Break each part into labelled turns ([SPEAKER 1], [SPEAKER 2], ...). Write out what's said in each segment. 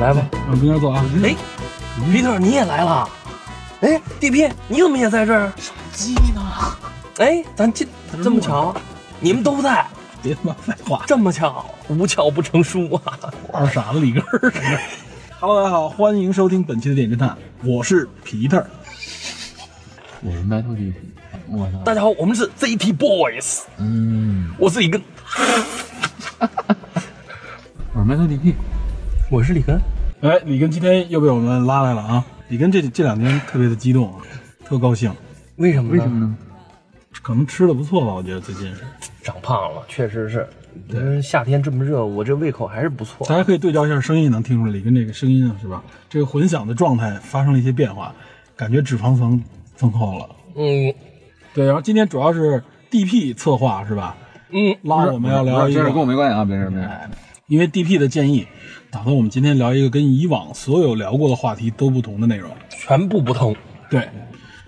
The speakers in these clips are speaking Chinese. [SPEAKER 1] 来吧，
[SPEAKER 2] 往中间走啊！
[SPEAKER 1] 哎，皮特你也来了，哎，DP 你怎么也在这儿？手机呢？哎，咱这这么巧，你们都在，
[SPEAKER 2] 别他妈废话，
[SPEAKER 1] 这么巧，无巧不成书啊！
[SPEAKER 2] 二傻子里根儿。Hello，大家好，欢迎收听本期的电影侦探，我是皮特。
[SPEAKER 3] 我是 Metal D，我操，
[SPEAKER 1] 大家好，我们是 ZT Boys，
[SPEAKER 3] 嗯，
[SPEAKER 1] 我是里根，
[SPEAKER 3] 我是 Metal DP，
[SPEAKER 1] 我是里根，
[SPEAKER 2] 哎，里根今天又被我们拉来了啊！里根这这两天特别的激动啊，特高兴，
[SPEAKER 1] 为什么？
[SPEAKER 3] 为什么？呢？
[SPEAKER 2] 可能吃的不错吧？我觉得最近是。
[SPEAKER 1] 长胖了，确实是。嗯，夏天这么热，我这胃口还是不错。
[SPEAKER 2] 大家可以对照一下声音，能听出来里根这个声音啊，是吧？这个混响的状态发生了一些变化，感觉脂肪层增厚了。
[SPEAKER 1] 嗯
[SPEAKER 2] 对，然后今天主要是 DP 策划是吧？
[SPEAKER 1] 嗯，
[SPEAKER 2] 拉我们要聊一
[SPEAKER 3] 这
[SPEAKER 2] 个哎
[SPEAKER 3] 事跟我没关系啊，别事别事。
[SPEAKER 2] 因为 DP 的建议，打算我们今天聊一个跟以往所有聊过的话题都不同的内容。
[SPEAKER 1] 全部不同。
[SPEAKER 2] 对，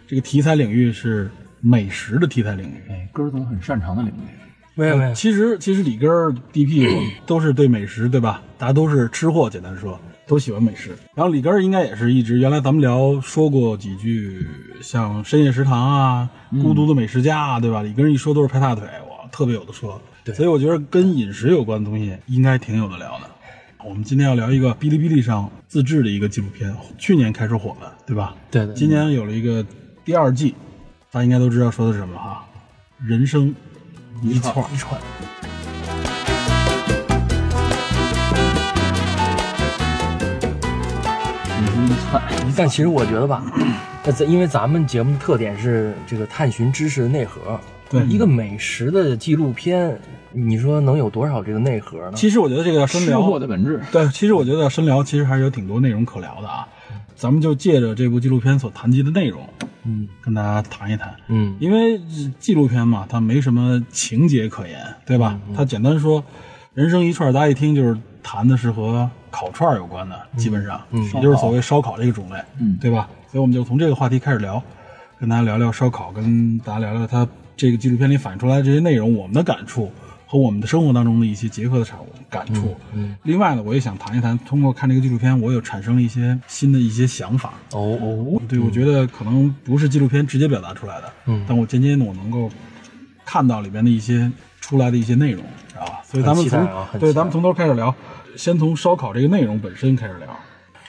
[SPEAKER 2] 这个题材领域是美食的题材领域。
[SPEAKER 3] 哎，哥儿总很擅长的领域，
[SPEAKER 1] 没有没有，
[SPEAKER 2] 其实其实里根儿 DP 都是对美食，对吧？大家都是吃货，简单说都喜欢美食。然后里根儿应该也是一直原来咱们聊说过几句，像深夜食堂啊、孤独的美食家啊，对吧？里根儿一说都是拍大腿，哇，特别有的说。
[SPEAKER 1] 对
[SPEAKER 2] 所以我觉得跟饮食有关的东西应该挺有的聊的。我们今天要聊一个哔哩哔哩上自制的一个纪录片，去年开始火的，对吧？
[SPEAKER 1] 对对
[SPEAKER 2] 今年有了一个第二季，大家应该都知道说的是什么哈，人生一串儿。
[SPEAKER 1] 一串。
[SPEAKER 3] 你是一窜，
[SPEAKER 1] 嗯但其实我觉得吧，那咱因为咱们节目的特点是这个探寻知识的内核，
[SPEAKER 2] 对嗯
[SPEAKER 1] 一个美食的纪录片，你说能有多少这个内核呢？
[SPEAKER 2] 其实我觉得这个要深
[SPEAKER 3] 吃
[SPEAKER 2] 聊，
[SPEAKER 3] 货的本质。
[SPEAKER 2] 对，其实我觉得要深聊，其实还是有挺多内容可聊的啊。咱们就借着这部纪录片所谈及的内容，
[SPEAKER 1] 嗯
[SPEAKER 2] 跟大家谈一谈。
[SPEAKER 1] 嗯，
[SPEAKER 2] 因为纪录片嘛，它没什么情节可言，对吧？
[SPEAKER 3] 嗯
[SPEAKER 2] 它简单说，人生一串，大家一听就是谈的是和烤串儿有关的，基本上，也就是所谓烧烤这个种类，
[SPEAKER 3] 嗯
[SPEAKER 2] 对吧？所以我们就从这个话题开始聊，跟大家聊聊烧烤，跟大家聊聊它这个纪录片里反映出来的这些内容，我们的感触和我们的生活当中的一些结合的产物感触。
[SPEAKER 1] 嗯
[SPEAKER 2] 另外呢，我也想谈一谈，通过看这个纪录片，我有产生了一些新的一些想法。
[SPEAKER 1] 哦哦，
[SPEAKER 2] 对，我觉得可能不是纪录片直接表达出来的，
[SPEAKER 1] 嗯
[SPEAKER 2] 但我间接我能够看到里面的一些出来的一些内容，知道吧？所以咱们
[SPEAKER 1] 很期待
[SPEAKER 2] 从、
[SPEAKER 1] 啊很期
[SPEAKER 2] 对，
[SPEAKER 1] 待
[SPEAKER 2] 咱们从头开始聊，先从烧烤这个内容本身开始聊。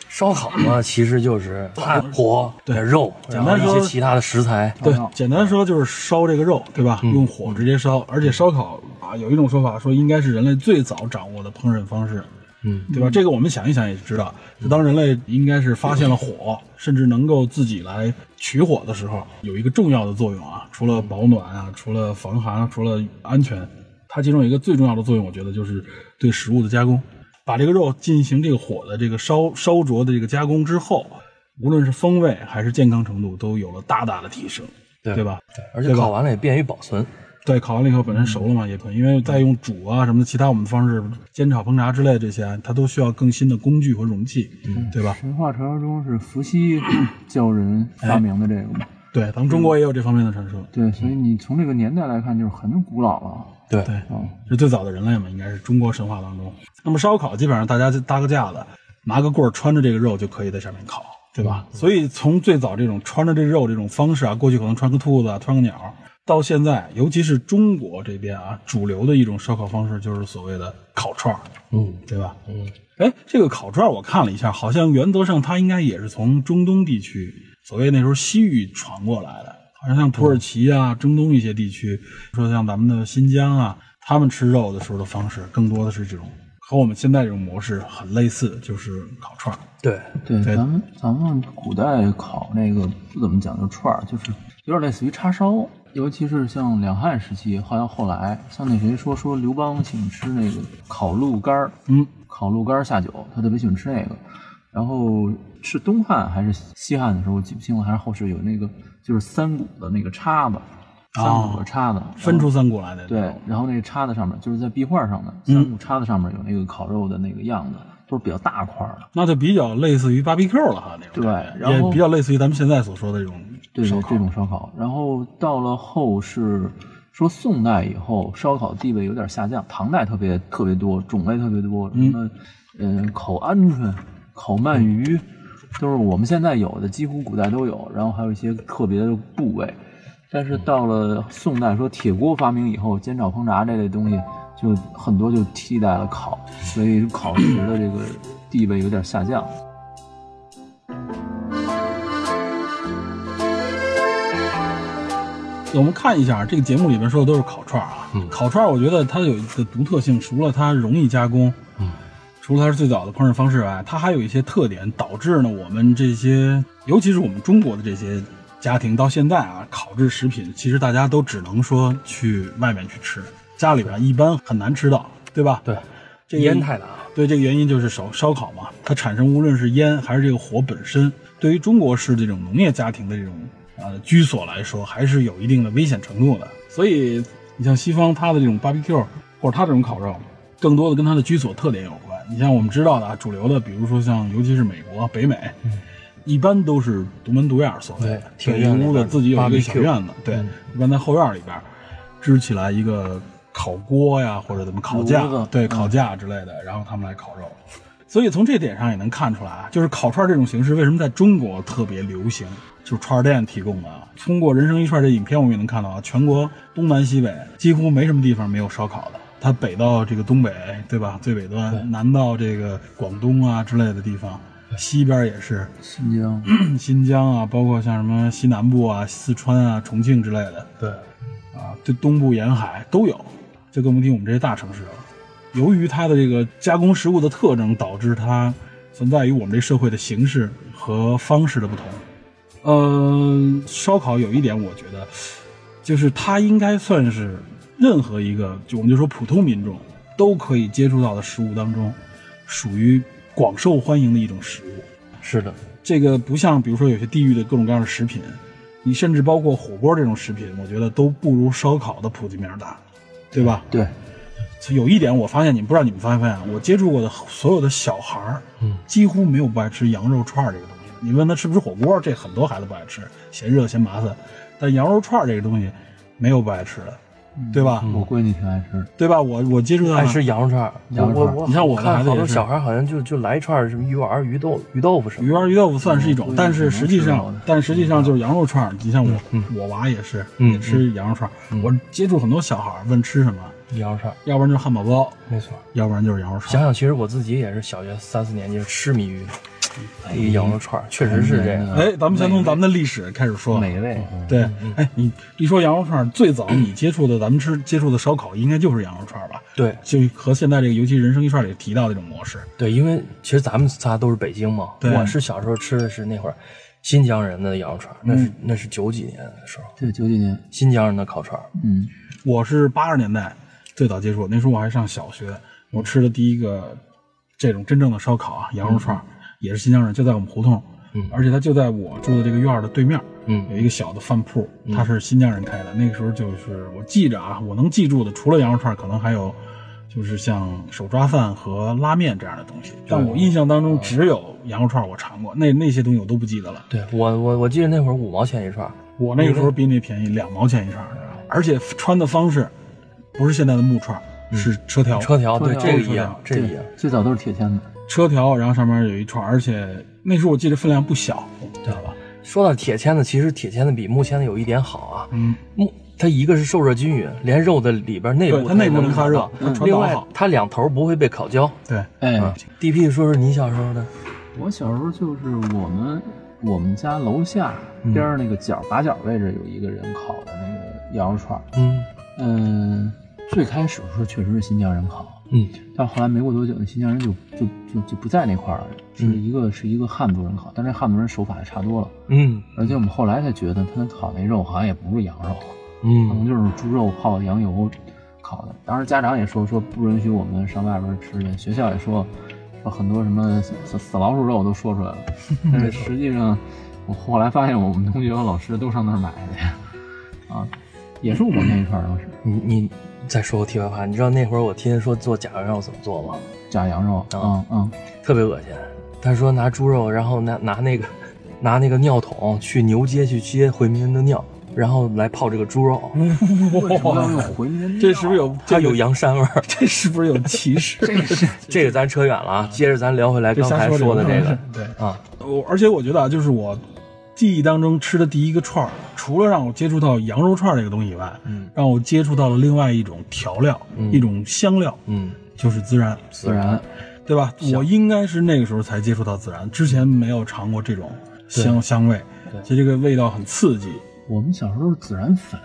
[SPEAKER 1] 烧烤嘛，其实就是炭火、
[SPEAKER 2] 对
[SPEAKER 1] 肉，
[SPEAKER 2] 简
[SPEAKER 1] 然
[SPEAKER 2] 单
[SPEAKER 1] 后
[SPEAKER 2] 说
[SPEAKER 1] 一些其他的食材。
[SPEAKER 2] 对
[SPEAKER 3] 烤，
[SPEAKER 2] 简单说就是烧这个肉，对吧？用火直接烧，而且烧烤啊，有一种说法说应该是人类最早掌握的烹饪方式，
[SPEAKER 1] 嗯，
[SPEAKER 2] 对吧？这个我们想一想也知道，就当人类应该是发现了火，甚至能够自己来取火的时候，有一个重要的作用啊，除了保暖啊，除了防寒啊，除了安全，它其中有一个最重要的作用，我觉得就是对食物的加工，把这个肉进行这个火的这个烧烧灼的这个加工之后，无论是风味还是健康程度，都有了大大的提升，
[SPEAKER 1] 对
[SPEAKER 2] 对吧？
[SPEAKER 1] 而且
[SPEAKER 2] 对吧
[SPEAKER 1] 烤完了也便于保存。
[SPEAKER 2] 对，烤完了以后本身熟了嘛，也可以，因为再用煮啊什么的，其他我们的方式煎炒烹炸之类的这些，它都需要更新的工具和容器，对吧？
[SPEAKER 3] 神话传说中是伏羲教人发明的这个嘛？
[SPEAKER 2] 对，咱们中国也有这方面的传说，
[SPEAKER 3] 对，所以你从这个年代来看，就是很古老了。
[SPEAKER 1] 对
[SPEAKER 2] 对
[SPEAKER 3] 嗯，
[SPEAKER 2] 是最早的人类嘛，应该是中国神话当中。那么烧烤基本上大家就搭个架子，拿个棍儿穿着这个肉就可以在上面烤，对吧？所以从最早这种穿着这肉这种方式啊，过去可能穿个兔子啊，穿个鸟儿，到现在，尤其是中国这边啊，主流的一种烧烤方式就是所谓的烤串儿，
[SPEAKER 1] 嗯，
[SPEAKER 2] 对吧？
[SPEAKER 1] 嗯，
[SPEAKER 2] 哎，这个烤串儿我看了一下，好像原则上它应该也是从中东地区，所谓那时候西域传过来的，好像像土耳其啊、中东一些地区，说像咱们的新疆啊，他们吃肉的时候的方式，更多的是这种和我们现在这种模式很类似，就是烤串儿。
[SPEAKER 1] 对，
[SPEAKER 3] 对，
[SPEAKER 2] 对
[SPEAKER 3] 咱们咱们古代烤那个不怎么讲究串儿，就是有点类似于叉烧，尤其是像两汉时期，还有后来，像那谁说说刘邦请吃那个烤鹿肝儿，
[SPEAKER 2] 嗯，
[SPEAKER 3] 烤鹿肝儿下酒，他特别喜欢吃那个。然后是东汉还是西汉的时候，我记不清了，还是后世有那个就是三股的那个叉子，三股的叉子、
[SPEAKER 2] 哦分出三股来的。
[SPEAKER 3] 对，然后那个叉子上面就是在壁画上的三股叉子上面有那个烤肉的那个样子，都是比较大块儿的。
[SPEAKER 2] 那就比较类似于 BBQ 了哈，那种
[SPEAKER 3] 对
[SPEAKER 2] 感觉
[SPEAKER 3] 然后
[SPEAKER 2] 也比较类似于咱们现在所说的这种
[SPEAKER 3] 对
[SPEAKER 2] 烧
[SPEAKER 3] 对，
[SPEAKER 2] 烤
[SPEAKER 3] 这。种烧烤。然后到了后世，说宋代以后，烧烤地位有点下降，唐代特别特别多，种类特别多，什么嗯、呃烤鹌鹑、烤鳗鱼，都是我们现在有的，几乎古代都有。然后还有一些特别的部位，但是到了宋代，说铁锅发明以后，煎炒烹炸这类东西。就很多就替代了烤，所以烤食的这个地位有点下降。
[SPEAKER 2] 我们看一下这个节目里面说的都是烤串儿啊，
[SPEAKER 4] 嗯
[SPEAKER 2] 烤串儿我觉得它有一个独特性，除了它容易加工，
[SPEAKER 4] 嗯，
[SPEAKER 2] 除了它是最早的烹饪方式外，它还有一些特点，导致呢我们这些，尤其是我们中国的这些家庭到现在啊，烤制食品其实大家都只能说去外面去吃，家里边一般很难吃到，对吧？
[SPEAKER 1] 对，
[SPEAKER 2] 这个
[SPEAKER 1] 烟太大了。
[SPEAKER 2] 对，这个原因就是烧烧烤嘛，它产生无论是烟还是这个火本身，对于中国式这种农业家庭的这种呃居所来说，还是有一定的危险程度的。所以你像西方它的这种 barbecue 或者它这种烤肉，更多的跟它的居所特点有关。你像我们知道的啊，主流的，比如说像尤其是美国、北美，一般都是独门独院儿所谓的
[SPEAKER 1] 嗯对，
[SPEAKER 2] 挺
[SPEAKER 1] 庭
[SPEAKER 2] 一
[SPEAKER 1] 院里
[SPEAKER 2] 屋子
[SPEAKER 1] 边
[SPEAKER 2] 自己有一个小
[SPEAKER 1] barbecue
[SPEAKER 2] 院子，对，一般在后院里边支起来一个烤锅呀，或者怎么烤架
[SPEAKER 3] 炉子，嗯
[SPEAKER 2] 对，烤架之类的，然后他们来烤肉。所以从这点上也能看出来啊，就是烤串这种形式为什么在中国特别流行，就是串儿店提供的啊。通过《人生一串》这影片，我们也能看到啊，全国东南西北几乎没什么地方没有烧烤的。它北到这个东北，对吧？最北端，南到这个广东啊之类的地方，西边也是，
[SPEAKER 3] 新疆，
[SPEAKER 2] 新疆啊，包括像什么西南部啊、四川啊、重庆之类的，
[SPEAKER 1] 对，
[SPEAKER 2] 啊，对东部沿海都有，就更甭提我们这些大城市了。由于它的这个加工食物的特征，导致它存在于我们这社会的形式和方式的不同。呃，烧烤有一点，我觉得就是它应该算是任何一个，就我们就说普通民众都可以接触到的食物当中，属于广受欢迎的一种食物。
[SPEAKER 1] 是的，
[SPEAKER 2] 这个不像比如说有些地域的各种各样的食品，你甚至包括火锅这种食品，我觉得都不如烧烤的普及面儿大，对吧？
[SPEAKER 3] 对，
[SPEAKER 2] 有一点我发现，你们不知道你们发没发现，我接触过的所有的小孩儿，
[SPEAKER 4] 嗯，
[SPEAKER 2] 几乎没有不爱吃羊肉串儿这个东西。你问他吃不吃火锅，这很多孩子不爱吃，嫌热嫌麻烦。但羊肉串儿这个东西，没有不爱吃的，对吧？
[SPEAKER 3] 我闺女挺爱吃的。
[SPEAKER 2] 对吧？我我接触到
[SPEAKER 1] 爱吃哎羊肉串儿。
[SPEAKER 3] 羊肉
[SPEAKER 1] 我
[SPEAKER 3] 串儿
[SPEAKER 1] 我我
[SPEAKER 2] 你像我的孩
[SPEAKER 1] 看
[SPEAKER 2] 子
[SPEAKER 1] 好
[SPEAKER 2] 也
[SPEAKER 1] 多
[SPEAKER 2] 是
[SPEAKER 1] 小孩儿好像就就来一串儿什么鱼丸儿、鱼豆、鱼豆腐什么
[SPEAKER 2] 鱼
[SPEAKER 1] 的。
[SPEAKER 2] 丸鱼豆腐算是一种，
[SPEAKER 3] 嗯
[SPEAKER 2] 但是实际
[SPEAKER 3] 嗯
[SPEAKER 2] 上
[SPEAKER 3] 嗯，嗯
[SPEAKER 2] 但实际上就是羊肉串儿。你像我，我娃也是，也吃羊肉串儿。我接触很多小孩儿问吃什么，
[SPEAKER 1] 羊肉串儿，
[SPEAKER 2] 要不然就是汉堡包，
[SPEAKER 1] 没错。
[SPEAKER 2] 要不然就是羊肉串
[SPEAKER 1] 想
[SPEAKER 2] 儿。
[SPEAKER 1] 想，其实我自己也是小学三四年级是痴迷于哎羊肉串儿，确实是这样。
[SPEAKER 2] 哎，咱们先从咱们的历史开始说。
[SPEAKER 3] 美味，嗯
[SPEAKER 2] 对，哎，你一说羊肉串儿，最早你接触的咱们吃接触的烧烤，应该就是羊肉串儿吧？
[SPEAKER 1] 对
[SPEAKER 2] 就和现在这个，尤其《人生一串》里提到的这种模式，
[SPEAKER 1] 对，因为其实咱们仨都是北京嘛，
[SPEAKER 2] 对
[SPEAKER 1] 我是小时候吃的是那会儿新疆人的羊肉串儿，那是那是九几年的时候，
[SPEAKER 3] 对，九几年，
[SPEAKER 1] 新疆人的烤串儿。
[SPEAKER 3] 嗯，
[SPEAKER 2] 我是八十年代最早接触，那时候我还上小学，我吃的第一个这种真正的烧烤啊，羊肉串、儿也是新疆人，就在我们胡同，
[SPEAKER 1] 嗯
[SPEAKER 2] 而且它就在我住的这个院儿的对面，
[SPEAKER 1] 嗯
[SPEAKER 2] 有一个小的饭铺，它是新疆人开的。那个时候就是我记着啊，我能记住的，除了羊肉串，儿，可能还有就是像手抓饭和拉面这样的东西，但我印象当中只有羊肉串儿我尝过，那那些东西我都不记得了。
[SPEAKER 1] 对我我我记得那会儿五毛钱一串儿，
[SPEAKER 2] 我那个时候比那便宜两毛钱一串儿，而且穿的方式不是现在的木串儿，是车条，
[SPEAKER 1] 嗯车条对
[SPEAKER 3] 车条
[SPEAKER 1] 这个
[SPEAKER 2] 哦车
[SPEAKER 1] 一样
[SPEAKER 2] 条，
[SPEAKER 1] 这个一样。
[SPEAKER 3] 最早都是铁签子，
[SPEAKER 2] 车条，然后上面有一串儿，而且那时候我记得分量不小，知道吧？
[SPEAKER 1] 说到铁签子，其实铁签子比木签子有一点好啊，
[SPEAKER 2] 嗯，
[SPEAKER 1] 木它一个是受热均匀，连肉的里边内
[SPEAKER 2] 对，
[SPEAKER 1] 部
[SPEAKER 2] 它内部
[SPEAKER 1] 也
[SPEAKER 2] 能发热
[SPEAKER 1] 烤，到
[SPEAKER 2] 它传
[SPEAKER 1] 另
[SPEAKER 2] 导
[SPEAKER 1] 外
[SPEAKER 2] 好，嗯
[SPEAKER 1] 它两头不会被烤焦。
[SPEAKER 2] 对，
[SPEAKER 3] 哎，
[SPEAKER 1] DP 说说你小时候的，
[SPEAKER 3] 我小时候就是我们我们家楼下边儿那个角把角位置有一个人烤的那个羊肉串儿，
[SPEAKER 1] 嗯
[SPEAKER 3] 嗯，最开始的时候确实是新疆人烤，
[SPEAKER 1] 嗯
[SPEAKER 3] 但后来没过多久，那新疆人就就就就不在那块儿了，是一个是一个汉族人烤，但是汉族人手法也差多了，
[SPEAKER 1] 嗯
[SPEAKER 3] 而且我们后来才觉得他烤那肉好像也不是羊肉，可能
[SPEAKER 1] 嗯，
[SPEAKER 3] 就是猪肉泡羊油烤的。当时家长也说说不允许我们上外边吃去，学校也说说很多什么死死老鼠肉都说出来了，但是实际上我后来发现我们同学和老师都上那儿买去，啊，也是我们那一块儿当时
[SPEAKER 1] 你你再说个题外话，你知道那会儿我听说做假羊肉怎么做吗？
[SPEAKER 3] 假羊肉，
[SPEAKER 1] 啊
[SPEAKER 3] 嗯嗯，
[SPEAKER 1] 特别恶心。他说拿猪肉，然后拿拿那个拿那个尿桶去牛街去接回民人的尿，然后来泡这个猪肉，
[SPEAKER 3] 为什么要用回民？
[SPEAKER 2] 嗯这是不是有
[SPEAKER 1] 它有羊膻味儿。
[SPEAKER 2] 这是不是有歧视？ 这是
[SPEAKER 1] 这个咱扯远了啊，接着咱聊回来刚才说的这个
[SPEAKER 2] 对。
[SPEAKER 1] 啊，
[SPEAKER 2] 我而且我觉得啊，就是我记忆当中吃的第一个串儿，除了让我接触到羊肉串儿这个东西以外，嗯，让我接触到了另外一种调料，一种香料，
[SPEAKER 1] 嗯，
[SPEAKER 2] 就是孜然，
[SPEAKER 3] 孜然，
[SPEAKER 2] 对吧？我应该是那个时候才接触到孜然，之前没有尝过这种香香味，其实这个味道很刺激。
[SPEAKER 3] 我们小时候是孜然粉，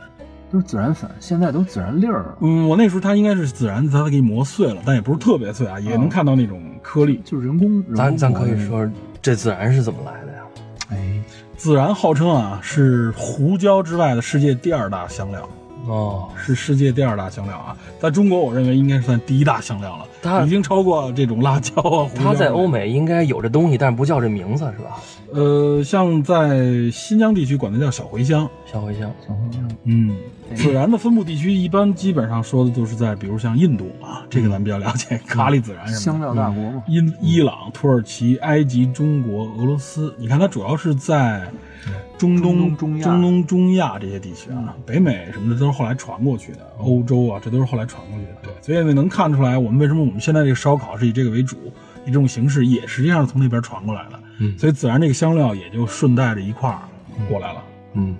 [SPEAKER 3] 都是孜然粉，现在都孜然粒儿了，
[SPEAKER 2] 嗯，我那时候它应该是孜然，它给你磨碎了，但也不是特别碎
[SPEAKER 1] 嗯
[SPEAKER 2] 啊，也能看到那种颗粒。
[SPEAKER 3] 就是人工。人
[SPEAKER 1] 咱
[SPEAKER 3] 工
[SPEAKER 1] 咱
[SPEAKER 3] 磨
[SPEAKER 1] 可以
[SPEAKER 3] 的那种，
[SPEAKER 1] 说这孜然是怎么来的呀？
[SPEAKER 3] 哎，
[SPEAKER 2] 孜然号称啊是胡椒之外的世界第二大香料。
[SPEAKER 1] 哦，
[SPEAKER 2] 是世界第二大香料啊，在中国我认为应该算第一大香料了，
[SPEAKER 1] 它
[SPEAKER 2] 已经超过这种辣椒啊。胡椒
[SPEAKER 1] 它在
[SPEAKER 2] 了
[SPEAKER 1] 欧美应该有这东西，但是不叫这名字是吧？
[SPEAKER 2] 呃，像在新疆地区管它叫小茴香，
[SPEAKER 1] 小茴香，
[SPEAKER 3] 小红酱
[SPEAKER 2] 嗯，孜然的分布地区一般基本上说的都是在比如像印度啊，这个咱们比较了解，咖喱孜然什
[SPEAKER 3] 香
[SPEAKER 2] 么的。
[SPEAKER 3] 料大国嘛，
[SPEAKER 2] 伊伊朗、土耳其、埃及、中国、俄罗斯，你看它主要是在中东、
[SPEAKER 3] 中东中亚
[SPEAKER 2] 中东、中亚这些地区啊，北美什么的都是后来传过去的，欧洲啊，这都是后来传过去的。对，所以能看出来，我们为什么我们现在这个烧烤是以这个为主，以这种形式，也实际上是从那边传过来的。
[SPEAKER 4] 嗯
[SPEAKER 2] 所以孜然这个香料也就顺带着一块儿过来了。
[SPEAKER 4] 嗯，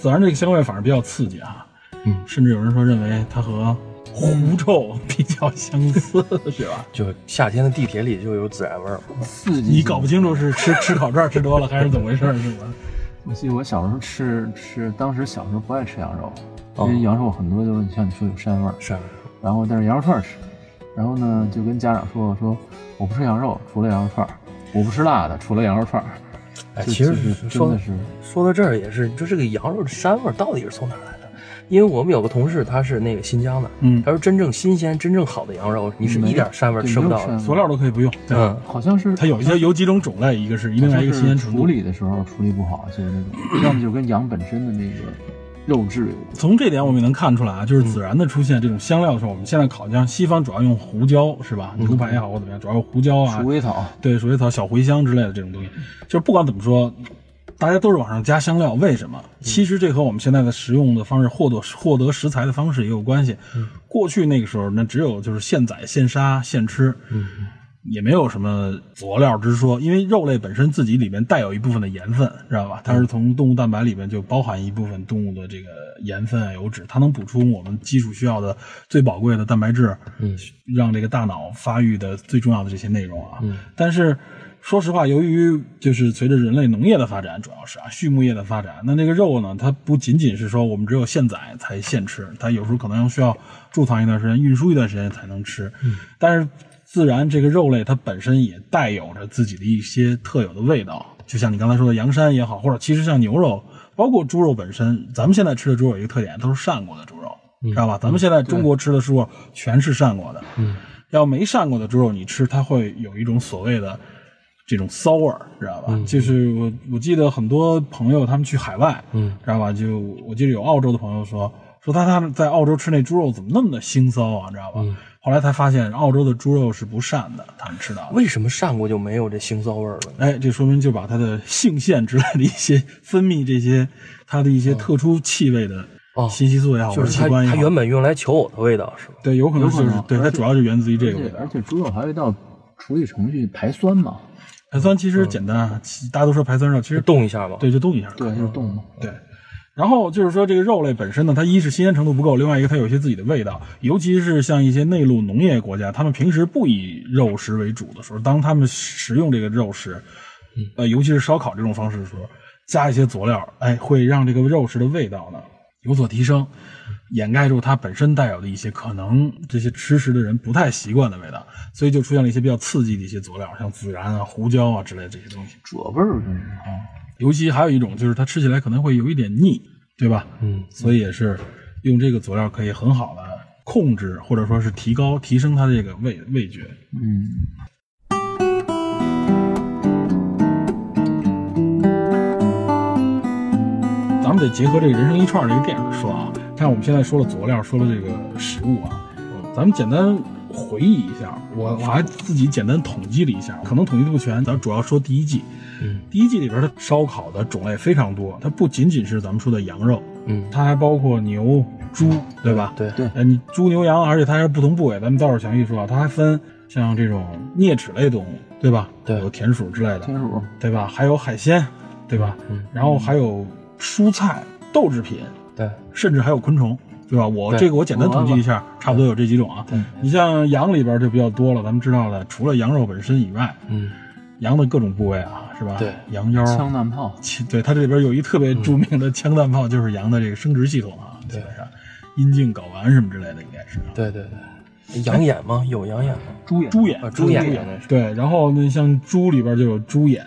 [SPEAKER 2] 孜然这个香味反而比较刺激啊，
[SPEAKER 4] 嗯
[SPEAKER 2] 甚至有人说认为它和狐臭比较相似， 是吧？
[SPEAKER 1] 就夏天的地铁里就有孜然味儿嘛。
[SPEAKER 3] 刺激。
[SPEAKER 2] 你搞不清楚是吃 吃烤串吃多了还是怎么回事儿，是吗？
[SPEAKER 3] 我记得我小时候吃吃，当时小时候不爱吃羊肉，
[SPEAKER 1] 哦
[SPEAKER 3] 因为羊肉很多就是像你说有膻味儿，
[SPEAKER 1] 是，啊
[SPEAKER 3] 然后但是羊肉串儿吃，然后呢就跟家长说我说我不吃羊肉，除了羊肉串儿，我不吃辣的，除了羊肉串儿。
[SPEAKER 1] 哎，
[SPEAKER 3] 就
[SPEAKER 1] 其实
[SPEAKER 3] 就是
[SPEAKER 1] 说
[SPEAKER 3] 真
[SPEAKER 1] 到
[SPEAKER 3] 的是
[SPEAKER 1] 说到这儿也是，就这个羊肉的膻味儿到底是从哪儿来的？因为我们有个同事，他是那个新疆的，
[SPEAKER 2] 嗯
[SPEAKER 1] 他说真正新鲜、真正好的羊肉，你是
[SPEAKER 3] 没
[SPEAKER 1] 一点膻味儿
[SPEAKER 3] 对
[SPEAKER 1] 吃不
[SPEAKER 3] 没有
[SPEAKER 1] 到
[SPEAKER 3] 膻
[SPEAKER 1] 的。
[SPEAKER 3] 味
[SPEAKER 2] 佐料都可以不用。对吧，
[SPEAKER 1] 嗯，
[SPEAKER 3] 好像是
[SPEAKER 2] 它有一些有几种种类，一个是另外一个新鲜程
[SPEAKER 3] 处
[SPEAKER 2] 度。
[SPEAKER 3] 理的时候处理不好，就是那 种，要么就跟羊本身的那个肉质有关。
[SPEAKER 2] 从这点我们也能看出来啊，就是孜然的出现这种香料的时候，我们现在烤像西方主要用胡椒是吧？牛排也好或怎么样，主要用嗯胡椒啊
[SPEAKER 3] 鼠，尾草，
[SPEAKER 2] 对，鼠尾草、小茴香之类的这种东西，就是不管怎么说，大家都是往上加香料。为什么？其实这和我们现在的食用的方式、获得获得食材的方式也有关系。过去那个时候，那只有就是现宰、现杀、现吃，也没有什么佐料之说，因为肉类本身自己里面带有一部分的盐分，知道吧？它是从动物蛋白里面就包含一部分动物的这个盐分啊、油脂，它能补充我们基础需要的最宝贵的蛋白质，嗯，让这个大脑发育的最重要的这些内容啊。嗯、但是说实话，由于就是随着人类农业的发展，主要是啊畜牧业的发展，那这个肉呢，它不仅仅是说我们只有现宰才现吃，它有时候可能需要贮藏一段时间、运输一段时间才能吃。嗯、但是自然这个肉类它本身也带有着自己的一些特有的味道，就像你刚才说的羊膻也好，或者其实像牛肉，包括猪肉本身，咱们现在吃的猪肉有一个特点，都是扇过的猪肉，
[SPEAKER 1] 嗯
[SPEAKER 2] 知道吧？咱们现在中国吃的猪肉全是扇过的，嗯，要没扇过的猪肉你吃，它会有一种所谓的这种骚味儿，知道吧？
[SPEAKER 1] 嗯
[SPEAKER 2] 就是我我记得很多朋友他们去海外，嗯，知道吧？就我记得有澳洲的朋友说说他他们在澳洲吃那猪肉怎么那么的腥骚啊，知道
[SPEAKER 1] 嗯
[SPEAKER 2] 吧？后来才发现澳洲的猪肉是不膻的，他们吃到的。
[SPEAKER 1] 为什么上过就没有这腥骚味儿了呢？
[SPEAKER 2] 哎，这说明就把它的性腺之类的一些分泌这些它的一些特殊气味的
[SPEAKER 1] 哦
[SPEAKER 2] 信息素也好，或
[SPEAKER 1] 就
[SPEAKER 2] 者
[SPEAKER 1] 是
[SPEAKER 2] 器
[SPEAKER 1] 它
[SPEAKER 2] 官也
[SPEAKER 1] 它
[SPEAKER 2] 好，
[SPEAKER 1] 原本用来求偶的味道是吧？
[SPEAKER 2] 对，有可能
[SPEAKER 3] 有可
[SPEAKER 2] 就
[SPEAKER 3] 能
[SPEAKER 2] 是对它
[SPEAKER 3] 而且
[SPEAKER 2] 主要是源自于这
[SPEAKER 3] 而
[SPEAKER 2] 个味
[SPEAKER 3] 且
[SPEAKER 2] 道
[SPEAKER 3] 而。且猪肉还有一道处理程序排酸嘛，
[SPEAKER 2] 排酸其实简单，啊，其大家都说排酸肉，其实
[SPEAKER 1] 动一下嘛。
[SPEAKER 2] 对就动一下，
[SPEAKER 3] 对，就是冻嘛。
[SPEAKER 2] 对。然后就是说，这个肉类本身呢，它一是新鲜程度不够，另外一个它有一些自己的味道，尤其是像一些内陆农业国家，他们平时不以肉食为主的时候，当他们食用这个肉食，呃，尤其是烧烤这种方式的时候，加一些佐料，哎，会让这个肉食的味道呢有所提升，掩盖住它本身带有的一些可能这些吃食的人不太习惯的味道，所以就出现了一些比较刺激的一些佐料，像孜然啊、胡椒啊之类的这些东西。
[SPEAKER 3] 褶味儿真是啊，
[SPEAKER 2] 尤其还有一种就是它吃起来可能会有一点腻，对吧？
[SPEAKER 1] 嗯，
[SPEAKER 2] 所以也是用这个佐料可以很好的控制或者说是提高、提升它的这个味味觉。
[SPEAKER 3] 嗯，
[SPEAKER 2] 咱们得结合这个人生一串这个电影说啊。看我们现在说了佐料，说了这个食物啊，咱们简单回忆一下。我我还自己简单统计了一下，可能统计的不全，咱主要说第一季。
[SPEAKER 4] 嗯
[SPEAKER 2] 第一季里边的烧烤的种类非常多，它不仅仅是咱们说的羊肉，
[SPEAKER 4] 嗯，
[SPEAKER 2] 它还包括牛、猪，对吧？
[SPEAKER 4] 对
[SPEAKER 3] 对
[SPEAKER 2] 呃，你猪牛羊，而且它还是不同部位，咱们待会儿详细说啊。它还分像这种啮齿类动物，对吧？
[SPEAKER 4] 对
[SPEAKER 2] 有田鼠之类的，
[SPEAKER 3] 天鼠，
[SPEAKER 2] 对吧？还有海鲜，对吧？
[SPEAKER 4] 嗯
[SPEAKER 2] 然后还有蔬菜、豆制品，
[SPEAKER 4] 对，
[SPEAKER 2] 甚至还有昆虫，对吧？我
[SPEAKER 4] 对
[SPEAKER 2] 这个我简单统计一下，差不多有这几种啊。你像羊里边就比较多了，咱们知道的，除了羊肉本身以外，
[SPEAKER 4] 嗯
[SPEAKER 2] 羊的各种部位啊，是吧？
[SPEAKER 4] 对，嗯
[SPEAKER 2] 羊腰、
[SPEAKER 3] 枪弹炮，
[SPEAKER 2] 其对它这里边有一特别著名的枪弹炮，就是羊的这个生殖系统啊，基
[SPEAKER 4] 对
[SPEAKER 2] 本上阴茎、睾丸什么之类的，应该是。
[SPEAKER 4] 对对对，
[SPEAKER 1] 哎养眼吗？有养眼吗？
[SPEAKER 3] 猪眼，
[SPEAKER 2] 猪眼
[SPEAKER 4] 啊，，猪眼
[SPEAKER 2] 猪
[SPEAKER 4] 那是
[SPEAKER 2] 对，然后那像猪里边就有猪眼，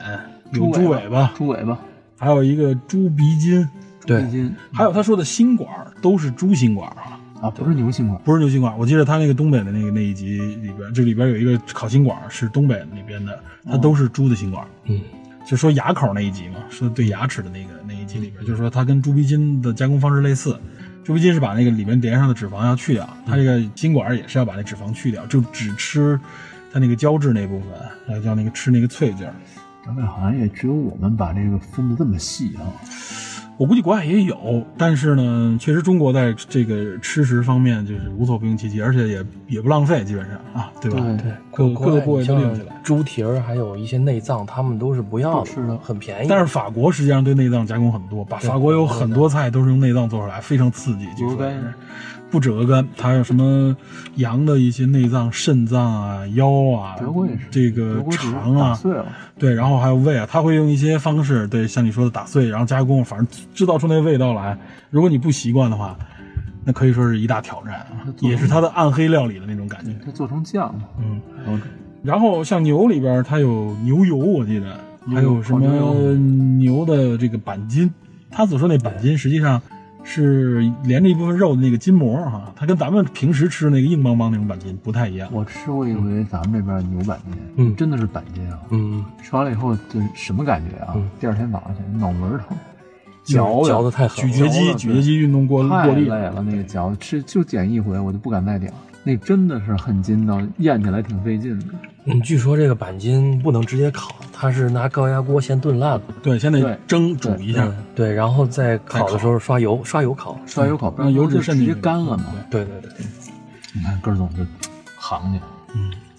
[SPEAKER 2] 有
[SPEAKER 3] 猪
[SPEAKER 2] 猪
[SPEAKER 3] 尾
[SPEAKER 2] 尾巴，
[SPEAKER 3] 猪尾巴，
[SPEAKER 2] 还有一个猪鼻筋，
[SPEAKER 3] 一
[SPEAKER 4] 对，
[SPEAKER 3] 斤
[SPEAKER 2] 还有他说的心管儿都是猪心管儿啊，
[SPEAKER 3] 啊，不是牛心管，
[SPEAKER 2] 不是牛心管儿。我记得他那个东北的那个那一集里边，这里边有一个烤心管儿是东北那边的，它都是猪的心管儿。
[SPEAKER 4] 嗯
[SPEAKER 2] 就说牙口那一集嘛，说对牙齿的那个那一集里边，就是说它跟猪鼻筋的加工方式类似。猪鼻筋是把那个里面连上的脂肪要去掉，它这个心管儿也是要把那脂肪去掉，就只吃它那个胶质那部分，然后叫那个吃那个脆劲儿。
[SPEAKER 3] 咱们好像也只有我们把这个分的这么细啊，
[SPEAKER 2] 我估计国外也有，但是呢，确实中国在这个吃食方面就是无所不用其极，而且也也不浪费，基本上啊，对吧？
[SPEAKER 3] 对
[SPEAKER 4] 对，
[SPEAKER 2] 各各个部位都利用起来。
[SPEAKER 1] 像猪蹄儿，还有一些内脏，他们都是不要
[SPEAKER 3] 不吃的
[SPEAKER 1] 很便宜。
[SPEAKER 2] 但是法国实际上对内脏加工很多，把法国有很多菜都是用内脏做出来，非常刺激。据
[SPEAKER 3] 鹅
[SPEAKER 2] 说
[SPEAKER 3] 肝
[SPEAKER 2] 是不止鹅肝，它还有什么羊的一些内脏、肾脏啊、腰啊
[SPEAKER 3] 德国也是，，
[SPEAKER 2] 这
[SPEAKER 3] 德
[SPEAKER 2] 个
[SPEAKER 3] 国只是
[SPEAKER 2] 肠
[SPEAKER 3] 打
[SPEAKER 2] 啊，
[SPEAKER 3] 碎了，
[SPEAKER 2] 对，然后还有胃啊，它会用一些方式，对，像你说的打碎，然后加工，反正制造出那味道来。如果你不习惯的话，那可以说是一大挑战啊，也是它的暗黑料理的那种感觉。
[SPEAKER 3] 它做成酱了，
[SPEAKER 2] 嗯，
[SPEAKER 3] 然后
[SPEAKER 2] 然后像牛里边儿，它有牛油，我记得还有什
[SPEAKER 3] 烤牛
[SPEAKER 2] 么
[SPEAKER 3] 油
[SPEAKER 2] 牛的这个板筋，他所说那板筋实际上是连着一部分肉的那个筋膜儿哈、它跟咱们平时吃的那个硬邦邦那种板筋不太一样。
[SPEAKER 3] 我吃过一回咱们这边牛板筋，
[SPEAKER 4] 嗯
[SPEAKER 3] 真的是板筋啊，
[SPEAKER 4] 嗯
[SPEAKER 3] 吃完了以后就是什么感觉啊？第二天早上起来脑门儿疼，
[SPEAKER 1] 嚼
[SPEAKER 2] 的
[SPEAKER 1] 嚼的太狠
[SPEAKER 2] 咀
[SPEAKER 1] 了，
[SPEAKER 2] 嗯嚼肌，
[SPEAKER 3] 对
[SPEAKER 2] 咀嚼肌运动过
[SPEAKER 3] 太
[SPEAKER 2] 过
[SPEAKER 3] 累
[SPEAKER 2] 力了。
[SPEAKER 3] 了，那个嚼吃就剪一回，我就不敢再点，那真的是很筋道，咽起来挺费劲的。
[SPEAKER 1] 嗯，据说这个板筋不能直接烤，它是拿高压锅先炖烂了，
[SPEAKER 2] 对，先得
[SPEAKER 3] 对
[SPEAKER 2] 蒸煮一下。
[SPEAKER 1] 嗯对，然后再烤的时候刷油，刷油烤。
[SPEAKER 3] 刷油烤，不然
[SPEAKER 2] 嗯让油脂嗯
[SPEAKER 3] 就
[SPEAKER 2] 渗
[SPEAKER 3] 直
[SPEAKER 2] 进
[SPEAKER 3] 接
[SPEAKER 2] 去
[SPEAKER 3] 干了嘛。
[SPEAKER 1] 对对对对，
[SPEAKER 3] 你看根儿总是行家，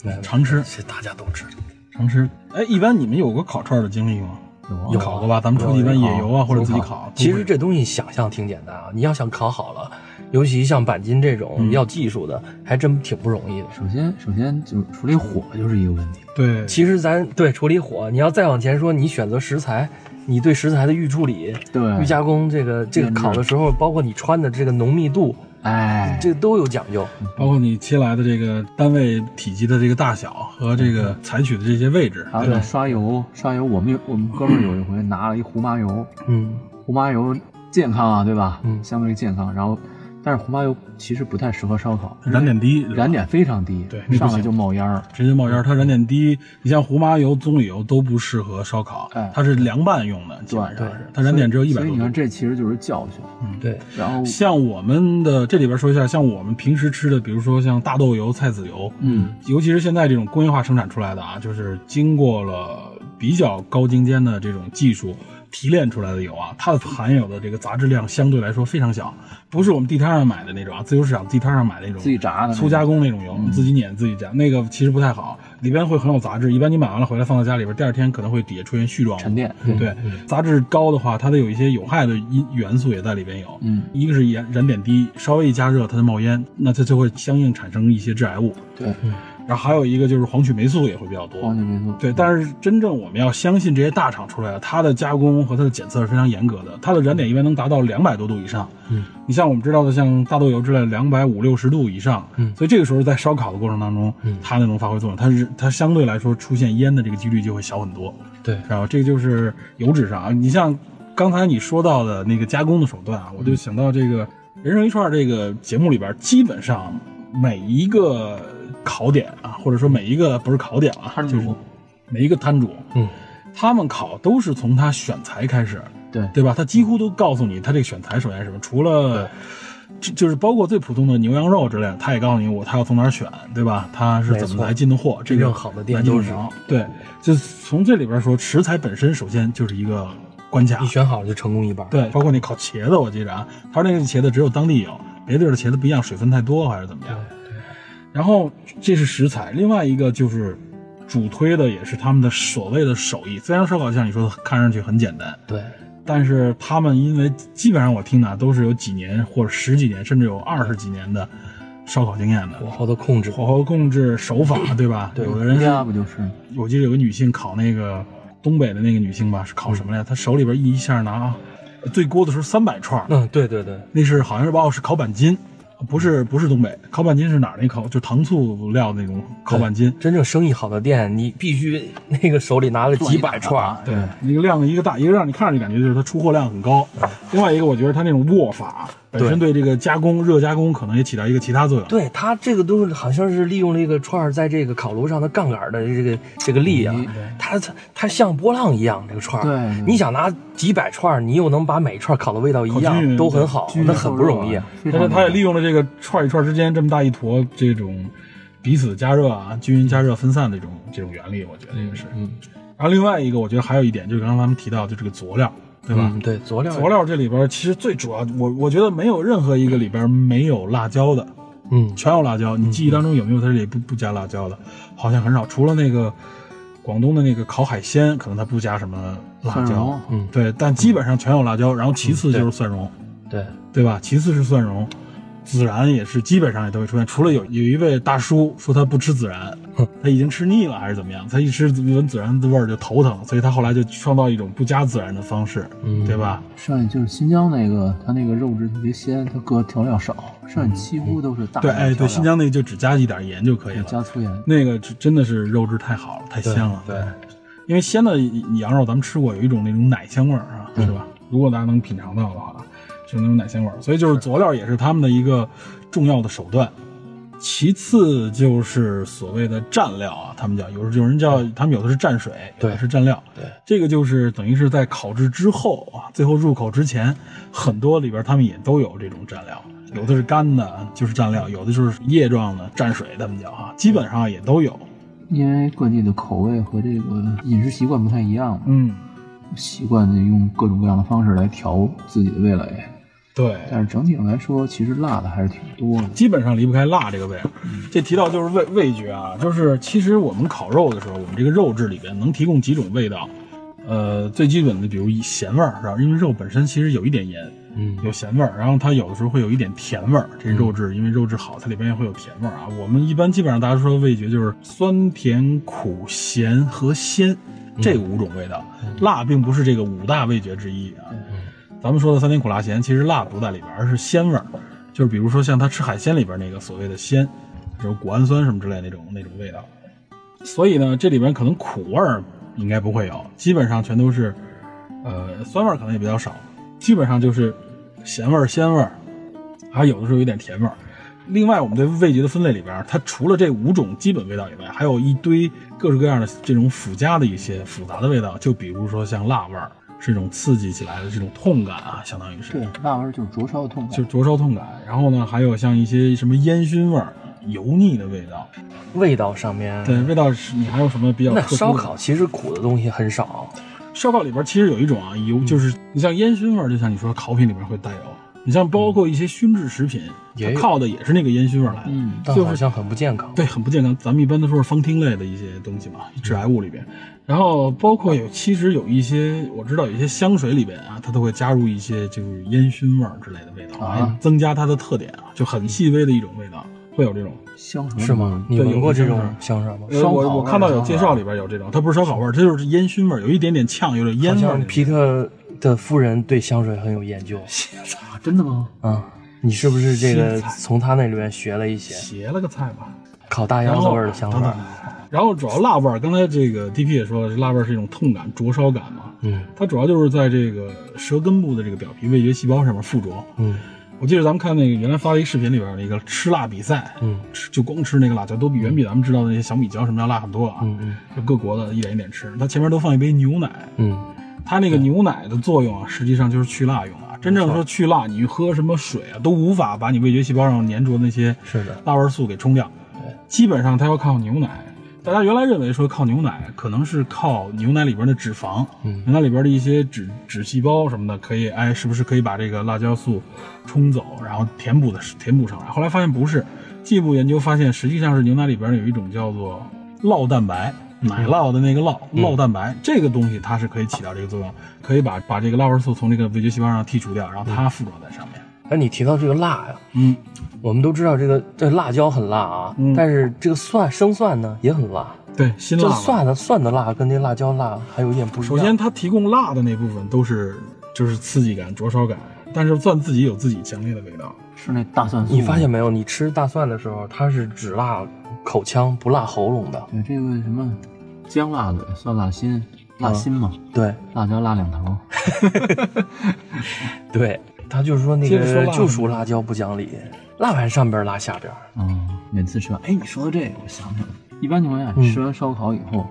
[SPEAKER 1] 没有
[SPEAKER 2] 常吃
[SPEAKER 1] 是大家都吃。
[SPEAKER 2] 常吃。哎，一般你们有过烤串的经历吗？
[SPEAKER 3] 有
[SPEAKER 1] 有
[SPEAKER 3] 啊
[SPEAKER 2] 烤过吧？咱们出去一般野游啊，或者自己烤。
[SPEAKER 1] 其实这东西想象挺简单啊，你要想烤好了，尤其像板筋这
[SPEAKER 2] 嗯
[SPEAKER 1] 种要技术的，还真挺不容易的。
[SPEAKER 3] 首先首先就处理火就是一个问题，
[SPEAKER 2] 对，
[SPEAKER 1] 其实咱对处理火，你要再往前说，你选择食材，你对食材的预处理、
[SPEAKER 2] 嗯
[SPEAKER 3] 对
[SPEAKER 1] 预加工，这个这个
[SPEAKER 3] 腌制
[SPEAKER 1] 烤的时候，包括你穿的这个浓密度，
[SPEAKER 3] 哎，
[SPEAKER 1] 这都有讲究。
[SPEAKER 2] 包括你切来的这个单位体积的这个大小和这个
[SPEAKER 3] 嗯
[SPEAKER 2] 采取的这些位置，
[SPEAKER 3] 还有刷油刷油，我们有我们哥们儿有一回拿了一胡麻油，
[SPEAKER 1] 嗯，
[SPEAKER 3] 胡麻油健康啊，对吧？
[SPEAKER 1] 嗯
[SPEAKER 3] 相对于健康，然后但是胡麻油其实不太适合烧烤，
[SPEAKER 2] 燃点低，
[SPEAKER 3] 燃点非常低，
[SPEAKER 2] 对那不
[SPEAKER 3] 上来
[SPEAKER 2] 行
[SPEAKER 3] 就冒烟儿。
[SPEAKER 2] 直接冒烟。它燃点低，你像胡麻油、棕榈油都不适合烧烤
[SPEAKER 3] 哎，
[SPEAKER 2] 它是凉拌用的，基本上
[SPEAKER 1] 对
[SPEAKER 2] 是它燃点只有一百
[SPEAKER 3] 所以
[SPEAKER 2] 多
[SPEAKER 3] 你看，
[SPEAKER 2] 度。嗯
[SPEAKER 3] 这其实就是教训。
[SPEAKER 1] 对，
[SPEAKER 3] 然后，
[SPEAKER 2] 像我们的这里边说一下，像我们平时吃的，比如说像大豆油、菜籽油，
[SPEAKER 3] 嗯，
[SPEAKER 2] 尤其是现在这种工业化生产出来的啊，就是经过了比较高精尖的这种技术提炼出来的油啊，它的含有的这个杂质量相对来说非常小，不是我们地摊上买的那种啊，自由市场地摊上买的那种
[SPEAKER 3] 自己炸的嗯
[SPEAKER 2] 粗加工那种油，自己碾自己炸，那个其实不太好，里边会很有杂质。一般你买完了回来放到家里边，第二天可能会底下出现絮状物
[SPEAKER 3] 沉淀，嗯
[SPEAKER 2] 对，杂质高的话，它得有一些有害的因元素也在里边有。
[SPEAKER 3] 嗯
[SPEAKER 2] 一个是燃燃点低，稍微一加热它就冒烟，那它就会相应产生一些致癌物。
[SPEAKER 3] 对，
[SPEAKER 1] 嗯
[SPEAKER 2] 然后还有一个就是黄曲霉素也会比较多
[SPEAKER 3] 黄。金没错，
[SPEAKER 2] 对，但是真正我们要相信这些大厂出来的，它的加工和它的检测是非常严格的，它的燃点一般能达到两百多度以上。
[SPEAKER 1] 嗯，
[SPEAKER 2] 你像我们知道的，像大豆油之类，两百五六十度以上。
[SPEAKER 1] 嗯
[SPEAKER 2] 所以这个时候在烧烤的过程当中，
[SPEAKER 1] 嗯
[SPEAKER 2] 它那种发挥作用，它是它相对来说出现烟的这个几率就会小很多。
[SPEAKER 1] 对
[SPEAKER 2] 然后这个就是油脂上啊，你像刚才你说到
[SPEAKER 3] 嗯
[SPEAKER 2] 的那个加工的手段啊，我就想到这个《人生一串》这个节目里边，基本上每一个考点啊，或者说每一个不是考点啊，
[SPEAKER 3] 摊主
[SPEAKER 2] 就是每一个摊主，
[SPEAKER 4] 嗯，
[SPEAKER 2] 他们考都是从他选材开始，
[SPEAKER 3] 对
[SPEAKER 2] 对吧？他几乎都告诉你他这个选材首先是什么，除了。就就是包括最普通的牛羊肉之类的，他也告诉你我他要从哪儿选，对吧？他是怎
[SPEAKER 1] 没
[SPEAKER 2] 么
[SPEAKER 1] 错
[SPEAKER 2] 来进的货，这
[SPEAKER 1] 真
[SPEAKER 2] 个
[SPEAKER 1] 正好的店
[SPEAKER 2] 来进
[SPEAKER 1] 都
[SPEAKER 2] 的
[SPEAKER 1] 是
[SPEAKER 2] 苗对，就从这里边说，食材本身首先就是一个关卡
[SPEAKER 1] 你，选好了就成功一半。
[SPEAKER 2] 对，包括那烤茄子，我记着啊，他说那个茄子只有当地有，别地儿的茄子不一样，水分太多还是怎么样。然后这是食材，另外一个就是主推的也是他们的所谓的手艺。虽然烧烤就像你说的，看上去很简单，
[SPEAKER 1] 对，
[SPEAKER 2] 但是他们因为基本上我听的啊都是有几年或者十几年，甚至有二十几年的烧烤经验的
[SPEAKER 1] 火候的控制，
[SPEAKER 2] 火候控制手法，对吧？对，有的人是
[SPEAKER 3] 家不就是
[SPEAKER 2] 我记得有个女性烤那个东北的那个女性吧，是烤什么来着？她手里边一下拿最多的时候三百串儿，
[SPEAKER 1] 嗯，对对对，
[SPEAKER 2] 那是好像是把我是烤板筋，不是不是东北烤板筋是哪儿那烤？就糖醋料那种烤板筋，
[SPEAKER 1] 真正生意好的店，你必须那个手里拿了几百串儿，
[SPEAKER 2] 对，那个量一个大，一个让你看上去感觉就是它出货量很高，另外一个我觉得它那种握法本身对这个加工热加工可能也起到一个其他作用。
[SPEAKER 1] 对它这个都是好像是利用这个串儿在这个烤炉上的杠杆的这个这个力啊，它它它像波浪一样这个串儿，
[SPEAKER 3] 对对
[SPEAKER 1] 你想拿几百串儿，你又能把每串儿烤的味道一
[SPEAKER 2] 烤均
[SPEAKER 1] 样，
[SPEAKER 2] 匀
[SPEAKER 1] 都很好，
[SPEAKER 3] 均匀
[SPEAKER 1] 哦
[SPEAKER 3] 嗯
[SPEAKER 1] 那很不容易。
[SPEAKER 3] 啊
[SPEAKER 1] 啊
[SPEAKER 3] 非
[SPEAKER 2] 但
[SPEAKER 3] 常
[SPEAKER 2] 是它也
[SPEAKER 3] 难
[SPEAKER 2] 利用了这个串与串之间这么大一坨这种彼此加热啊、均匀加热分散的这种这种原理，我觉得也是。
[SPEAKER 1] 嗯，
[SPEAKER 2] 然后另外一个，我觉得还有一点就是刚刚咱们提到，就这个佐料，对吧？
[SPEAKER 1] 嗯，对，佐料
[SPEAKER 2] 佐，料这里边其实最主要，我我觉得没有任何一个里边没有辣椒的，
[SPEAKER 1] 嗯，
[SPEAKER 2] 全有辣椒。你记忆当中有没有它这里不不加辣椒的？好像很少，除了那个广东的那个烤海鲜，可能它不加什么辣
[SPEAKER 3] 蒜
[SPEAKER 2] 椒
[SPEAKER 3] 蓉。嗯
[SPEAKER 1] 嗯
[SPEAKER 2] 对，但基本上全有辣椒。然后其次就是蒜蓉，
[SPEAKER 1] 对，
[SPEAKER 2] 对吧？其次是蒜蓉，孜然也是基本上也都会出现。除了有有一位大叔说他不吃孜然，他已经吃腻了还是怎么样？他一吃闻孜然的味儿就头疼，所以他后来就创造一种不加孜然的方式，
[SPEAKER 1] 嗯
[SPEAKER 2] 对吧？
[SPEAKER 3] 剩下就是新疆那个，它那个肉质特别鲜，它搁调料少，剩下几乎都是大
[SPEAKER 2] 对，
[SPEAKER 3] 量
[SPEAKER 2] 哎，
[SPEAKER 3] 的调料
[SPEAKER 2] 对，新疆那就只加一点盐就可以
[SPEAKER 3] 对加
[SPEAKER 2] 了。
[SPEAKER 3] 粗盐，
[SPEAKER 2] 那个是真的是肉质太好了，太鲜了。
[SPEAKER 1] 嗯对对
[SPEAKER 2] 因为鲜的羊肉咱们吃过，有一种那种奶香味儿啊，
[SPEAKER 1] 嗯
[SPEAKER 2] 是吧？如果大家能品尝到的话，是那种奶香味儿。所以就是佐料也是他们的一个重要的手段。其次就是所谓的蘸料啊，他们叫有有人叫他们有的是蘸水，有的
[SPEAKER 1] 对
[SPEAKER 2] 是蘸料。
[SPEAKER 1] 对，
[SPEAKER 2] 这个就是等于是在烤制之后啊，最后入口之前，很多里边他们也都有这种蘸料，有的是干的，就是蘸料；有的就是液状的蘸水，他们叫啊，基本上也都有。
[SPEAKER 3] 因为各地的口味和这个饮食习惯不太一样嘛，
[SPEAKER 2] 嗯，
[SPEAKER 3] 习惯的用各种各样的方式来调自己的味蕾。
[SPEAKER 2] 对。
[SPEAKER 3] 但是整体上来说，其实辣的还是挺多的。
[SPEAKER 2] 基本上离不开辣这个味儿。这提到就是味味觉啊，就是其实我们烤肉的时候，我们这个肉质里边能提供几种味道。呃，最基本的比如以咸味儿，是吧？因为肉本身其实有一点盐，
[SPEAKER 1] 嗯
[SPEAKER 2] 有咸味儿，然后它有的时候会有一点甜味儿。这肉质因为肉质好，它里边也会有甜味儿啊。我们一般基本上大家说味觉就是酸、甜、苦、咸和鲜这五种味道，辣并不是这个五大味觉之一啊。咱们说的酸甜苦辣咸，其实辣不在里边，而是鲜味儿。就是比如说像他吃海鲜里边那个所谓的鲜，就是谷氨酸什么之类那种那种味道。所以呢，这里边可能苦味儿应该不会有，基本上全都是，呃，酸味儿可能也比较少，基本上就是咸味儿、鲜味儿，还有的时候有点甜味儿。另外，我们对味觉的分类里边，它除了这五种基本味道以外，还有一堆各式各样的这种附加的一些复杂的味道，就比如说像辣味儿，是一种刺激起来的这种痛感啊，相当于是。
[SPEAKER 3] 对，辣味儿就是灼烧的痛感。
[SPEAKER 2] 就是灼烧痛感。然后呢，还有像一些什么烟熏味儿、油腻的味道。
[SPEAKER 1] 味道上面，
[SPEAKER 2] 对，味道是你还有什么比较
[SPEAKER 1] 那
[SPEAKER 2] 特殊的
[SPEAKER 1] 烧烤其实苦的东西很少，
[SPEAKER 2] 烧烤里边其实有一种啊油，就是你像烟熏味儿，就像你说烤品里边会带有。啊你像包括一些熏制食品，
[SPEAKER 1] 也
[SPEAKER 2] 它
[SPEAKER 1] 有
[SPEAKER 2] 靠的也是那个烟熏味儿来的。
[SPEAKER 3] 嗯，
[SPEAKER 1] 但
[SPEAKER 2] 就是
[SPEAKER 1] 好像很不健康。
[SPEAKER 2] 对，很不健康。咱们一般都说是芳烃类的一些东西嘛，致癌物里边。然后包括有，其实有一些我知道有一些香水里边啊，它都会加入一些就是烟熏味儿之类的味道，
[SPEAKER 3] 啊
[SPEAKER 2] 增加它的特点啊，就很细微的一种味道，会有这种。
[SPEAKER 3] 香什么
[SPEAKER 1] 是吗？你
[SPEAKER 2] 对
[SPEAKER 1] 闻
[SPEAKER 2] 有
[SPEAKER 1] 过
[SPEAKER 2] 这
[SPEAKER 1] 这
[SPEAKER 2] 种味
[SPEAKER 1] 种
[SPEAKER 2] 儿
[SPEAKER 1] 香水吗？
[SPEAKER 2] 呃
[SPEAKER 3] 烧烤味
[SPEAKER 2] 我
[SPEAKER 3] 儿
[SPEAKER 2] 我看到有介绍里边有这种，它不是烧烤味儿，它就是烟熏味儿，有一点点呛，有点烟
[SPEAKER 1] 好
[SPEAKER 2] 味儿那
[SPEAKER 1] 像
[SPEAKER 2] 种。
[SPEAKER 1] 皮特的夫人对香水很有研究
[SPEAKER 3] 啊？真的吗？
[SPEAKER 1] 啊。你是不是这个
[SPEAKER 2] 新菜
[SPEAKER 1] 从他那里面学了一些
[SPEAKER 2] 斜了个菜吧，
[SPEAKER 1] 烤大
[SPEAKER 2] 然
[SPEAKER 1] 羊子
[SPEAKER 2] 后
[SPEAKER 1] 味儿的香
[SPEAKER 2] 等
[SPEAKER 1] 水
[SPEAKER 2] 等？然后主要辣味儿，刚才这个 DP 也说了，辣味儿是一种痛感、灼烧感嘛，
[SPEAKER 1] 嗯
[SPEAKER 2] 它主要就是在这个舌根部的这个表皮味觉细胞上面附着。
[SPEAKER 1] 嗯，
[SPEAKER 2] 我我记得咱们看那个原来发的一个视频里边的一个吃辣比赛，
[SPEAKER 1] 嗯
[SPEAKER 2] 吃就光吃那个辣椒，都比远比咱们知道的那些小米椒什么要辣很多啊。
[SPEAKER 1] 嗯嗯
[SPEAKER 2] 就各国的一点一点吃，它前面都放一杯牛奶，
[SPEAKER 1] 嗯，
[SPEAKER 2] 它那个牛奶的作用啊，实际上就是去辣用啊。真正说去辣，你喝什么水啊，都无法把你味觉细胞上粘着那些
[SPEAKER 1] 是的，
[SPEAKER 2] 辣味素给冲掉。基本上它要靠牛奶。大家原来认为说靠牛奶，可能是靠牛奶里边的脂肪，
[SPEAKER 1] 嗯
[SPEAKER 2] 牛奶里边的一些脂脂细胞什么的，可以哎，是不是可以把这个辣椒素冲走，然后填补的填补上来？后来发现不是，进一步研究发现，实际上是牛奶里边有一种叫做酪蛋白。奶酪的那个酪
[SPEAKER 1] 嗯
[SPEAKER 2] 酪蛋白、这个东西，它是可以起到这个作用，可以把把这个辣味素从这个味觉细胞上剔除掉，然后它附着在上面。
[SPEAKER 1] 哎，你提到这个辣呀，
[SPEAKER 2] 嗯，
[SPEAKER 1] 我们都知道这个这辣椒很辣啊，
[SPEAKER 2] 嗯
[SPEAKER 1] 但是这个蒜生蒜呢也很辣，
[SPEAKER 2] 对，辛辣
[SPEAKER 1] 这
[SPEAKER 2] 嘛
[SPEAKER 1] 蒜的蒜的辣跟那辣椒辣还有一点不一样。
[SPEAKER 2] 首先，嗯它提供辣的那部分都是就是刺激感、灼烧感，但是蒜自己有自己强烈的味道。
[SPEAKER 3] 是那大蒜素吗。
[SPEAKER 1] 你发现没有，你吃大蒜的时候，它是只辣口腔不辣喉咙的。
[SPEAKER 3] 对这个什么姜辣嘴、蒜辣心、辣心嘛，
[SPEAKER 1] 对
[SPEAKER 3] 辣椒辣两头。
[SPEAKER 1] 对，它就是说那
[SPEAKER 2] 接着说
[SPEAKER 1] 个
[SPEAKER 2] 辣
[SPEAKER 1] 就属辣椒不讲理，辣完上边儿辣下边儿。
[SPEAKER 3] 嗯，每次吃完，哎，你说到这个，我想起来了，一般情况下，
[SPEAKER 1] 嗯
[SPEAKER 3] 你吃完烧烤以后，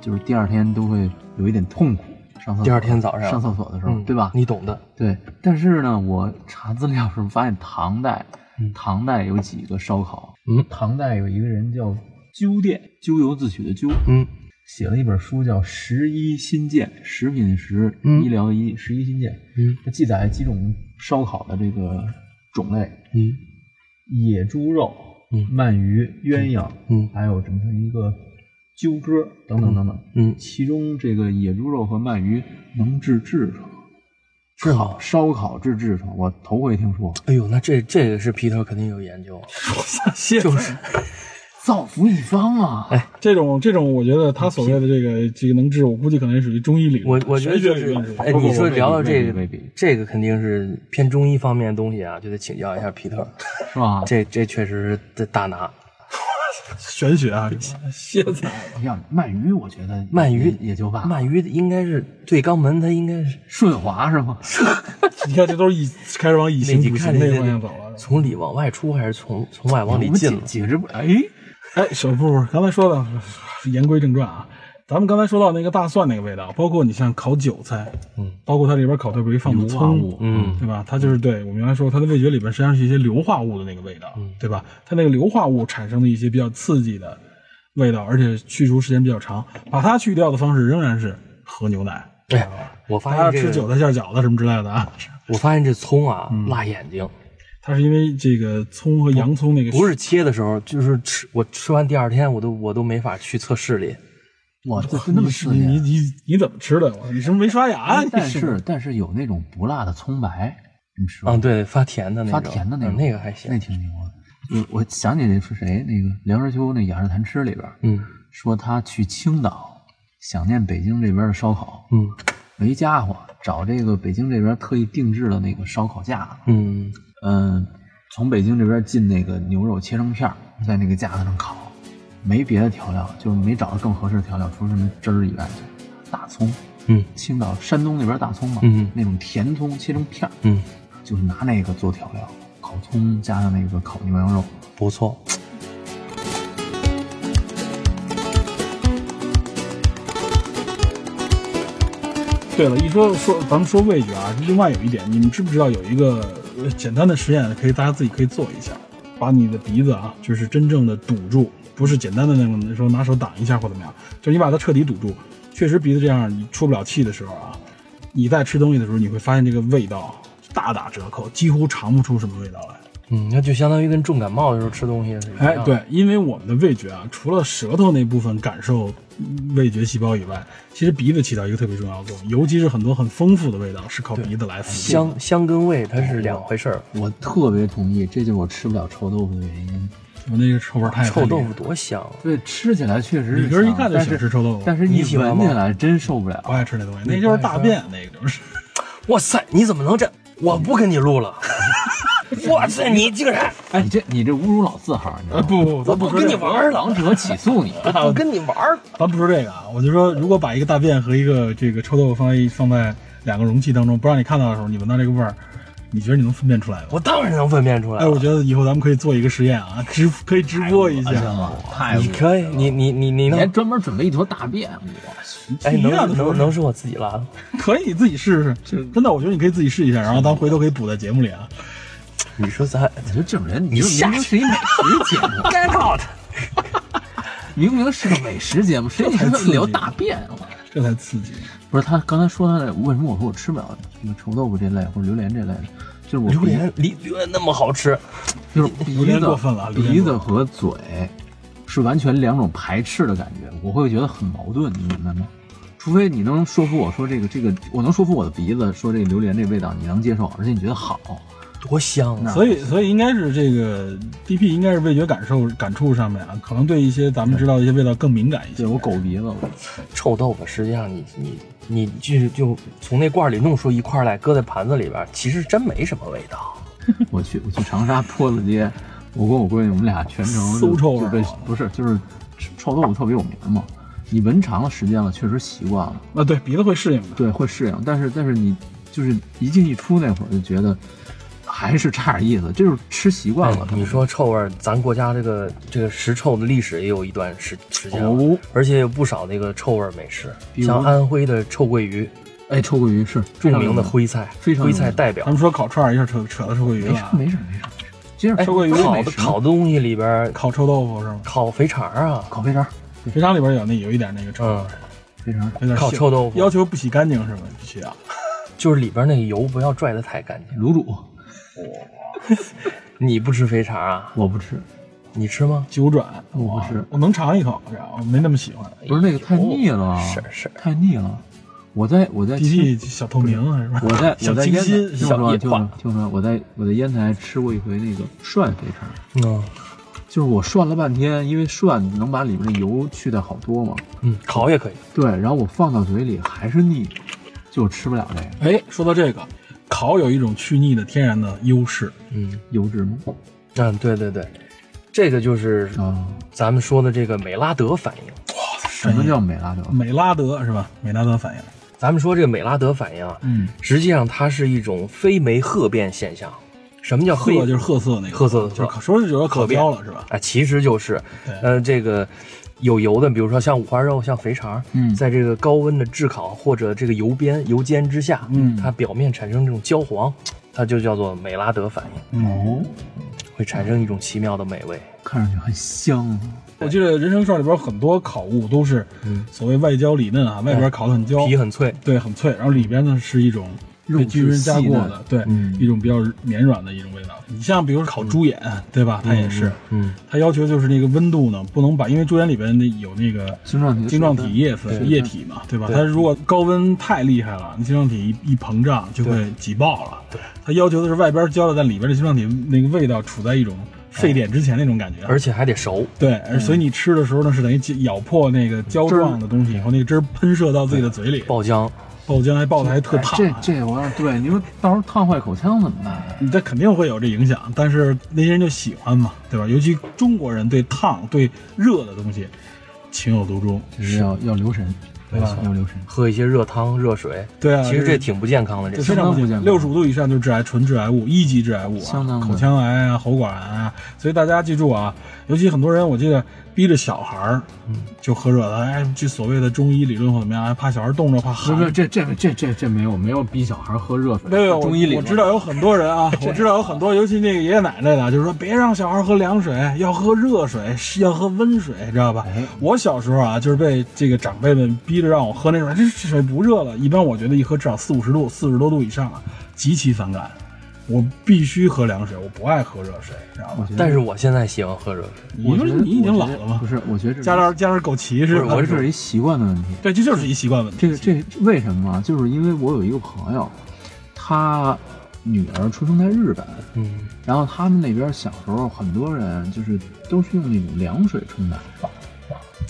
[SPEAKER 3] 就是第二天都会有一点痛苦，上厕所
[SPEAKER 1] 第二天早上
[SPEAKER 3] 上厕所的时候，
[SPEAKER 1] 嗯，
[SPEAKER 3] 对吧？
[SPEAKER 1] 你懂的。
[SPEAKER 3] 对，但是呢，我查资料的时候发现唐代，唐代有几个烧烤，
[SPEAKER 1] 嗯
[SPEAKER 3] 唐代有一个人叫鸠店，咎由自取的鸠，
[SPEAKER 1] 嗯
[SPEAKER 3] 写了一本书叫《十一新建》，食品的食，
[SPEAKER 1] 嗯
[SPEAKER 3] 医疗的医，十一新建，
[SPEAKER 1] 嗯
[SPEAKER 3] 它记载几种烧烤的这个种类，
[SPEAKER 1] 嗯
[SPEAKER 3] 野猪肉、
[SPEAKER 1] 嗯
[SPEAKER 3] 鳗鱼、鸳鸯，
[SPEAKER 1] 嗯
[SPEAKER 3] 还有什么一个鸠鸽等等等等。
[SPEAKER 1] 嗯，
[SPEAKER 3] 其中这个野猪肉和鳗鱼能治痔疮，
[SPEAKER 1] 是吗？
[SPEAKER 3] 烧烤治痔疮，我头回听说。
[SPEAKER 1] 哎呦，那这这个是皮特肯定有研究。
[SPEAKER 2] 谢就是
[SPEAKER 3] 造福一方啊！哎，
[SPEAKER 2] 这种这种，我觉得他所谓的这个这个能治，我估计可能也属于中医理
[SPEAKER 1] 我
[SPEAKER 2] 论，
[SPEAKER 1] 我觉得
[SPEAKER 2] 玄
[SPEAKER 1] 就
[SPEAKER 2] 学
[SPEAKER 1] 是
[SPEAKER 2] 理论之，类
[SPEAKER 1] 哎，
[SPEAKER 2] 的
[SPEAKER 3] 不不
[SPEAKER 1] 你说
[SPEAKER 3] 未必
[SPEAKER 1] 聊到这
[SPEAKER 3] 未
[SPEAKER 1] 个
[SPEAKER 3] 必未必，
[SPEAKER 1] 这个肯定是偏中医方面的东西啊，就得请教一下皮特。
[SPEAKER 3] 是吧？
[SPEAKER 1] 这这确实是得大拿。
[SPEAKER 2] 玄学 啊，歇菜
[SPEAKER 3] 这样哎鳗鱼，我觉得
[SPEAKER 1] 鳗鱼
[SPEAKER 3] 也也就罢了。
[SPEAKER 1] 鳗鱼应该是对肛门，它应该是
[SPEAKER 3] 顺滑是吗？
[SPEAKER 2] 你看这都是以开始往以形
[SPEAKER 1] 那
[SPEAKER 2] 补
[SPEAKER 1] 你
[SPEAKER 2] 形
[SPEAKER 1] 看
[SPEAKER 2] 那
[SPEAKER 1] 这
[SPEAKER 2] 个方向走了。
[SPEAKER 1] 从里往外出还是从从外往里进
[SPEAKER 3] 我
[SPEAKER 1] 了
[SPEAKER 3] 们？解解释不哎，
[SPEAKER 2] 哎，小布，刚才说的，言归正传啊。咱们刚才说到那个大蒜那个味道，包括你像烤韭菜，
[SPEAKER 1] 嗯，
[SPEAKER 2] 包括它里边烤特别放的
[SPEAKER 3] 硫化
[SPEAKER 2] 葱，
[SPEAKER 3] 物，
[SPEAKER 1] 嗯
[SPEAKER 2] 对吧？它就是对我们原来说，它的味觉里边实际上是一些硫化物的那个味道，
[SPEAKER 1] 嗯
[SPEAKER 2] 对吧？它那个硫化物产生的一些比较刺激的味道，而且去除时间比较长，把它去掉的方式仍然是喝牛奶，
[SPEAKER 1] 哎，我
[SPEAKER 2] 大家
[SPEAKER 1] 发现
[SPEAKER 2] 吃
[SPEAKER 1] 这
[SPEAKER 2] 韭
[SPEAKER 1] 个，
[SPEAKER 2] 菜馅饺子什么之类的啊。
[SPEAKER 1] 我发现这葱啊，辣眼睛，
[SPEAKER 2] 它是因为这个葱和洋葱那个
[SPEAKER 1] 不是切的时候，就是吃我吃完第二天，我都我都没法去测视力。
[SPEAKER 3] 哇，这
[SPEAKER 2] 你
[SPEAKER 3] 这那么刺
[SPEAKER 2] 你
[SPEAKER 3] 激
[SPEAKER 2] 你
[SPEAKER 3] 啊！
[SPEAKER 2] 你你怎么吃的？我你是不是没刷牙？啊你
[SPEAKER 3] 但哎是但是有那种不辣的葱白，你吃过
[SPEAKER 1] 啊，对，发甜的那
[SPEAKER 3] 发
[SPEAKER 1] 种，
[SPEAKER 3] 甜的那
[SPEAKER 1] 嗯
[SPEAKER 3] 种，
[SPEAKER 1] 那个还行
[SPEAKER 3] 那。挺牛的。我我想起那是谁，那个梁实秋那《雅士谈吃》里边
[SPEAKER 1] 嗯
[SPEAKER 3] 说他去青岛，想念北京这边的烧烤，
[SPEAKER 1] 嗯
[SPEAKER 3] 没家伙，找这个北京这边特意定制的那个烧烤架子，
[SPEAKER 1] 嗯
[SPEAKER 3] 嗯，从北京这边进那个牛肉切成片儿，在那个架子上烤，没别的调料，就是没找到更合适的调料，除了什么汁儿以外，大葱，
[SPEAKER 1] 嗯
[SPEAKER 3] 青岛山东那边大葱嘛，
[SPEAKER 1] 嗯
[SPEAKER 3] 那种甜葱切成片儿，
[SPEAKER 1] 嗯，
[SPEAKER 3] 就是拿那个做调料，烤葱加上那个烤牛羊肉，
[SPEAKER 1] 不错。
[SPEAKER 2] 对了，一说说咱们说味觉啊，另外有一点，你们知不知道有一个呃简单的实验，可以大家自己可以做一下，把你的鼻子啊，就是真正的堵住，不是简单的那种说拿手挡一下或怎么样，就是你把它彻底堵住，确实鼻子这样你出不了气的时候啊，你在吃东西的时候，你会发现这个味道大打折扣，几乎尝不出什么味道来。
[SPEAKER 1] 嗯，那就相当于跟重感冒的时候吃东西是一样。
[SPEAKER 2] 哎，，对，因为我们的味觉啊，除了舌头那部分感受嗯味觉细胞以外，其实鼻子起到一个特别重要的作用，尤其是很多很丰富的味道是靠鼻子来辅助的。
[SPEAKER 1] 香香跟味它是两回事儿。
[SPEAKER 3] 我特别同意，这就是我吃不了臭豆腐的原因。
[SPEAKER 2] 我那个臭味儿太
[SPEAKER 1] 臭豆，
[SPEAKER 2] 太厉
[SPEAKER 1] 腐多香啊！
[SPEAKER 3] 对，吃起来确实是
[SPEAKER 2] 李根儿一
[SPEAKER 3] 香
[SPEAKER 2] 看就
[SPEAKER 3] 但
[SPEAKER 2] 喜
[SPEAKER 3] 是
[SPEAKER 2] 欢吃臭豆腐
[SPEAKER 3] 但是
[SPEAKER 1] 你
[SPEAKER 3] 一
[SPEAKER 1] 喜欢
[SPEAKER 3] 闻
[SPEAKER 1] 吗
[SPEAKER 3] 起来真受不了
[SPEAKER 2] 害。不爱吃那东西，那就是
[SPEAKER 1] 啊
[SPEAKER 2] 大便，那个就是。
[SPEAKER 1] 哇塞，你怎么能这？我不跟你录了。 哇塞，你竟 然
[SPEAKER 3] 哎，你这你这侮辱老字号，你知道
[SPEAKER 2] 呃，
[SPEAKER 3] 吗？
[SPEAKER 2] 不不，咱不
[SPEAKER 1] 我不
[SPEAKER 2] 说
[SPEAKER 1] 跟
[SPEAKER 2] 这
[SPEAKER 1] 你
[SPEAKER 2] 个，
[SPEAKER 1] 玩 儿了，
[SPEAKER 3] 王者起诉你，
[SPEAKER 1] 我不跟你玩儿了。
[SPEAKER 2] 咱 不说这个啊，我就说，如果把一个大便和一个这个臭豆腐放在放在两个容器当中，不让你看到的时候，你闻到这个味儿，你觉得你能分辨出来吗？
[SPEAKER 1] 我当然能分辨出来
[SPEAKER 2] 哎，
[SPEAKER 1] 了。
[SPEAKER 2] 我觉得以后咱们可以做一个实验啊，直可以直播一下。
[SPEAKER 3] 太恶
[SPEAKER 1] 你
[SPEAKER 3] 心了
[SPEAKER 1] 可以，你你你你
[SPEAKER 3] 你还
[SPEAKER 1] 能，
[SPEAKER 3] 专门准备一坨大便，我去！
[SPEAKER 1] 哎，
[SPEAKER 2] 一
[SPEAKER 1] 能
[SPEAKER 2] 样的时候
[SPEAKER 1] 能能是我自己拉的。
[SPEAKER 2] 可以自己试试，真的，我觉得你可以自己试一下，然后咱回头可以补在节目里啊。
[SPEAKER 1] 你说 咱
[SPEAKER 3] 你说这种人，你
[SPEAKER 1] 你
[SPEAKER 3] 就
[SPEAKER 1] 下
[SPEAKER 3] 明明是一美食节目，
[SPEAKER 1] get out，
[SPEAKER 3] 明明是个美食节目，谁你说他们聊大便？ 啊
[SPEAKER 2] 这才刺激。
[SPEAKER 3] 不是他刚才说他的，为什么我说我吃不了什么臭豆腐这类或者榴莲这类的？就是我
[SPEAKER 1] 榴
[SPEAKER 3] 鼻
[SPEAKER 1] 莲梨榴莲那么好吃，
[SPEAKER 3] 就是
[SPEAKER 2] 榴
[SPEAKER 3] 鼻
[SPEAKER 2] 莲
[SPEAKER 3] 子
[SPEAKER 2] 过分了啊榴莲
[SPEAKER 3] 鼻
[SPEAKER 2] 过
[SPEAKER 3] 子
[SPEAKER 2] 分
[SPEAKER 3] 和嘴是完全两种排斥的感觉，我会觉得很矛盾，你明白吗？除非你能说服我说这个这个，我能说服我的鼻子说这个榴莲这味道你能接受，而且你觉得好，
[SPEAKER 1] 多香啊！
[SPEAKER 2] 所以，所以应该是这个 DP 应该是味觉感受感触上面啊，可能对一些咱们知道的一些味道更敏感一些
[SPEAKER 3] 对。我狗鼻子，我
[SPEAKER 1] 臭豆腐实际上你你你就是就从那罐里弄出一块来，搁在盘子里边，其实真没什么味道。
[SPEAKER 3] 我去我去长沙坡子街，我跟我闺女我们俩全程
[SPEAKER 2] 馊
[SPEAKER 3] 就
[SPEAKER 2] 臭味
[SPEAKER 3] 就
[SPEAKER 2] 儿
[SPEAKER 3] 被
[SPEAKER 2] 啊
[SPEAKER 3] 不是就是臭豆腐特别有名嘛，你闻长了时间了，确实习惯了。
[SPEAKER 2] 啊，对，鼻子会适应的。
[SPEAKER 3] 对，会适应，但是但是你就是一进一出那会儿就觉得还是差点意思，这就是吃习惯了。
[SPEAKER 1] 啊哎你说臭味儿，咱国家这个这个食臭的历史也有一段时时间了，
[SPEAKER 3] 哦
[SPEAKER 1] 而且有不少那个臭味儿美食，
[SPEAKER 3] 比如
[SPEAKER 1] 像安徽的臭鳜鱼，
[SPEAKER 3] 哎，臭鳜鱼是
[SPEAKER 1] 著名的徽菜，
[SPEAKER 3] 嗯非常有
[SPEAKER 1] 徽
[SPEAKER 3] 名嗯
[SPEAKER 1] 菜代表
[SPEAKER 2] 咱。们说烤串儿一下扯扯到社会鱼啊
[SPEAKER 3] 没事
[SPEAKER 2] 了，
[SPEAKER 3] 没事没事，接着
[SPEAKER 1] 啊哎，
[SPEAKER 3] 吃
[SPEAKER 2] 臭鳜鱼
[SPEAKER 1] 烤
[SPEAKER 3] 美
[SPEAKER 1] 的
[SPEAKER 3] 食
[SPEAKER 1] 烤的东西里边儿，
[SPEAKER 2] 烤臭豆腐是吗？
[SPEAKER 1] 烤肥肠儿啊，
[SPEAKER 3] 烤肥肠，
[SPEAKER 2] 肥肠里边有那有一点那个臭味
[SPEAKER 1] 嗯
[SPEAKER 2] 儿，，
[SPEAKER 3] 肥肠
[SPEAKER 2] 有点
[SPEAKER 1] 烤
[SPEAKER 2] 腥
[SPEAKER 1] 臭豆腐
[SPEAKER 2] 要求不洗干净是吗？必须啊。
[SPEAKER 1] 就是里边儿那个油不要拽得太干净。
[SPEAKER 3] 卤煮
[SPEAKER 1] 你不吃肥肠啊？
[SPEAKER 3] 我不吃，
[SPEAKER 1] 你吃吗？
[SPEAKER 2] 九转，
[SPEAKER 3] 我不吃
[SPEAKER 2] 我能尝一口，这样我没那么喜 欢。
[SPEAKER 3] 不是那个太腻了，
[SPEAKER 1] 哎是是，
[SPEAKER 3] 太腻了。我在我在
[SPEAKER 2] DP 小透明啊还是吧？
[SPEAKER 3] 我在我
[SPEAKER 2] 小
[SPEAKER 3] 在
[SPEAKER 2] 清
[SPEAKER 3] 烟台，
[SPEAKER 2] 新，
[SPEAKER 3] 听我
[SPEAKER 2] 小
[SPEAKER 3] 说
[SPEAKER 2] 野
[SPEAKER 3] 听我
[SPEAKER 2] 化
[SPEAKER 3] 说。听我说，我在我在烟台吃过一回那个涮肥肠，
[SPEAKER 1] 嗯
[SPEAKER 3] 就是我涮了半天，因为涮能把里面的油去掉好多嘛，
[SPEAKER 1] 嗯，烤也可以。
[SPEAKER 3] 对，然后我放到嘴里还是腻，就我吃不了这个
[SPEAKER 2] 哎，说到这个，烤有一种去腻的天然的优势，
[SPEAKER 1] 嗯
[SPEAKER 3] 油脂吗？
[SPEAKER 1] 嗯，对对对，这个就是
[SPEAKER 2] 哦嗯
[SPEAKER 3] 啊，
[SPEAKER 1] 咱们说的这个美拉德反应。
[SPEAKER 3] 什么叫美拉德？
[SPEAKER 2] 美拉德是吧？美拉德
[SPEAKER 1] 啊
[SPEAKER 2] 反应，
[SPEAKER 1] 咱们说这个美拉德反应啊，
[SPEAKER 2] 嗯，
[SPEAKER 1] 实际上它是一种非酶褐变现象。什么叫
[SPEAKER 2] 褐
[SPEAKER 1] 黑？
[SPEAKER 2] 就是褐色那个，
[SPEAKER 1] 褐色的褐
[SPEAKER 2] 就是烤说是有点烤焦了是吧？
[SPEAKER 1] 啊，其实就是
[SPEAKER 2] 对，
[SPEAKER 1] 呃，这个有油的，比如说像五花肉、像肥肠，
[SPEAKER 3] 嗯
[SPEAKER 1] 在这个高温的炙烤或者这个油边、油煎之下，
[SPEAKER 2] 嗯
[SPEAKER 1] 它表面产生这种焦黄，它就叫做美拉德反应，
[SPEAKER 3] 哦，
[SPEAKER 1] 会产生一种奇妙的美味。
[SPEAKER 3] 看上去很香啊。
[SPEAKER 2] 我记得人生串里边很多烤物都是
[SPEAKER 1] 嗯
[SPEAKER 2] 所谓外焦里嫩啊，外边烤得很焦，
[SPEAKER 1] 皮很脆，
[SPEAKER 2] 对很脆，然后里边呢是一种
[SPEAKER 3] 肉
[SPEAKER 2] 被菌
[SPEAKER 3] 质
[SPEAKER 2] 加
[SPEAKER 3] 细
[SPEAKER 2] 过
[SPEAKER 3] 嫩
[SPEAKER 2] 的，对，
[SPEAKER 1] 嗯
[SPEAKER 2] 一种比较绵软的一种味道。你像比如烤猪眼，对吧？它也是，
[SPEAKER 1] 嗯，
[SPEAKER 2] 它要求就是那个温度呢不能把，因为猪眼里边那有那个
[SPEAKER 3] 晶状体的
[SPEAKER 2] 晶状体
[SPEAKER 3] 水分
[SPEAKER 2] 液分
[SPEAKER 3] 对
[SPEAKER 2] 液体嘛，对吧？
[SPEAKER 1] 对
[SPEAKER 2] 它如果高温太厉害了，那晶状体一一膨胀就会挤爆了。
[SPEAKER 1] 对，
[SPEAKER 2] 它要求的是外边焦了，但里边的晶状体那个味道处在一种沸点之前那种感觉。
[SPEAKER 1] 而且还得熟。
[SPEAKER 2] 对，
[SPEAKER 3] 嗯
[SPEAKER 2] 而所以你吃的时候呢，是等于咬破那个胶状的东西以后，那个汁儿喷射到自己的嘴里，
[SPEAKER 1] 爆浆，
[SPEAKER 2] 爆浆还爆的还特
[SPEAKER 3] 哎
[SPEAKER 2] 烫
[SPEAKER 3] 这
[SPEAKER 2] 啊。
[SPEAKER 3] 这我要对你说，到时候烫坏口腔怎么办？啊
[SPEAKER 2] 你这肯定会有这影响，但是那些人就喜欢嘛，对吧？尤其中国人对烫、对热的东西情有独钟，
[SPEAKER 3] 就是要要留神，
[SPEAKER 2] 对吧
[SPEAKER 3] 要留神。
[SPEAKER 1] 喝一些热汤、热水。
[SPEAKER 2] 对啊
[SPEAKER 1] 其实
[SPEAKER 2] 这
[SPEAKER 1] 这挺不健康的。这
[SPEAKER 2] 这
[SPEAKER 1] 是
[SPEAKER 2] 非常
[SPEAKER 3] 相当不健康
[SPEAKER 2] 六十五度以上就是致癌，纯致癌物，一级致癌物、
[SPEAKER 3] 相
[SPEAKER 2] 啊，
[SPEAKER 3] 当的
[SPEAKER 2] 口腔癌啊、喉管癌啊。所以大家记住啊，尤其很多人，我记得逼着小孩儿
[SPEAKER 3] 嗯
[SPEAKER 2] 就喝热的，哎，这所谓的中医理论或怎么样，哎，怕小孩儿冻着，怕
[SPEAKER 3] 不是不是，
[SPEAKER 2] 寒。
[SPEAKER 3] 这这这这这没有没有逼小孩喝热水。
[SPEAKER 2] 对，我
[SPEAKER 3] 中医里
[SPEAKER 2] 我知道有很多人 啊，我知道有很多，尤其那个爷爷奶奶的，就是说别让小孩喝凉水，要喝热水，是要喝温水，知道吧？
[SPEAKER 3] 哦哎
[SPEAKER 2] 我小时候啊，就是被这个长辈们逼着让我喝那种，这这水不热了。一般我觉得一喝至少四五十度，四十多度以上啊，极其反感。我必须喝凉水，我不爱喝热水，知道吗？
[SPEAKER 1] 但是我现在喜欢喝热水。
[SPEAKER 2] 你
[SPEAKER 3] 我觉
[SPEAKER 2] 说
[SPEAKER 3] 得，
[SPEAKER 2] 你已经
[SPEAKER 3] 我
[SPEAKER 2] 老
[SPEAKER 3] 觉得
[SPEAKER 2] 了吗
[SPEAKER 3] 不？是，我觉得这
[SPEAKER 2] 加点加点枸杞是吧
[SPEAKER 3] 我？觉得这是一习惯的问题。
[SPEAKER 2] 对，这就是一习惯问题。
[SPEAKER 3] 这个这个为什么啊？就是因为我有一个朋友，他女儿出生在日本，
[SPEAKER 1] 嗯，
[SPEAKER 3] 然后他们那边小时候很多人就是都是用那种凉水冲奶，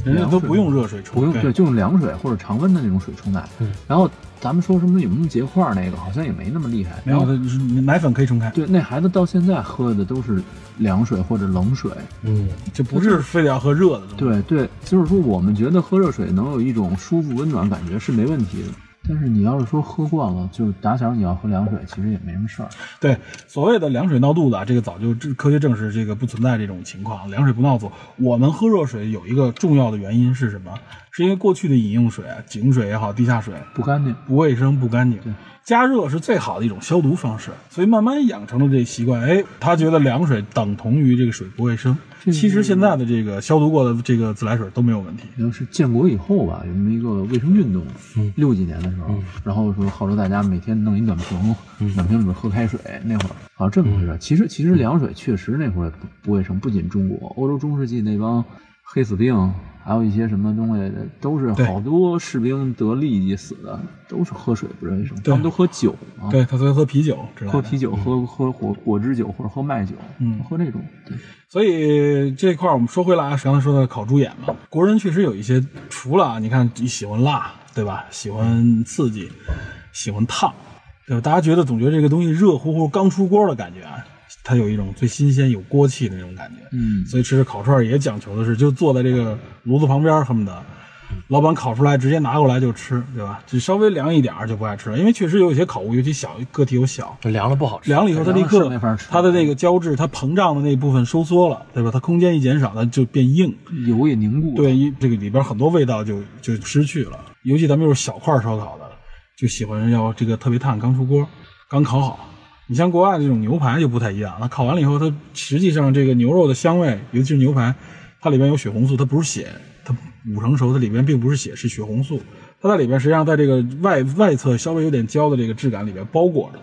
[SPEAKER 2] 人家都不用热水
[SPEAKER 3] 不
[SPEAKER 2] 冲，
[SPEAKER 3] 用对，就用凉水或者常温的那种水冲奶。
[SPEAKER 1] 嗯
[SPEAKER 3] 然后咱们说什么有没有结块儿那个，好像也没那么厉害。
[SPEAKER 2] 没有，就是奶粉可以冲开，
[SPEAKER 3] 对，那孩子到现在喝的都是凉水或者冷水。
[SPEAKER 1] 嗯，
[SPEAKER 2] 就不是非得要喝热的东西。
[SPEAKER 3] 对对，就是说我们觉得喝热水能有一种舒服温暖感觉是没问题的，但是你要是说喝惯了，就是打小你要喝凉水，其实也没什么事儿。
[SPEAKER 2] 对，所谓的凉水闹肚子啊，这个早就这科学证实这个不存在这种情况，凉水不闹肚。我们喝热水有一个重要的原因是什么？是因为过去的饮用水啊，井水也好，地下水啊
[SPEAKER 3] 不干净，
[SPEAKER 2] 不卫生、不干净。加热是最好的一种消毒方式，所以慢慢养成了这习惯。哎，他觉得凉水等同于这个水不卫生。其实现在的这个消毒过的这个自来水都没有问题。
[SPEAKER 3] 好像是建国以后吧，有那么一个卫生运动，
[SPEAKER 2] 嗯
[SPEAKER 3] 六几年的时候，然后说号召大家每天弄一暖瓶，
[SPEAKER 2] 嗯
[SPEAKER 3] 暖瓶里面喝开水。那会儿好像这么回事儿。其实其实凉水确实那会儿不不卫生，不仅中国，欧洲中世纪那帮黑死病，还有一些什么东西，都是
[SPEAKER 2] 对
[SPEAKER 3] 好多士兵得痢疾死的，都是喝水不卫生，他们都喝酒啊。
[SPEAKER 2] 对他所以喝啤酒之类的，
[SPEAKER 3] 喝啤酒，喝喝果果汁酒或者喝麦酒，
[SPEAKER 2] 嗯
[SPEAKER 3] 喝那种。对，
[SPEAKER 2] 所以这块儿我们说回来啊，刚才说的烤猪眼嘛，国人确实有一些，除了啊，你看喜欢辣，对吧？喜欢刺激，喜欢烫，对吧？大家觉得总觉得这个东西热乎乎、刚出锅的感觉啊，它有一种最新鲜、有锅气的那种感觉。
[SPEAKER 3] 嗯
[SPEAKER 2] 所以吃烤串儿也讲求的是，就坐在这个炉子旁边，恨不得老板烤出来直接拿过来就吃，对吧？就稍微凉一点儿就不爱吃了，因为确实有一些烤物，尤其小个体又小，
[SPEAKER 1] 嗯凉了不好吃。
[SPEAKER 2] 凉了以后，它那
[SPEAKER 3] 凉了是
[SPEAKER 2] 个
[SPEAKER 3] 没法吃
[SPEAKER 2] 它的那个胶质，它膨胀的那部分收缩了，对吧？它空间一减少，它就变硬。
[SPEAKER 3] 油也凝固了。
[SPEAKER 2] 对，一这个里边很多味道就就失去了。尤其咱们又是小块烧烤的，就喜欢要这个特别烫，刚出锅，刚烤好。你像国外这种牛排就不太一样，那烤完了以后，它实际上这个牛肉的香味，尤其是牛排，它里边有血红素，它不是血，它五成熟，它里边并不是血，是血红素，它在里边实际上在这个外外侧稍微有点焦的这个质感里边包裹着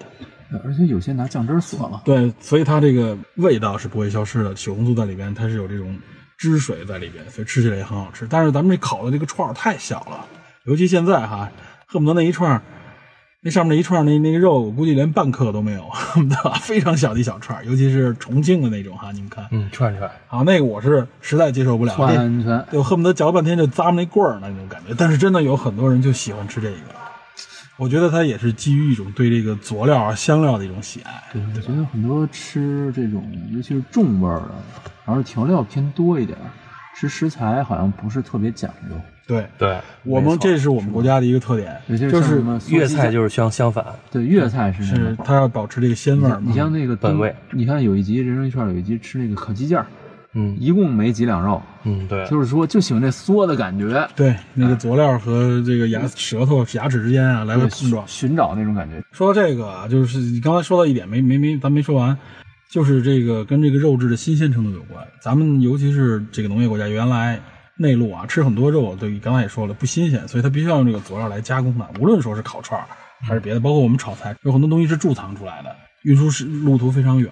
[SPEAKER 2] 它。
[SPEAKER 3] 而且有些拿酱汁儿锁了。
[SPEAKER 2] 对，所以它这个味道是不会消失的，血红素在里边，它是有这种汁水在里边，所以吃起来也很好吃。但是咱们这烤的这个串儿太小了，尤其现在哈，恨不得那一串儿，那上面那一串儿那那个肉，我估计连半克都没有，恨不得非常小的一小串儿，尤其是重庆的那种哈，你们看，
[SPEAKER 1] 嗯，串串。
[SPEAKER 2] 啊，那个我是实在接受 不了，
[SPEAKER 3] 串安全。
[SPEAKER 2] 就恨不得嚼半天就咂摸那棍儿那种感觉。但是真的有很多人就喜欢吃这个， 我觉得它也是基于一种对这个佐料啊、香料的一种喜爱。
[SPEAKER 3] 对，我觉得很多吃这种，尤其是重味儿的，然后调料偏多一点儿，吃食材好像不是特别讲究，
[SPEAKER 2] 对。
[SPEAKER 1] 对，
[SPEAKER 2] 我们这是我们国家的一个特点，
[SPEAKER 3] 尤其是
[SPEAKER 2] 就
[SPEAKER 3] 像什
[SPEAKER 2] 是
[SPEAKER 3] 么苏
[SPEAKER 1] 粤
[SPEAKER 3] 西
[SPEAKER 1] 菜
[SPEAKER 3] 酱
[SPEAKER 1] 就是相相反，
[SPEAKER 3] 对粤菜是那
[SPEAKER 2] 是
[SPEAKER 3] 种。
[SPEAKER 2] 它要保持这个鲜味儿嘛。
[SPEAKER 3] 你像那个
[SPEAKER 1] 本味，
[SPEAKER 3] 你看有一集《人生一串》有一集吃那个烤鸡架儿，
[SPEAKER 1] 嗯
[SPEAKER 3] 一共没几两肉，
[SPEAKER 1] 嗯，对，
[SPEAKER 3] 就是说就喜欢这嗦的感觉，
[SPEAKER 2] 对那
[SPEAKER 3] 啊
[SPEAKER 2] 个佐料和这个牙舌头、牙齿之间啊来回碰
[SPEAKER 3] 寻
[SPEAKER 2] 撞。
[SPEAKER 3] 寻找那种感觉。
[SPEAKER 2] 说到这个啊，就是你刚才说到一点没没没，咱没说完，就是这个跟这个肉质的新鲜程度有关。咱们尤其是这个农业国家，原来内陆啊吃很多肉，对，刚才也说了不新鲜，所以它必须要用这个佐料来加工它。无论说是烤串儿还是别的，包括我们炒菜，有很多东西是贮藏出来的，运输是路途非常远。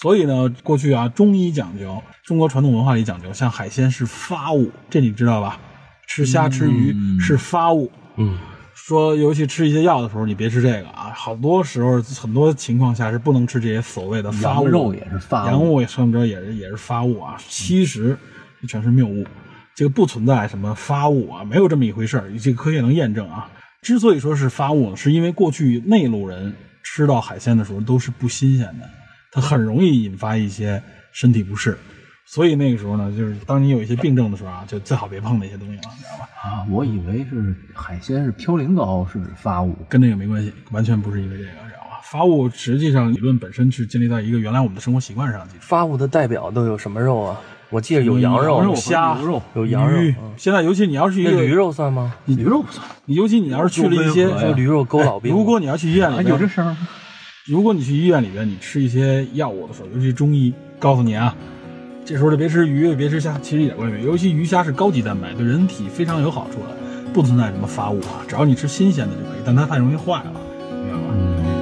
[SPEAKER 2] 所以呢，过去啊，中医讲究，中国传统文化里讲究，像海鲜是发物，这你知道吧？吃虾吃鱼、
[SPEAKER 3] 嗯
[SPEAKER 2] 是发物，
[SPEAKER 1] 嗯，
[SPEAKER 2] 说，尤其吃一些药的时候，你别吃这个啊。好多时候，很多情况下是不能吃这些所谓的发
[SPEAKER 3] 羊
[SPEAKER 2] 物，
[SPEAKER 3] 肉也是嗯发
[SPEAKER 2] 羊
[SPEAKER 3] 物，
[SPEAKER 2] 物也甚至也是也是发物啊。其实这全是谬误，这个不存在什么发物啊，没有这么一回事儿。这个科学能验证啊。之所以说是发物，是因为过去内陆人吃到海鲜的时候都是不新鲜的，它很容易引发一些身体不适。所以那个时候呢，就是当你有一些病症的时候啊，就最好别碰那些东西了，你知道吧？
[SPEAKER 3] 啊！我以为是海鲜是嘌呤高是发物，
[SPEAKER 2] 跟这个没关系，完全不是因为这个，知道吧？啊发物实际上理论本身是建立在一个原来我们的生活习惯上的基础。
[SPEAKER 1] 发物的代表都有什么肉啊？我记得有羊肉、
[SPEAKER 2] 有虾、
[SPEAKER 1] 有肉有羊肉嗯
[SPEAKER 2] 鱼，现在尤其你要去一
[SPEAKER 1] 那
[SPEAKER 2] 个
[SPEAKER 1] 驴，肉算吗？
[SPEAKER 3] 驴肉不算，
[SPEAKER 2] 你尤其你要是去了一些哎
[SPEAKER 3] 有没有
[SPEAKER 1] 说驴肉勾老兵，
[SPEAKER 2] 如果你要去医院
[SPEAKER 3] 啊
[SPEAKER 2] 里
[SPEAKER 3] 有这
[SPEAKER 2] 边，
[SPEAKER 3] 声儿吗？
[SPEAKER 2] 如果你去医院里边，你吃一些药物的时候，尤其中医告诉你啊，这时候就别吃鱼，别吃虾，其实一点关系没有。尤其鱼虾是高级蛋白，对人体非常有好处的，不存在什么发物啊，只要你吃新鲜的就可以，但它太容易坏了，明白吗？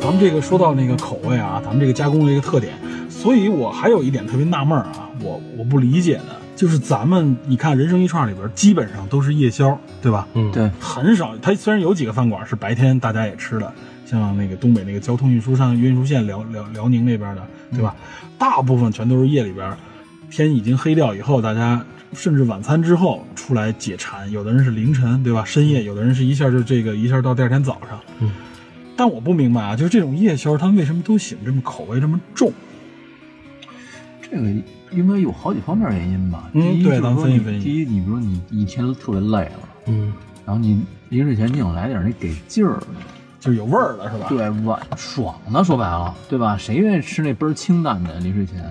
[SPEAKER 2] 咱们这个说到那个口味啊，咱们这个加工的一个特点，所以我还有一点特别纳闷儿啊，我我不理解的就是咱们你看《人生一串》里边基本上都是夜宵，对吧？
[SPEAKER 1] 嗯，
[SPEAKER 3] 对，
[SPEAKER 2] 很少，它虽然有几个饭馆是白天大家也吃的，像那个东北那个交通运输上运输线辽辽辽宁那边的，
[SPEAKER 1] 嗯
[SPEAKER 2] 对吧？大部分全都是夜里边，天已经黑掉以后，大家甚至晚餐之后出来解馋，有的人是凌晨，对吧？深夜，有的人是一下就这个一下到第二天早上。
[SPEAKER 1] 嗯，
[SPEAKER 2] 但我不明白啊，就是这种夜宵，他们为什么都喜欢这么口味这么重？
[SPEAKER 3] 这个应该有好几方面原因吧。
[SPEAKER 2] 嗯
[SPEAKER 3] 第一，
[SPEAKER 2] 对
[SPEAKER 3] 就是
[SPEAKER 2] 咱
[SPEAKER 3] 说
[SPEAKER 2] 分析
[SPEAKER 3] 你
[SPEAKER 2] 分析
[SPEAKER 3] 第一，你比如说你一天都特别累了，
[SPEAKER 4] 嗯，
[SPEAKER 3] 然后你临睡前你想来点那给劲儿的，
[SPEAKER 2] 就是有味儿了，是吧？，
[SPEAKER 3] 对，晚爽的，说白了，对吧？谁愿意吃那倍儿清淡的临睡前？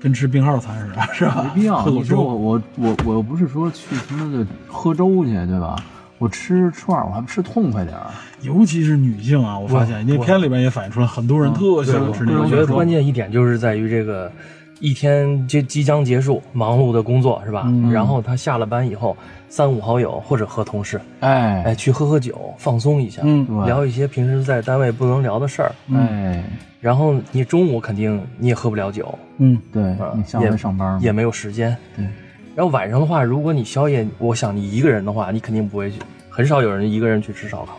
[SPEAKER 2] 跟吃病号餐似的， 是吧？
[SPEAKER 3] 没必要。
[SPEAKER 2] 喝口
[SPEAKER 3] 你说我
[SPEAKER 2] 粥，
[SPEAKER 3] 我我我又不是说去他妈的喝粥去，对吧？我吃串儿，我还不吃痛快点儿。
[SPEAKER 2] 尤其是女性啊，我发现那片里边也反映出来，很多人特喜欢吃那
[SPEAKER 3] 对
[SPEAKER 2] 个粥。
[SPEAKER 1] 我觉得关键一点就是在于这个一天即即将结束忙碌的工作是吧？然后他下了班以后，三五好友或者和同事，哎，
[SPEAKER 3] 哎
[SPEAKER 1] 去喝喝酒，放松一下，
[SPEAKER 2] 嗯
[SPEAKER 3] 对
[SPEAKER 1] 聊嗯一些平时在单位不能聊的事儿。
[SPEAKER 3] 哎，
[SPEAKER 1] 然后你中午肯定你也喝不了酒，
[SPEAKER 2] 嗯，
[SPEAKER 3] 对你下
[SPEAKER 1] 啊也
[SPEAKER 3] 回上班
[SPEAKER 1] 也
[SPEAKER 3] 嘛，
[SPEAKER 1] 没有时间。
[SPEAKER 3] 对，
[SPEAKER 1] 然后晚上的话，如果你宵夜，我想你一个人的话，你肯定不会去，很少有人一个人去吃烧烤，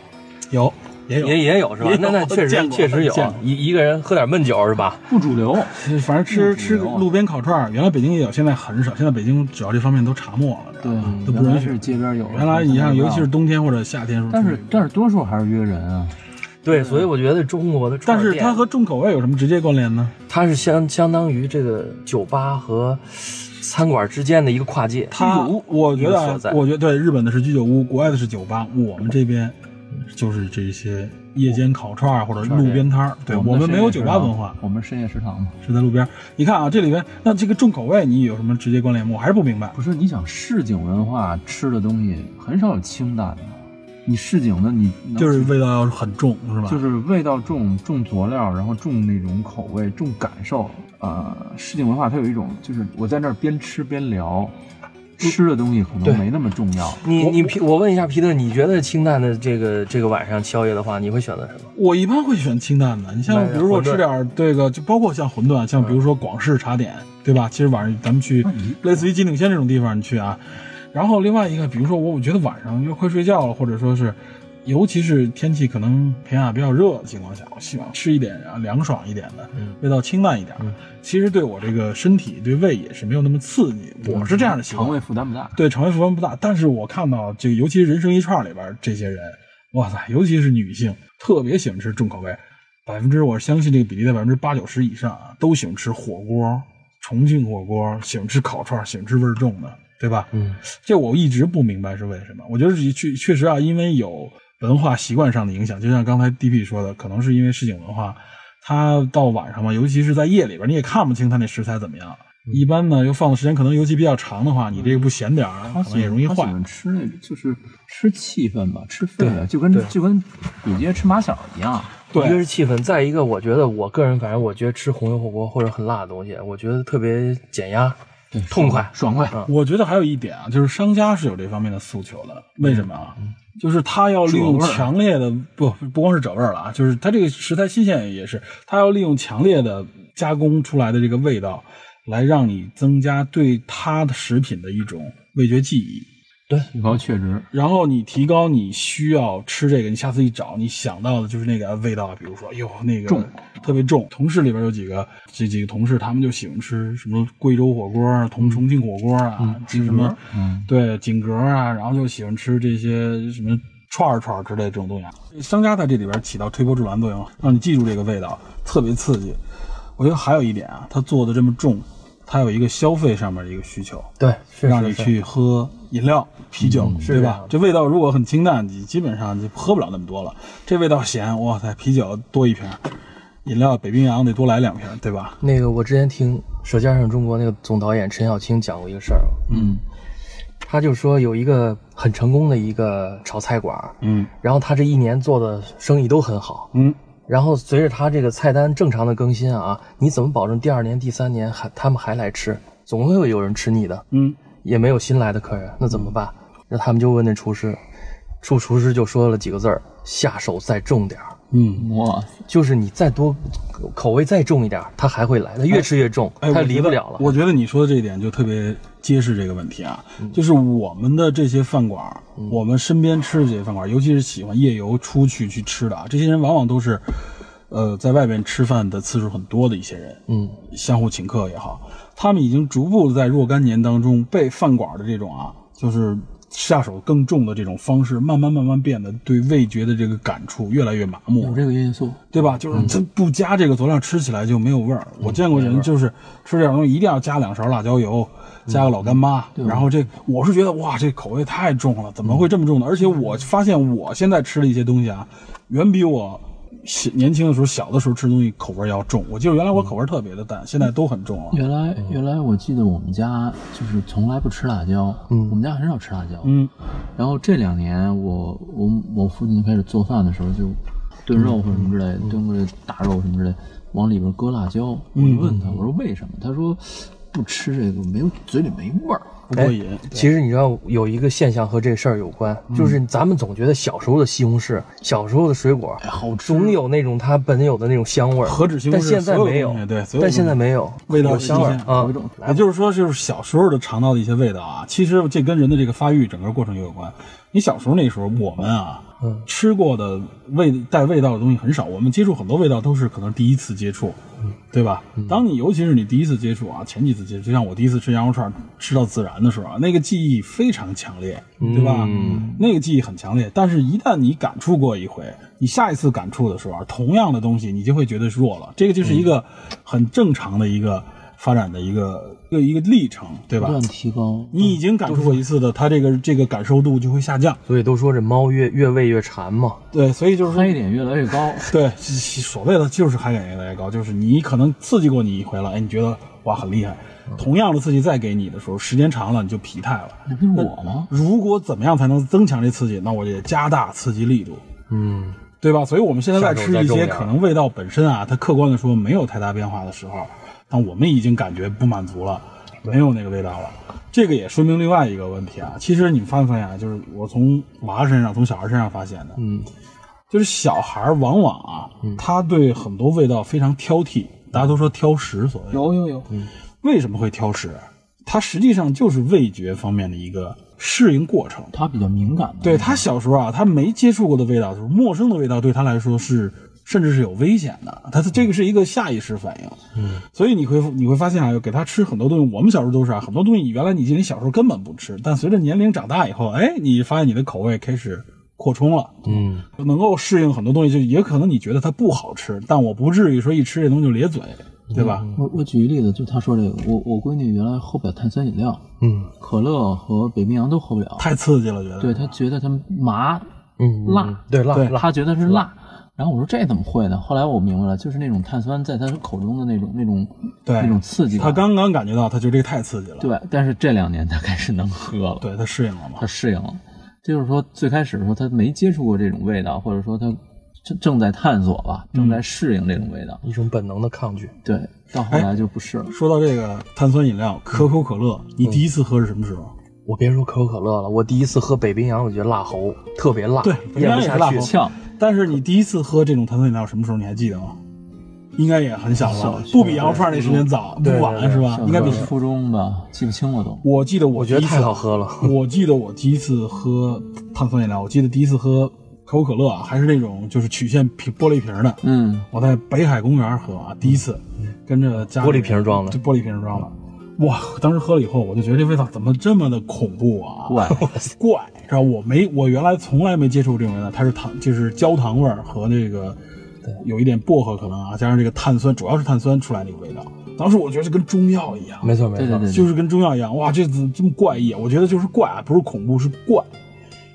[SPEAKER 2] 有也有，
[SPEAKER 1] 也也有是吧
[SPEAKER 2] 也？有
[SPEAKER 1] 那那确
[SPEAKER 2] 见
[SPEAKER 1] 实
[SPEAKER 2] 过
[SPEAKER 1] 确实有
[SPEAKER 2] 见过，嗯
[SPEAKER 1] 一一个人喝点闷酒是吧？
[SPEAKER 3] 不主流。
[SPEAKER 2] 反正吃吃路边烤串儿，原来北京也有，现在很少。现在北京只要这方面都查没了，
[SPEAKER 3] 对，
[SPEAKER 2] 都不
[SPEAKER 3] 原来
[SPEAKER 2] 允许
[SPEAKER 3] 是。街边有，
[SPEAKER 2] 原来你
[SPEAKER 3] 现在
[SPEAKER 2] 像，
[SPEAKER 3] 不
[SPEAKER 2] 尤其是
[SPEAKER 3] 让
[SPEAKER 2] 冬天或者夏天时候，
[SPEAKER 3] 但是但是多数还是约人啊。
[SPEAKER 1] 对，所以我觉得中国的串
[SPEAKER 2] 但
[SPEAKER 1] 儿
[SPEAKER 2] 是
[SPEAKER 1] 店
[SPEAKER 2] 它和重口味有什么直接关联呢？
[SPEAKER 1] 它是相相当于这个酒吧和餐馆之间的一个跨界。
[SPEAKER 2] 它
[SPEAKER 3] 居酒屋
[SPEAKER 2] 我觉
[SPEAKER 1] 一
[SPEAKER 2] 得
[SPEAKER 1] 个所
[SPEAKER 2] 啊
[SPEAKER 1] 在，
[SPEAKER 2] 我觉得对日本的是居酒屋，国外的是酒吧，我们这边就是这些夜间烤串儿或者路边摊儿。对我
[SPEAKER 3] 的
[SPEAKER 2] 们
[SPEAKER 3] 深
[SPEAKER 2] 没
[SPEAKER 3] 夜
[SPEAKER 2] 有酒吧
[SPEAKER 3] 食堂
[SPEAKER 2] 文化，
[SPEAKER 3] 我们深夜食堂嘛。
[SPEAKER 2] 是在路边儿。你看啊，这里边那这个重口味你有什么直接关联吗？我还是不明白。
[SPEAKER 3] 不是，你想市井文化吃的东西很少有清淡的，你市井的你能
[SPEAKER 2] 就是味道要很重，是吧？
[SPEAKER 3] 就是味道重、重佐料，然后重那种口味、重感受。呃，市井文化它有一种，就是我在那儿边吃边聊，
[SPEAKER 2] 嗯
[SPEAKER 3] 吃的东西可
[SPEAKER 1] 对
[SPEAKER 3] 能没那么重要。
[SPEAKER 1] 你你皮，我问一下皮特，你觉得清淡的这个这个晚上宵夜的话，你会选择什么？
[SPEAKER 2] 我一般会选清淡的，你像
[SPEAKER 1] 买点
[SPEAKER 2] 比如说我
[SPEAKER 1] 馄饨
[SPEAKER 2] 吃点儿这个，就包括像馄饨，像比如说广式茶点，对吧？其实晚上咱们去类似于金鼎轩这种地方你去啊，然后另外一个，比如说我我觉得晚上又快睡觉了，或者说是，尤其是天气可能平亚比较热的情况下，我希望吃一点啊凉爽一点的，
[SPEAKER 3] 嗯
[SPEAKER 2] 味道清淡一点。其实对我这个身体对胃也是没有那么刺激，我是这样的习惯
[SPEAKER 3] 肠。胃负担不大。
[SPEAKER 2] 对，肠胃负担不大。但是我看到这个，尤其是人生一串里边儿这些人，哇塞，尤其是女性，特别喜欢吃重口味，百分之我相信这个比例在百分之八九十以上啊，都喜欢吃火锅，重庆火锅，喜欢吃烤串，喜欢吃味儿重的，对吧？
[SPEAKER 1] 嗯，
[SPEAKER 2] 这我一直不明白是为什么。我觉得是确确实啊，因为有文化习惯上的影响，就像刚才 DP 说的，可能是因为市井文化，它到晚上嘛，尤其是在夜里边，你也看不清它那食材怎么样。一般呢，又放的时间可能尤其比较长的话，你这个不咸点儿，
[SPEAKER 3] 他
[SPEAKER 2] 可
[SPEAKER 3] 喜
[SPEAKER 2] 能
[SPEAKER 3] 欢
[SPEAKER 2] 也容易
[SPEAKER 3] 他喜
[SPEAKER 2] 坏。
[SPEAKER 3] 欢吃那，就是吃气氛吧，吃氛围，就跟就跟古街吃马小一样。
[SPEAKER 2] 对
[SPEAKER 1] 一个是气氛，再一个我觉得我个人反正我觉得吃红油火锅或者很辣的东西，我觉得特别减压，痛快。
[SPEAKER 3] 爽快，
[SPEAKER 1] 嗯
[SPEAKER 2] 我觉得还有一点啊，就是商家是有这方面的诉求的。为什么啊？就是他要利用
[SPEAKER 3] 褶味儿
[SPEAKER 2] 强烈的不不光是褶味儿了啊，就是它这个食材新鲜也是，它要利用强烈的加工出来的这个味道，来让你增加对它的食品的一种味觉记忆，
[SPEAKER 3] 提高确值。
[SPEAKER 2] 然后你提高你需要吃这个，你下次一找，你想到的就是那个味道啊，比如说，哎呦，那个
[SPEAKER 3] 重
[SPEAKER 2] 特别重。同事里边有几个这几个同事，他们就喜欢吃什么贵州火锅啊、同重庆火锅啊，吃什么
[SPEAKER 3] 嗯，
[SPEAKER 2] 对锦格啊，然后就喜欢吃这些什么串儿串儿之类这种东西啊。商家在这里边起到推波助澜作用，让你记住这个味道，特别刺激。我觉得还有一点啊，它做的这么重，它有一个消费上面的一个需求，
[SPEAKER 1] 对，是
[SPEAKER 2] 让你
[SPEAKER 1] 是
[SPEAKER 2] 去喝饮料、啤酒，对吧？这味道如果很清淡，你基本上就喝不了那么多了。这味道咸，哇塞，啤酒多一瓶，饮料北冰洋得多来两瓶，对吧？
[SPEAKER 1] 那个我之前听《舌尖上的中国》那个总导演陈小青讲过一个事儿，
[SPEAKER 3] 嗯，
[SPEAKER 1] 他就说有一个很成功的一个炒菜馆，
[SPEAKER 2] 嗯
[SPEAKER 1] 然后他这一年做的生意都很好，
[SPEAKER 2] 嗯，
[SPEAKER 1] 然后随着他这个菜单正常的更新啊，你怎么保证第二年、第三年还他们还来吃？总会有人吃腻的，
[SPEAKER 2] 嗯，
[SPEAKER 1] 也没有新来的客人，那怎么办？那他们就问那厨师，厨厨师就说了几个字儿：下手再重点儿。
[SPEAKER 2] 嗯，
[SPEAKER 3] 哇，
[SPEAKER 1] 就是你再多口味再重一点儿，他还会来的，越吃越重，
[SPEAKER 2] 哎，
[SPEAKER 1] 他
[SPEAKER 2] 我觉
[SPEAKER 1] 离不
[SPEAKER 2] 得
[SPEAKER 1] 了了。
[SPEAKER 2] 我觉得你说的这一点就特别揭示这个问题啊，
[SPEAKER 1] 嗯
[SPEAKER 2] 就是我们的这些饭馆儿，我们身边吃的这些饭馆儿，尤其是喜欢夜游出去去吃的啊，这些人往往都是，呃，在外边吃饭的次数很多的一些人，
[SPEAKER 1] 嗯，
[SPEAKER 2] 相互请客也好，他们已经逐步在若干年当中被饭馆的这种啊，就是下手更重的这种方式，慢慢慢慢变得对味觉的这个感触越来越麻木
[SPEAKER 3] 有，这个因素，
[SPEAKER 2] 对吧？就是它不加这个佐料，吃起来就嗯没有味儿。我见过人就是吃这种东西一定要加两勺辣椒油，加个老干妈，然后这我是觉得哇，这口味太重了，怎么会这么重呢？而且我发现我现在吃的一些东西啊，远比我。小年轻的时候，小的时候吃东西口味要重。我记得原来我口味特别的淡，现在都很重了。
[SPEAKER 3] 原来原来我记得我们家就是从来不吃辣椒，我们家很少吃辣椒，
[SPEAKER 2] 嗯，
[SPEAKER 3] 然后这两年我我我父亲开始做饭的时候就炖肉或者什么之类的，炖个大肉什么之类的，往里边搁辣椒。我就问他，我说为什么？他说不吃这个没有嘴里没味儿。
[SPEAKER 2] 不过瘾。
[SPEAKER 1] 其实你知道有一个现象和这事儿有关，
[SPEAKER 2] 嗯
[SPEAKER 1] 就是咱们总觉得小时候的西红柿、小时候的水果，
[SPEAKER 3] 好吃
[SPEAKER 1] 总有那种它本有的那种香味儿。
[SPEAKER 2] 哎何止西红柿
[SPEAKER 1] 但现在没
[SPEAKER 2] 所有东西对所有
[SPEAKER 1] 但现在没有
[SPEAKER 2] 味道
[SPEAKER 1] 有香味儿
[SPEAKER 2] 新鲜
[SPEAKER 1] 啊
[SPEAKER 3] 有一。种
[SPEAKER 2] 也就是说，就是小时候的尝到的一些味道啊，其实这跟人的这个发育整个过程也有关。你小时候那时候，我们啊，
[SPEAKER 1] 嗯
[SPEAKER 2] 吃过的味带味道的东西很少，我们接触很多味道都是可能第一次接触，
[SPEAKER 1] 嗯
[SPEAKER 2] 对吧？当你尤其是你第一次接触啊，前几次接触，就像我第一次吃羊肉串吃到孜然的时候啊，那个记忆非常强烈，对吧？
[SPEAKER 1] 嗯
[SPEAKER 2] 那个记忆很强烈，但是一旦你感触过一回，你下一次感触的时候啊，同样的东西你就会觉得弱了，这个就是一个很正常的一个发展的一个一个一个历程，对
[SPEAKER 3] 不
[SPEAKER 2] 吧？
[SPEAKER 3] 断提高，
[SPEAKER 2] 你已经感触过一次的，它这个这个感受度就会下降，
[SPEAKER 1] 所以都说这猫越越喂越馋嘛。
[SPEAKER 2] 对，所以就是说
[SPEAKER 3] 嗨点越来越高。
[SPEAKER 2] 对，所谓的就是海感越来越高，就是你可能刺激过你一回了，哎，你觉得哇很厉害，同样的刺激再给你的时候，时间长了你就疲态了。
[SPEAKER 3] 那不是我吗？
[SPEAKER 2] 如果怎么样才能增强这刺激，那我也加大刺激力度，
[SPEAKER 1] 嗯，
[SPEAKER 2] 对吧？所以我们现在在吃
[SPEAKER 1] 下
[SPEAKER 2] 一
[SPEAKER 1] 手再重
[SPEAKER 2] 些
[SPEAKER 1] 点
[SPEAKER 2] 可能味道本身啊，它客观的说没有太大变化的时候，但我们已经感觉不满足了，没有那个味道了。这个也说明另外一个问题啊，其实你们发没发现啊，就是我从娃身上，从小孩身上发现的，
[SPEAKER 1] 嗯，
[SPEAKER 2] 就是小孩儿往往啊，他对很多味道非常挑剔，大家都说挑食，所谓
[SPEAKER 3] 有有有，
[SPEAKER 2] 为什么会挑食？它实际上就是味觉方面的一个适应过程。
[SPEAKER 3] 他比较敏感的。
[SPEAKER 2] 对他小时候啊，他没接触过的味道，就是陌生的味道，对他来说是甚至是有危险的。他这个是一个下意识反应，嗯，所以你会你会发现啊，给他吃很多东西，我们小时候都是啊，很多东西原来你记得你小时候根本不吃，但随着年龄长大以后，哎，你发现你的口味开始扩充了，
[SPEAKER 1] 嗯，
[SPEAKER 2] 能够适应很多东西，就也可能你觉得它不好吃，但我不至于说一吃这东西就咧嘴，对吧？
[SPEAKER 3] 我我举个例子，就他说这个，我我闺女原来喝不了碳酸饮料，
[SPEAKER 1] 嗯
[SPEAKER 3] 可乐和北冰洋都喝不了，
[SPEAKER 2] 太刺激了，觉得
[SPEAKER 3] 对她觉得它麻，
[SPEAKER 1] 嗯，
[SPEAKER 3] 辣
[SPEAKER 1] 对辣
[SPEAKER 2] 对
[SPEAKER 1] 辣，
[SPEAKER 3] 她觉得是辣。然后我说这怎么会呢？后来我明白了，就是那种碳酸在她口中的那种那种
[SPEAKER 2] 对
[SPEAKER 3] 那种刺激
[SPEAKER 2] 他
[SPEAKER 3] 感。
[SPEAKER 2] 刚刚感觉到，他觉得这个太刺激了，
[SPEAKER 3] 对，但是这两年她开始能喝了，
[SPEAKER 2] 对，他适应了嘛
[SPEAKER 3] 她，适应了。这就是说，最开始的时候她没接触过这种味道，或者说她正正在探索吧，
[SPEAKER 2] 嗯
[SPEAKER 3] 正在适应这种味道。
[SPEAKER 1] 一种本能的抗拒。
[SPEAKER 3] 对，到
[SPEAKER 2] 哎
[SPEAKER 3] 后来就不是了。
[SPEAKER 2] 说到这个碳酸饮料，可口可乐，你第一次喝是什么时候？
[SPEAKER 1] 我别说可口可乐了，我第一次喝北冰洋，我觉得辣喉，特别辣，
[SPEAKER 2] 对北冰
[SPEAKER 1] 咽
[SPEAKER 2] 洋
[SPEAKER 1] 不
[SPEAKER 2] 也是
[SPEAKER 1] 下
[SPEAKER 2] 辣
[SPEAKER 1] 去
[SPEAKER 2] 喉。
[SPEAKER 3] 呛，
[SPEAKER 2] 但是你第一次喝这种碳酸饮料什么时候？你还记得吗？应该也很小了，不比羊肉串那时间早，不
[SPEAKER 1] 对对
[SPEAKER 2] 晚
[SPEAKER 1] 对
[SPEAKER 2] 是吧？哦应该比。
[SPEAKER 3] 初中吧，记不清了都。
[SPEAKER 2] 我记得我
[SPEAKER 1] 我觉得
[SPEAKER 2] 第一次
[SPEAKER 1] 太好喝了。
[SPEAKER 2] 我记得我第一次喝碳酸饮料，我记得第一次喝可口可乐啊，还是那种就是曲线瓶玻璃瓶的。
[SPEAKER 3] 嗯，
[SPEAKER 2] 我在北海公园喝啊，第一次跟着家里
[SPEAKER 1] 嗯玻璃瓶装的
[SPEAKER 2] 对玻璃瓶装的。哇！当时喝了以后，我就觉得这味道怎么这么的恐怖啊，
[SPEAKER 3] 怪
[SPEAKER 2] 怪，知道我没我原来从来没接触过这种味道，它是糖，就是焦糖味儿和那个有一点薄荷可能啊，加上这个碳酸，主要是碳酸出来那个味道。当时我觉得是跟中药一样，
[SPEAKER 1] 没错没
[SPEAKER 3] 对
[SPEAKER 1] 错，
[SPEAKER 3] 对对，
[SPEAKER 2] 就是跟中药一样，哇，这怎么这么怪异啊？我觉得就是怪啊，不是恐怖，是怪。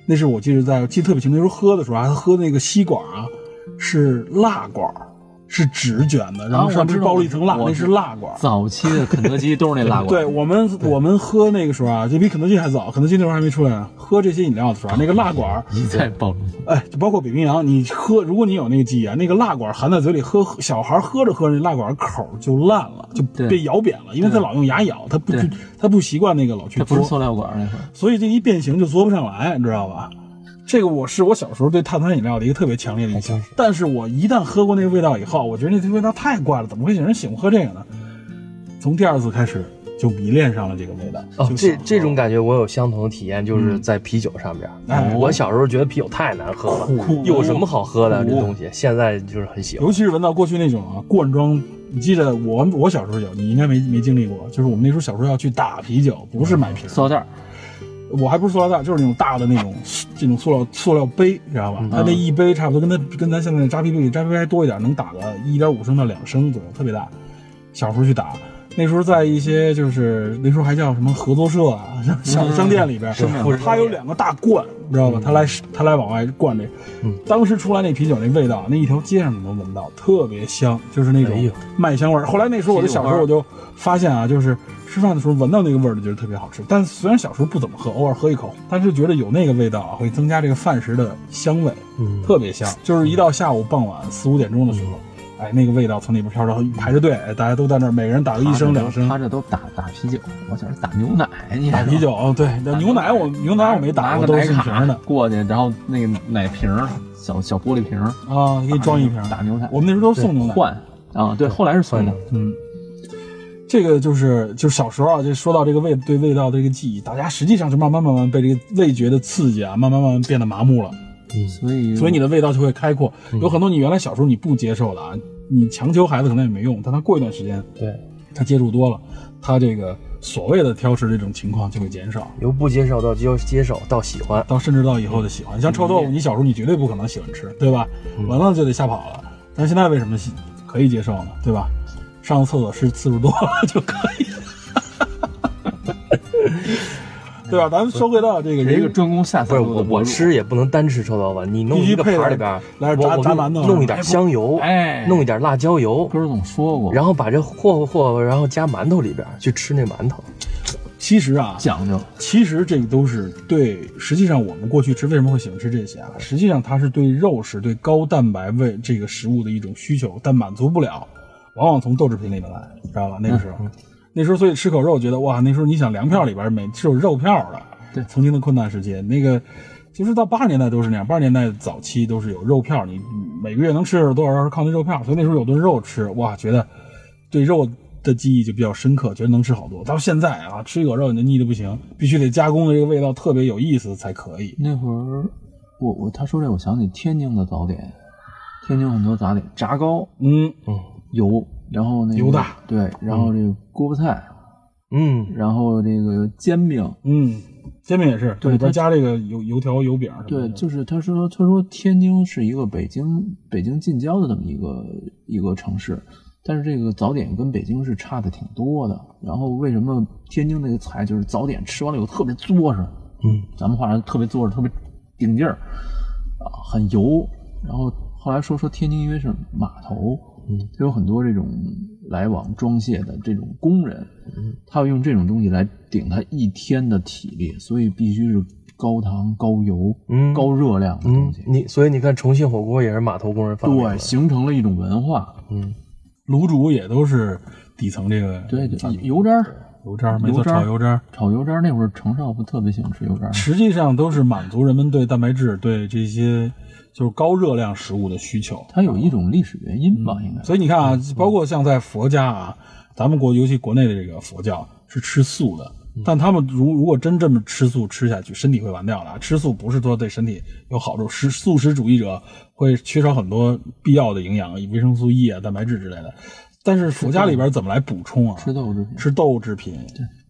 [SPEAKER 2] 那是我记得在，我记得特别清楚，那时候喝的时候还喝那个吸管啊，是蜡管，是纸卷的，然后
[SPEAKER 3] 啊我
[SPEAKER 2] 上面
[SPEAKER 3] 知道
[SPEAKER 2] 包了一层蜡，
[SPEAKER 3] 我
[SPEAKER 2] 那是蜡管。
[SPEAKER 3] 早期的肯德基都是那辣
[SPEAKER 2] 对
[SPEAKER 3] 罐，
[SPEAKER 2] 我们，我们喝那个时候啊，这比肯德基还早，肯德基那时候还没出来呢。喝这些饮料的时候啊，那个蜡管，
[SPEAKER 3] 你在暴露。
[SPEAKER 2] 哎，就包括北冰洋，你喝，如果你有那个记忆啊，那个蜡管含在嘴里喝，小孩喝着喝着，那蜡管口就烂了，就
[SPEAKER 3] 对
[SPEAKER 2] 被咬扁了，因为他老用牙咬，他不
[SPEAKER 3] 对
[SPEAKER 2] 他不习惯那个老去
[SPEAKER 3] 它不
[SPEAKER 2] 嘬
[SPEAKER 3] 是。塑料管那会儿，
[SPEAKER 2] 所以这一变形就嘬不上来，你知道吧？这个我是我小时候对碳酸饮料的一个特别强烈的印象，但是我一旦喝过那个味道以后，我觉得那味道太怪了，怎么会有人喜欢喝这个呢？从第二次开始就迷恋上了这个味道。
[SPEAKER 1] 哦，
[SPEAKER 2] 就
[SPEAKER 1] 这
[SPEAKER 2] 想喝
[SPEAKER 1] 这种感觉我有相同的体验，就是在啤酒上边。
[SPEAKER 2] 嗯
[SPEAKER 1] 嗯
[SPEAKER 2] 哎
[SPEAKER 1] 我小时候觉得啤酒太难喝了，有什么好喝的这东西？现在就是很喜欢。
[SPEAKER 2] 尤其是闻到过去那种啊罐装，你记得我我小时候有，你应该没没经历过，就是我们那时候小时候要去打啤酒，不是买瓶儿，
[SPEAKER 3] 塑料袋儿，
[SPEAKER 2] 我还不是塑料袋，就是那种大的那种这种塑料塑料杯，你知道吧？它那一杯差不多跟它跟咱现在的扎啤比，扎啤还多一点，能打个一点五升到两升左右，特别大。小时候去打，那时候在一些就是那时候还叫什么合作社啊，像像商店里边，它有两个大罐，你知道吧？它来它来往外灌这，当时出来那啤酒那味道，那一条街上你能闻到，特别香，就是那
[SPEAKER 1] 哎
[SPEAKER 2] 种
[SPEAKER 1] 呦
[SPEAKER 2] 麦香味儿。后来那时候我就小时候我就发现啊，就是吃饭的时候闻到那个味儿就觉得特别好吃。但虽然小时候不怎么喝，偶尔喝一口，但是觉得有那个味道啊，会增加这个饭食的香味，
[SPEAKER 1] 嗯
[SPEAKER 2] 特别香。就是一到下午傍晚四五点钟的时候。哎，那个味道从里边飘着，然后排着队，哎大家都在那儿，每个人打个一升
[SPEAKER 3] 嗯
[SPEAKER 2] 两升
[SPEAKER 3] 他这都打打啤酒，我想是打牛奶，你
[SPEAKER 2] 打啤酒。哦对，那牛奶我牛奶我没打
[SPEAKER 3] 拿
[SPEAKER 2] 过，
[SPEAKER 3] 个
[SPEAKER 2] 都
[SPEAKER 3] 奶
[SPEAKER 2] 是现
[SPEAKER 3] 卡
[SPEAKER 2] 瓶的
[SPEAKER 3] 过去，然后那个奶瓶儿小小玻璃瓶儿
[SPEAKER 2] 啊，给你装一瓶。
[SPEAKER 3] 打牛奶
[SPEAKER 2] 我们那时候都是送牛奶，
[SPEAKER 3] 换啊，对，后来是酸的，
[SPEAKER 2] 嗯，这个就是就是小时候啊，就说到这个味对味道的这个记忆，大家实际上是慢慢慢慢被这个味觉的刺激啊，慢慢慢慢变得麻木了，
[SPEAKER 3] 所以
[SPEAKER 2] 所以你的味道就会开阔。有很多你原来小时候你不接受的啊，你强求孩子可能也没用，但他过一段时间
[SPEAKER 1] 对，
[SPEAKER 2] 他接触多了，他这个所谓的挑食这种情况就会减少。
[SPEAKER 1] 由不接受到接接受到喜欢，
[SPEAKER 2] 到甚至到以后的喜欢，像臭
[SPEAKER 3] 嗯
[SPEAKER 2] 豆腐，你小时候你绝对不可能喜欢吃，对吧？完了就得吓跑了。但现在为什么喜可以接受呢？对吧？上厕所是次数多了 就可以了，对吧？咱们说回到这个
[SPEAKER 3] 这
[SPEAKER 2] 人
[SPEAKER 3] 个专攻下
[SPEAKER 1] 不
[SPEAKER 3] 三
[SPEAKER 1] 是
[SPEAKER 3] 路
[SPEAKER 1] 我我吃也不能单吃臭豆腐，你弄
[SPEAKER 2] 必须
[SPEAKER 1] 一个
[SPEAKER 2] 配
[SPEAKER 1] 盘儿
[SPEAKER 2] 点
[SPEAKER 1] 里边儿，
[SPEAKER 2] 来点
[SPEAKER 1] 我
[SPEAKER 2] 炸
[SPEAKER 1] 我
[SPEAKER 2] 炸
[SPEAKER 1] 给
[SPEAKER 2] 馒头啊
[SPEAKER 1] 你弄一点香油，
[SPEAKER 3] 哎
[SPEAKER 1] 弄一点辣椒油，
[SPEAKER 3] 哥儿总说过，
[SPEAKER 1] 然后把这霍霍霍，然后加馒头里边儿去吃那馒头，
[SPEAKER 2] 其实啊，
[SPEAKER 3] 讲究
[SPEAKER 2] 其实这个都是对。实际上，我们过去吃为什么会喜欢吃这些啊？实际上，它是对肉食、对高蛋白味这个食物的一种需求，但满足不了，往往从豆制品里面来，知道吧？那个时
[SPEAKER 3] 嗯
[SPEAKER 2] 候，那时候所以吃口肉，觉得哇，那时候你想粮票里边每是有肉票的，
[SPEAKER 3] 对
[SPEAKER 2] 曾经的困难时期，那个就是到八十年代都是那样，八十年代早期都是有肉票，你每个月能吃多少是靠那肉票，所以那时候有顿肉吃，哇，觉得对肉的记忆就比较深刻，觉得能吃好多。到现在啊，吃一口肉你就腻的不行，必须得加工的这个味道特别有意思才可以。
[SPEAKER 3] 那会儿，我我他说这，我想起天津的早点，天津很多早点，炸糕
[SPEAKER 2] 嗯，
[SPEAKER 3] 油，然后那个
[SPEAKER 2] 油大
[SPEAKER 3] 对，然后这个锅巴菜，
[SPEAKER 1] 嗯，
[SPEAKER 3] 然后这个煎饼，
[SPEAKER 2] 嗯，煎饼也是，
[SPEAKER 3] 对
[SPEAKER 2] 里边
[SPEAKER 3] 它
[SPEAKER 2] 加这个油油条、油饼什么的。
[SPEAKER 3] 对，就是他说他说天津是一个北京北京近郊的这么一个一个城市，但是这个早点跟北京是差的挺多的。然后为什么天津那个菜就是早点吃完了以后特别作实，
[SPEAKER 1] 嗯，
[SPEAKER 3] 咱们话说特别作实，特别顶劲儿啊，很油。然后后来说说天津因为是码头，嗯，它有很多这种来往装卸的这种工人，他要用这种东西来顶他一天的体力，所以必须是高糖、高油、
[SPEAKER 1] 嗯
[SPEAKER 3] 高热量的东
[SPEAKER 1] 嗯
[SPEAKER 3] 西，。
[SPEAKER 1] 你所以你看重庆火锅也是码头工人发明
[SPEAKER 3] 对，
[SPEAKER 1] 的，
[SPEAKER 3] 形成了一种文化。
[SPEAKER 2] 卤煮也都是底层这个
[SPEAKER 3] 对，对油渣儿、
[SPEAKER 2] 油渣儿，没错，
[SPEAKER 3] 油渣儿
[SPEAKER 2] 炒油渣儿。
[SPEAKER 3] 炒油渣儿，那会儿程少不特别喜欢吃油渣儿吗，
[SPEAKER 2] 实际上都是满足人们对蛋白质、对这些就是高热量食物的需求。
[SPEAKER 3] 它有一种历史原因吧，应该。
[SPEAKER 2] 所以你看啊，包括像在佛家啊，咱们国尤其国内的这个佛教是吃素的，但他们如如果真这么吃素吃下去，身体会完掉的啊。吃素不是说对身体有好处，食素食主义者会缺少很多必要的营养，维生素 E 啊、蛋白质之类的。但是佛家里边怎么来补充啊？
[SPEAKER 3] 吃豆制品，
[SPEAKER 2] 吃豆制品，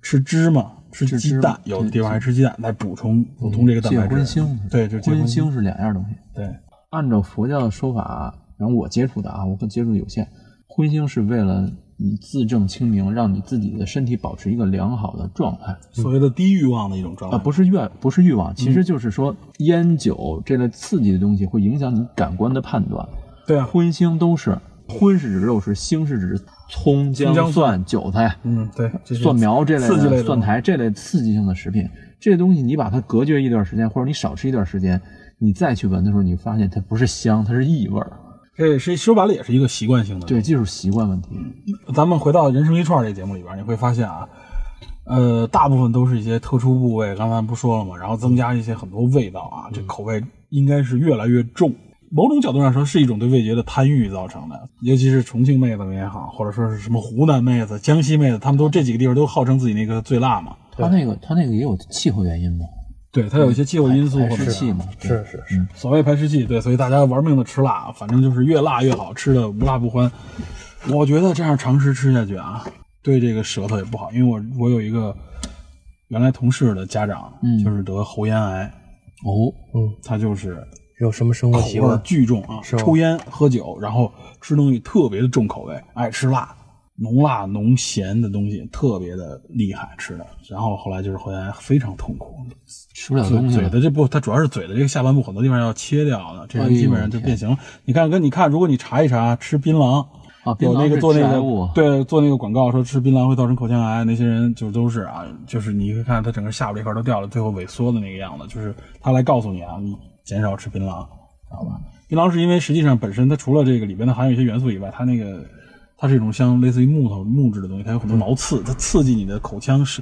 [SPEAKER 2] 吃芝麻，嗯吃
[SPEAKER 3] 吃
[SPEAKER 2] 鸡
[SPEAKER 3] 芝麻
[SPEAKER 2] 蛋，有的地方还吃鸡蛋来补充补充这个蛋
[SPEAKER 3] 戒
[SPEAKER 2] 白质。
[SPEAKER 3] 荤腥，
[SPEAKER 2] 对，就戒
[SPEAKER 3] 荤
[SPEAKER 2] 荤腥，
[SPEAKER 3] 腥是两样东西。
[SPEAKER 2] 对。
[SPEAKER 3] 按照佛教的说法，啊然后我接触的啊，我跟接触的有限，荤腥是为了你自证清明，让你自己的身体保持一个良好的状态。
[SPEAKER 2] 所谓的低欲望的一种状态
[SPEAKER 3] 啊，，不是欲，不是欲望，其实就是说烟酒这类刺激的东西会影响你感官的判断。
[SPEAKER 2] 对啊，
[SPEAKER 3] 荤腥都是，荤是指肉食，腥是指葱、
[SPEAKER 2] 姜
[SPEAKER 3] 姜、蒜、韭菜、
[SPEAKER 2] 嗯，对，这是
[SPEAKER 3] 蒜苗这类
[SPEAKER 2] 刺激类
[SPEAKER 3] 的、
[SPEAKER 2] 的
[SPEAKER 3] 蒜苔这类刺激性的食品。这些东西你把它隔绝一段时间，或者你少吃一段时间，你再去闻的时候，你发现它不是香，它是异味儿。
[SPEAKER 2] 这是说白了也是一个习惯性的。
[SPEAKER 3] 对，，这就是习惯问题。
[SPEAKER 2] 咱们回到《人生一串》这节目里边，你会发现啊，呃，大部分都是一些特殊部位，刚才不说了吗？然后增加一些很多味道啊，这口味应该是越来越重。某种角度上说，是一种对味觉的贪欲造成的，尤其是重庆妹子们也好，或者说是什么湖南妹子、江西妹子，她们都这几个地方都号称自己那个最辣嘛。
[SPEAKER 3] 它那个它那个也有气候原因吧，
[SPEAKER 2] 对，它有一些嗯气候啊因素或者
[SPEAKER 3] 湿气嘛。
[SPEAKER 1] 是是是，
[SPEAKER 2] 所谓排湿气，对，所以大家玩命的吃辣，反正就是越辣越好，吃的无辣不欢。我觉得这样长时吃下去啊，对这个舌头也不好，因为我我有一个原来同事的家长
[SPEAKER 3] 嗯
[SPEAKER 2] 就是得喉咽癌，
[SPEAKER 3] 哦，
[SPEAKER 1] 嗯，
[SPEAKER 2] 他就是
[SPEAKER 1] 有什么生活
[SPEAKER 2] 口
[SPEAKER 1] 习
[SPEAKER 2] 味儿
[SPEAKER 1] 惯？
[SPEAKER 2] 巨重啊，
[SPEAKER 1] 是吗
[SPEAKER 2] 抽烟、喝酒，然后吃东西特别的重口味，爱吃辣、浓辣、浓咸的东西，特别的厉害吃的。然后后来就是回来非常痛苦，
[SPEAKER 3] 吃不了
[SPEAKER 2] 嘴
[SPEAKER 3] 东西
[SPEAKER 2] 嘴
[SPEAKER 3] 了，
[SPEAKER 2] 的这部它主要是嘴的这个下半部很多地方要切掉的，这
[SPEAKER 3] 哎
[SPEAKER 2] 人
[SPEAKER 3] 呦
[SPEAKER 2] 基本上就变形了。你看，跟你看，如果你查一查吃槟榔。
[SPEAKER 3] 啊，槟
[SPEAKER 2] 有那
[SPEAKER 3] 榔
[SPEAKER 2] 个
[SPEAKER 3] 是
[SPEAKER 2] 做那
[SPEAKER 3] 致癌物啊
[SPEAKER 2] 个对做那个广告说吃槟榔会造成口腔癌，那些人就都是啊，就是你会看他整个下巴这块都掉了，最后萎缩的那个样子，就是他来告诉你啊，你减少吃槟榔，知道吧？槟榔是因为实际上本身它除了这个里边的含有一些元素以外，它那个它是一种像类似于木头木质的东西，它有很
[SPEAKER 1] 嗯
[SPEAKER 2] 多毛刺，它刺激你的口腔是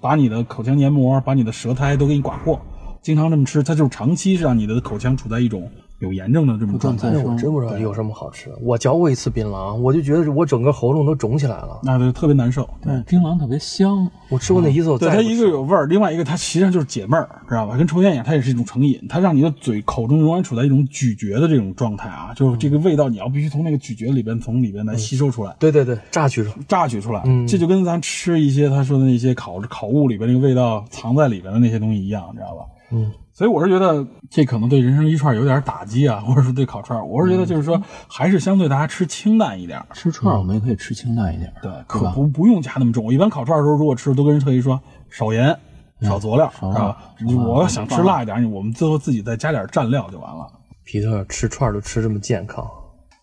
[SPEAKER 2] 把你的口腔黏膜、把你的舌苔都给你刮破。经常这么吃，它就是长期是让你的口腔处在一种有炎症的这么
[SPEAKER 3] 不
[SPEAKER 2] 状
[SPEAKER 3] 断再
[SPEAKER 2] 态。
[SPEAKER 1] 那我真不知道有什么好吃。我嚼过一次槟榔，我就觉得我整个喉咙都肿起来了。
[SPEAKER 2] 那就特别难受，
[SPEAKER 3] 但是嗯槟榔特别香，
[SPEAKER 1] 我吃过那一次，我
[SPEAKER 2] 哦对
[SPEAKER 1] 再
[SPEAKER 2] 它
[SPEAKER 1] 也不
[SPEAKER 2] 一
[SPEAKER 1] 吃
[SPEAKER 2] 个有味儿，另外一个它实际上就是解闷儿，知道吧？跟抽烟一样，它也是一种成瘾，它让你的嘴口中永远处在一种咀嚼的这种状态啊，
[SPEAKER 1] 嗯
[SPEAKER 2] 就是这个味道你要必须从那个咀嚼里边从里边来吸收出来。
[SPEAKER 1] 对对对，榨取了。
[SPEAKER 2] 榨取出来，
[SPEAKER 1] 嗯
[SPEAKER 2] 这就跟咱吃一些他说的那些烤烤物里边那个味道藏在里边的那些东西一样，你知道吧？
[SPEAKER 1] 嗯，
[SPEAKER 2] 所以我是觉得这可能对人生一串有点打击啊， 或者说对烤串儿，我是觉得就是说还是相对大家吃清淡一点儿，
[SPEAKER 3] 吃串儿我们也可以吃清淡一点儿，
[SPEAKER 2] 嗯对，
[SPEAKER 3] 对
[SPEAKER 2] 可
[SPEAKER 3] 吧？
[SPEAKER 2] 不不用加那么重。我一般烤串儿的时候，如果吃，都跟人特意说少盐、少佐料，
[SPEAKER 3] 少
[SPEAKER 2] 是吧？你我要想吃辣一点儿，我们最后自己再加点蘸料就完了。
[SPEAKER 1] 皮特吃串儿都吃这么健康，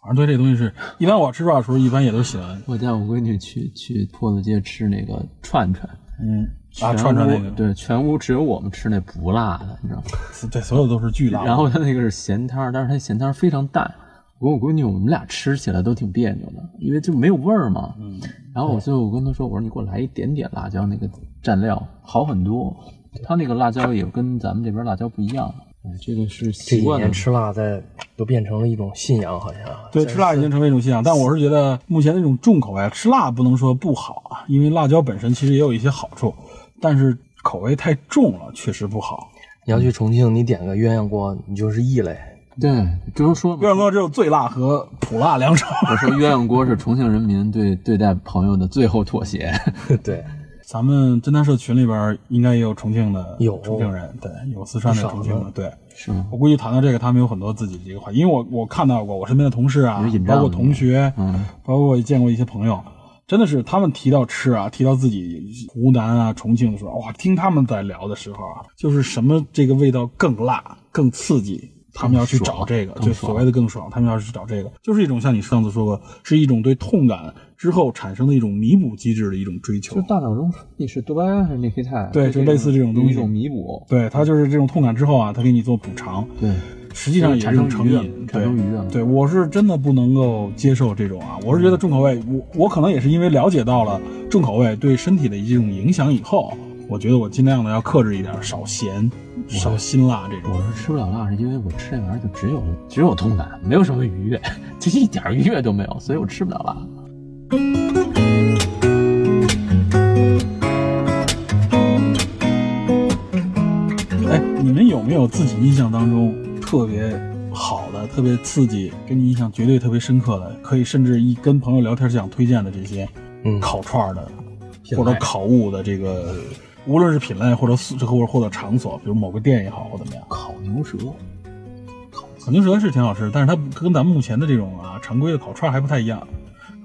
[SPEAKER 2] 反正对这东西是，一般我吃串儿的时候，一般也都喜欢，
[SPEAKER 3] 我带我闺女去去坡子街吃那个串串，
[SPEAKER 2] 嗯，啊，
[SPEAKER 3] 全
[SPEAKER 2] 串串那
[SPEAKER 3] 屋
[SPEAKER 2] 个，
[SPEAKER 3] 对，全屋只有我们吃那不辣的，你知道吗？
[SPEAKER 2] 对，所有都是巨辣的。
[SPEAKER 3] 然后他那个是咸汤儿，但是他咸汤儿非常淡。我跟我闺女，我们俩吃起来都挺别扭的，因为就没有味儿嘛。嗯。然后我最后我跟她说：“我说你给我来一点点辣椒，那个蘸料好很多。他那个辣椒也跟咱们这边辣椒不一样。”哎，这个是
[SPEAKER 1] 这
[SPEAKER 3] 习
[SPEAKER 1] 几
[SPEAKER 3] 惯的
[SPEAKER 1] 年。吃辣在都变成了一种信仰，好像。
[SPEAKER 2] 对，吃辣已经成为一种信仰，但我是觉得目前那种重口味，吃辣不能说不好啊，因为辣椒本身其实也有一些好处，但是口味太重了确实不好。
[SPEAKER 1] 你要去重庆，你点个鸳鸯锅，你就是异类。
[SPEAKER 3] 对，就是说嘛
[SPEAKER 2] 鸳鸯锅只有最辣和普辣两种，
[SPEAKER 3] 我说鸳鸯锅是重庆人民对对待朋友的最后妥协。
[SPEAKER 1] 对，
[SPEAKER 2] 咱们侦探社群里边应该也有重庆的，
[SPEAKER 1] 有
[SPEAKER 2] 重庆人，对，有四川的
[SPEAKER 1] 不少
[SPEAKER 2] 重庆的，
[SPEAKER 1] 呢
[SPEAKER 2] 对。
[SPEAKER 3] 是吗？
[SPEAKER 2] 我估计谈到这个，他们有很多自己的一个话题，因为我我看到过我身边的同事啊
[SPEAKER 3] 有引，
[SPEAKER 2] 包
[SPEAKER 3] 战
[SPEAKER 2] 括
[SPEAKER 3] 的
[SPEAKER 2] 同学，
[SPEAKER 3] 嗯
[SPEAKER 2] 包括我也见过一些朋友，真的是他们提到吃啊，提到自己湖南啊、重庆的时候，哇，听他们在聊的时候啊，就是什么这个味道更辣、更刺激。他们要去找这个，
[SPEAKER 3] 更爽
[SPEAKER 2] 就所谓的更爽，他们要去找这个，就是一种像你上次说过，是一种对痛感之后产生的一种弥补机制的一种追求。
[SPEAKER 3] 就大脑中你是多巴胺还是内啡肽？啊
[SPEAKER 2] 对就类似这种东西
[SPEAKER 3] 有一种弥补。
[SPEAKER 2] 对，它就是这种痛感之后啊，它给你做补偿。
[SPEAKER 3] 对，
[SPEAKER 2] 实际上也是一种成瘾，
[SPEAKER 3] 产生愉悦
[SPEAKER 2] 对
[SPEAKER 3] 嘛
[SPEAKER 2] 对，我是真的不能够接受这种啊，我是觉得重口味，我我可能也是因为了解到了重口味对身体的这种影响以后，我觉得我尽量的要克制一点，少咸、少辛辣这种
[SPEAKER 3] 我。是吃不了辣，是因为我吃这玩意儿就只有只有痛感，没有什么愉悦， 这一点儿愉悦都没有，所以我吃不了辣。
[SPEAKER 2] 哎，你们有没有自己印象当中特别好的、特别刺激、给你印象绝对特别深刻的，可以甚至一跟朋友聊天就想推荐的这些
[SPEAKER 1] 嗯，
[SPEAKER 2] 烤串儿的
[SPEAKER 3] 品
[SPEAKER 2] 或
[SPEAKER 3] 类
[SPEAKER 2] 者烤物的这个，无论是品类或者素或者或者场所，比如某个店也好或怎么样。
[SPEAKER 3] 烤牛舌，
[SPEAKER 2] 烤牛舌是挺好吃，但是它跟咱们目前的这种啊常规的烤串还不太一样。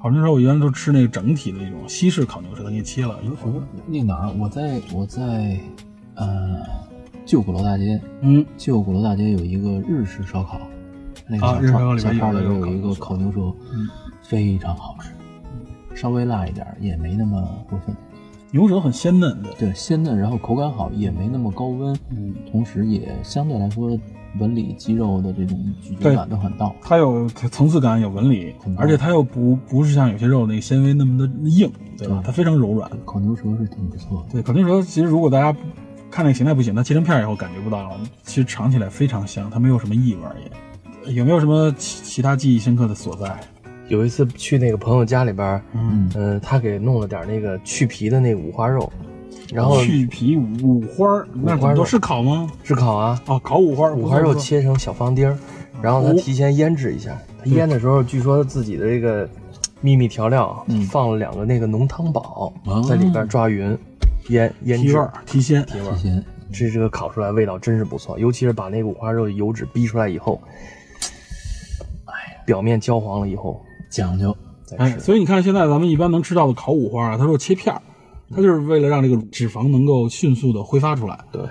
[SPEAKER 2] 烤牛舌我一般都吃那个整体的一种西式烤牛舌，它给你切了一
[SPEAKER 3] 牛
[SPEAKER 2] 块儿。
[SPEAKER 3] 舌那哪儿？我在我在呃旧鼓楼大街，
[SPEAKER 2] 嗯，
[SPEAKER 3] 旧鼓楼大街有一个日式烧烤，那
[SPEAKER 2] 啊
[SPEAKER 3] 个
[SPEAKER 2] 日
[SPEAKER 3] 小
[SPEAKER 2] 式烧
[SPEAKER 3] 串
[SPEAKER 2] 烤
[SPEAKER 3] 儿
[SPEAKER 2] 里边有
[SPEAKER 3] 小串儿里
[SPEAKER 2] 有烤嗯
[SPEAKER 3] 边有一
[SPEAKER 2] 牛
[SPEAKER 3] 个
[SPEAKER 2] 舌
[SPEAKER 3] 烤牛舌，非常好吃，稍微辣一点儿也没那么过分，
[SPEAKER 2] 牛舌很鲜嫩的，
[SPEAKER 3] 对，鲜嫩，然后口感好，也没那么高温，
[SPEAKER 2] 嗯，
[SPEAKER 3] 同时也相对来说纹理肌肉的这种咀嚼
[SPEAKER 2] 对
[SPEAKER 3] 感都很到。
[SPEAKER 2] 它有层次感，有纹理
[SPEAKER 3] 很，棒
[SPEAKER 2] 而且它又不不是像有些肉那个纤维那么的硬，对吧？
[SPEAKER 3] 对
[SPEAKER 2] 它非常柔软。
[SPEAKER 3] 烤牛舌是挺不错的，
[SPEAKER 2] 嗯对，烤牛舌其实如果大家看那个形态不行，它切成片儿以后感觉不到了，其实尝起来非常香，它没有什么异味儿也。有没有什么其其他记忆深刻的所在？
[SPEAKER 1] 有一次去那个朋友家里边儿，
[SPEAKER 2] 嗯，
[SPEAKER 1] 嗯、他给弄了点那个去皮的那个五花肉，然后
[SPEAKER 2] 去皮五花儿，那
[SPEAKER 1] 五
[SPEAKER 2] 怎
[SPEAKER 1] 花
[SPEAKER 2] 么
[SPEAKER 1] 肉
[SPEAKER 2] 都是烤吗？
[SPEAKER 1] 是烤啊，
[SPEAKER 2] 哦，烤五花，
[SPEAKER 1] 五花肉
[SPEAKER 2] 不错
[SPEAKER 1] 切成小方丁儿，然后他提前腌制一下。他腌的时候，据说自己的这啊个秘密调料放了两个那个浓汤宝在里边抓匀，腌腌
[SPEAKER 2] 提
[SPEAKER 1] 制
[SPEAKER 2] 味儿、提鲜，提味
[SPEAKER 3] 提前
[SPEAKER 1] 这这个烤出来味道真是不错，尤其是把那个五花肉的油脂逼出来以后，哎，表面焦黄了以后
[SPEAKER 3] 讲究，
[SPEAKER 1] 再
[SPEAKER 2] 哎，
[SPEAKER 1] 吃，
[SPEAKER 2] 所以你看现在咱们一般能吃到的烤五花啊，它都是切片儿，它就是为了让这个脂肪能够迅速的挥发出来。
[SPEAKER 1] 对，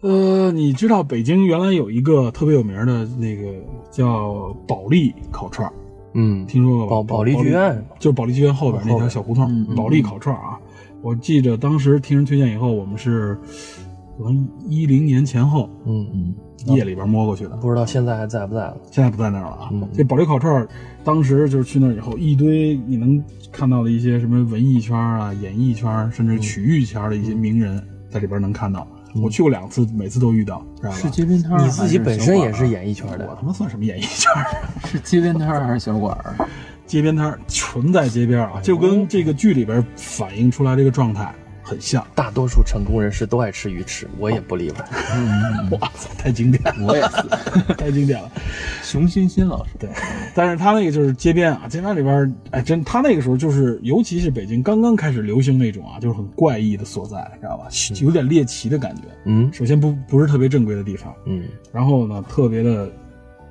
[SPEAKER 2] 呃，你知道北京原来有一个特别有名的那个叫保利烤串儿，
[SPEAKER 1] 嗯，
[SPEAKER 2] 听说过吧？
[SPEAKER 1] 保保利剧院
[SPEAKER 2] 就是保利剧院后边那条小胡同，
[SPEAKER 3] 嗯嗯
[SPEAKER 2] 保利烤串儿啊。我记着当时听人推荐以后，我们是可能一零年前后
[SPEAKER 1] 嗯，
[SPEAKER 3] 嗯，
[SPEAKER 2] 夜里边摸过去的，
[SPEAKER 1] 不知道现在还在不在了，
[SPEAKER 2] 现在不在那儿了啊。
[SPEAKER 1] 嗯
[SPEAKER 2] 这保利烤串儿，当时就是去那儿以后，一堆你能看到的一些什么文艺圈啊、演艺圈儿，甚至曲
[SPEAKER 1] 嗯
[SPEAKER 2] 艺圈儿的一些名人，在里边能看到。我去过两次，每次都遇到，知道吧？
[SPEAKER 3] 是街边摊儿，
[SPEAKER 1] 你自己本身也是，演艺圈
[SPEAKER 2] 我
[SPEAKER 1] 的，
[SPEAKER 2] 他妈算什么演艺圈儿？
[SPEAKER 3] 是街边摊儿还是小馆儿？
[SPEAKER 2] 街边摊儿，纯在街边儿啊，就
[SPEAKER 3] 哦
[SPEAKER 2] 跟这个剧里边反映出来这个状态很像。
[SPEAKER 1] 大多数成功人士都爱吃鱼翅，我也不例外。
[SPEAKER 2] 哇塞， 太经典了，
[SPEAKER 3] 我也是，
[SPEAKER 2] 太经典了。
[SPEAKER 3] 熊欣欣老师，
[SPEAKER 2] 对，但是他那个就是街边啊，街边里边儿，哎，真他那个时候就是，尤其是北京刚刚开始流行那种啊，就是很怪异的所在，知道吧？有点猎奇的感觉。
[SPEAKER 1] 嗯
[SPEAKER 2] 首先不不是特别正规的地方，
[SPEAKER 1] 嗯，
[SPEAKER 2] 然后呢，特别的，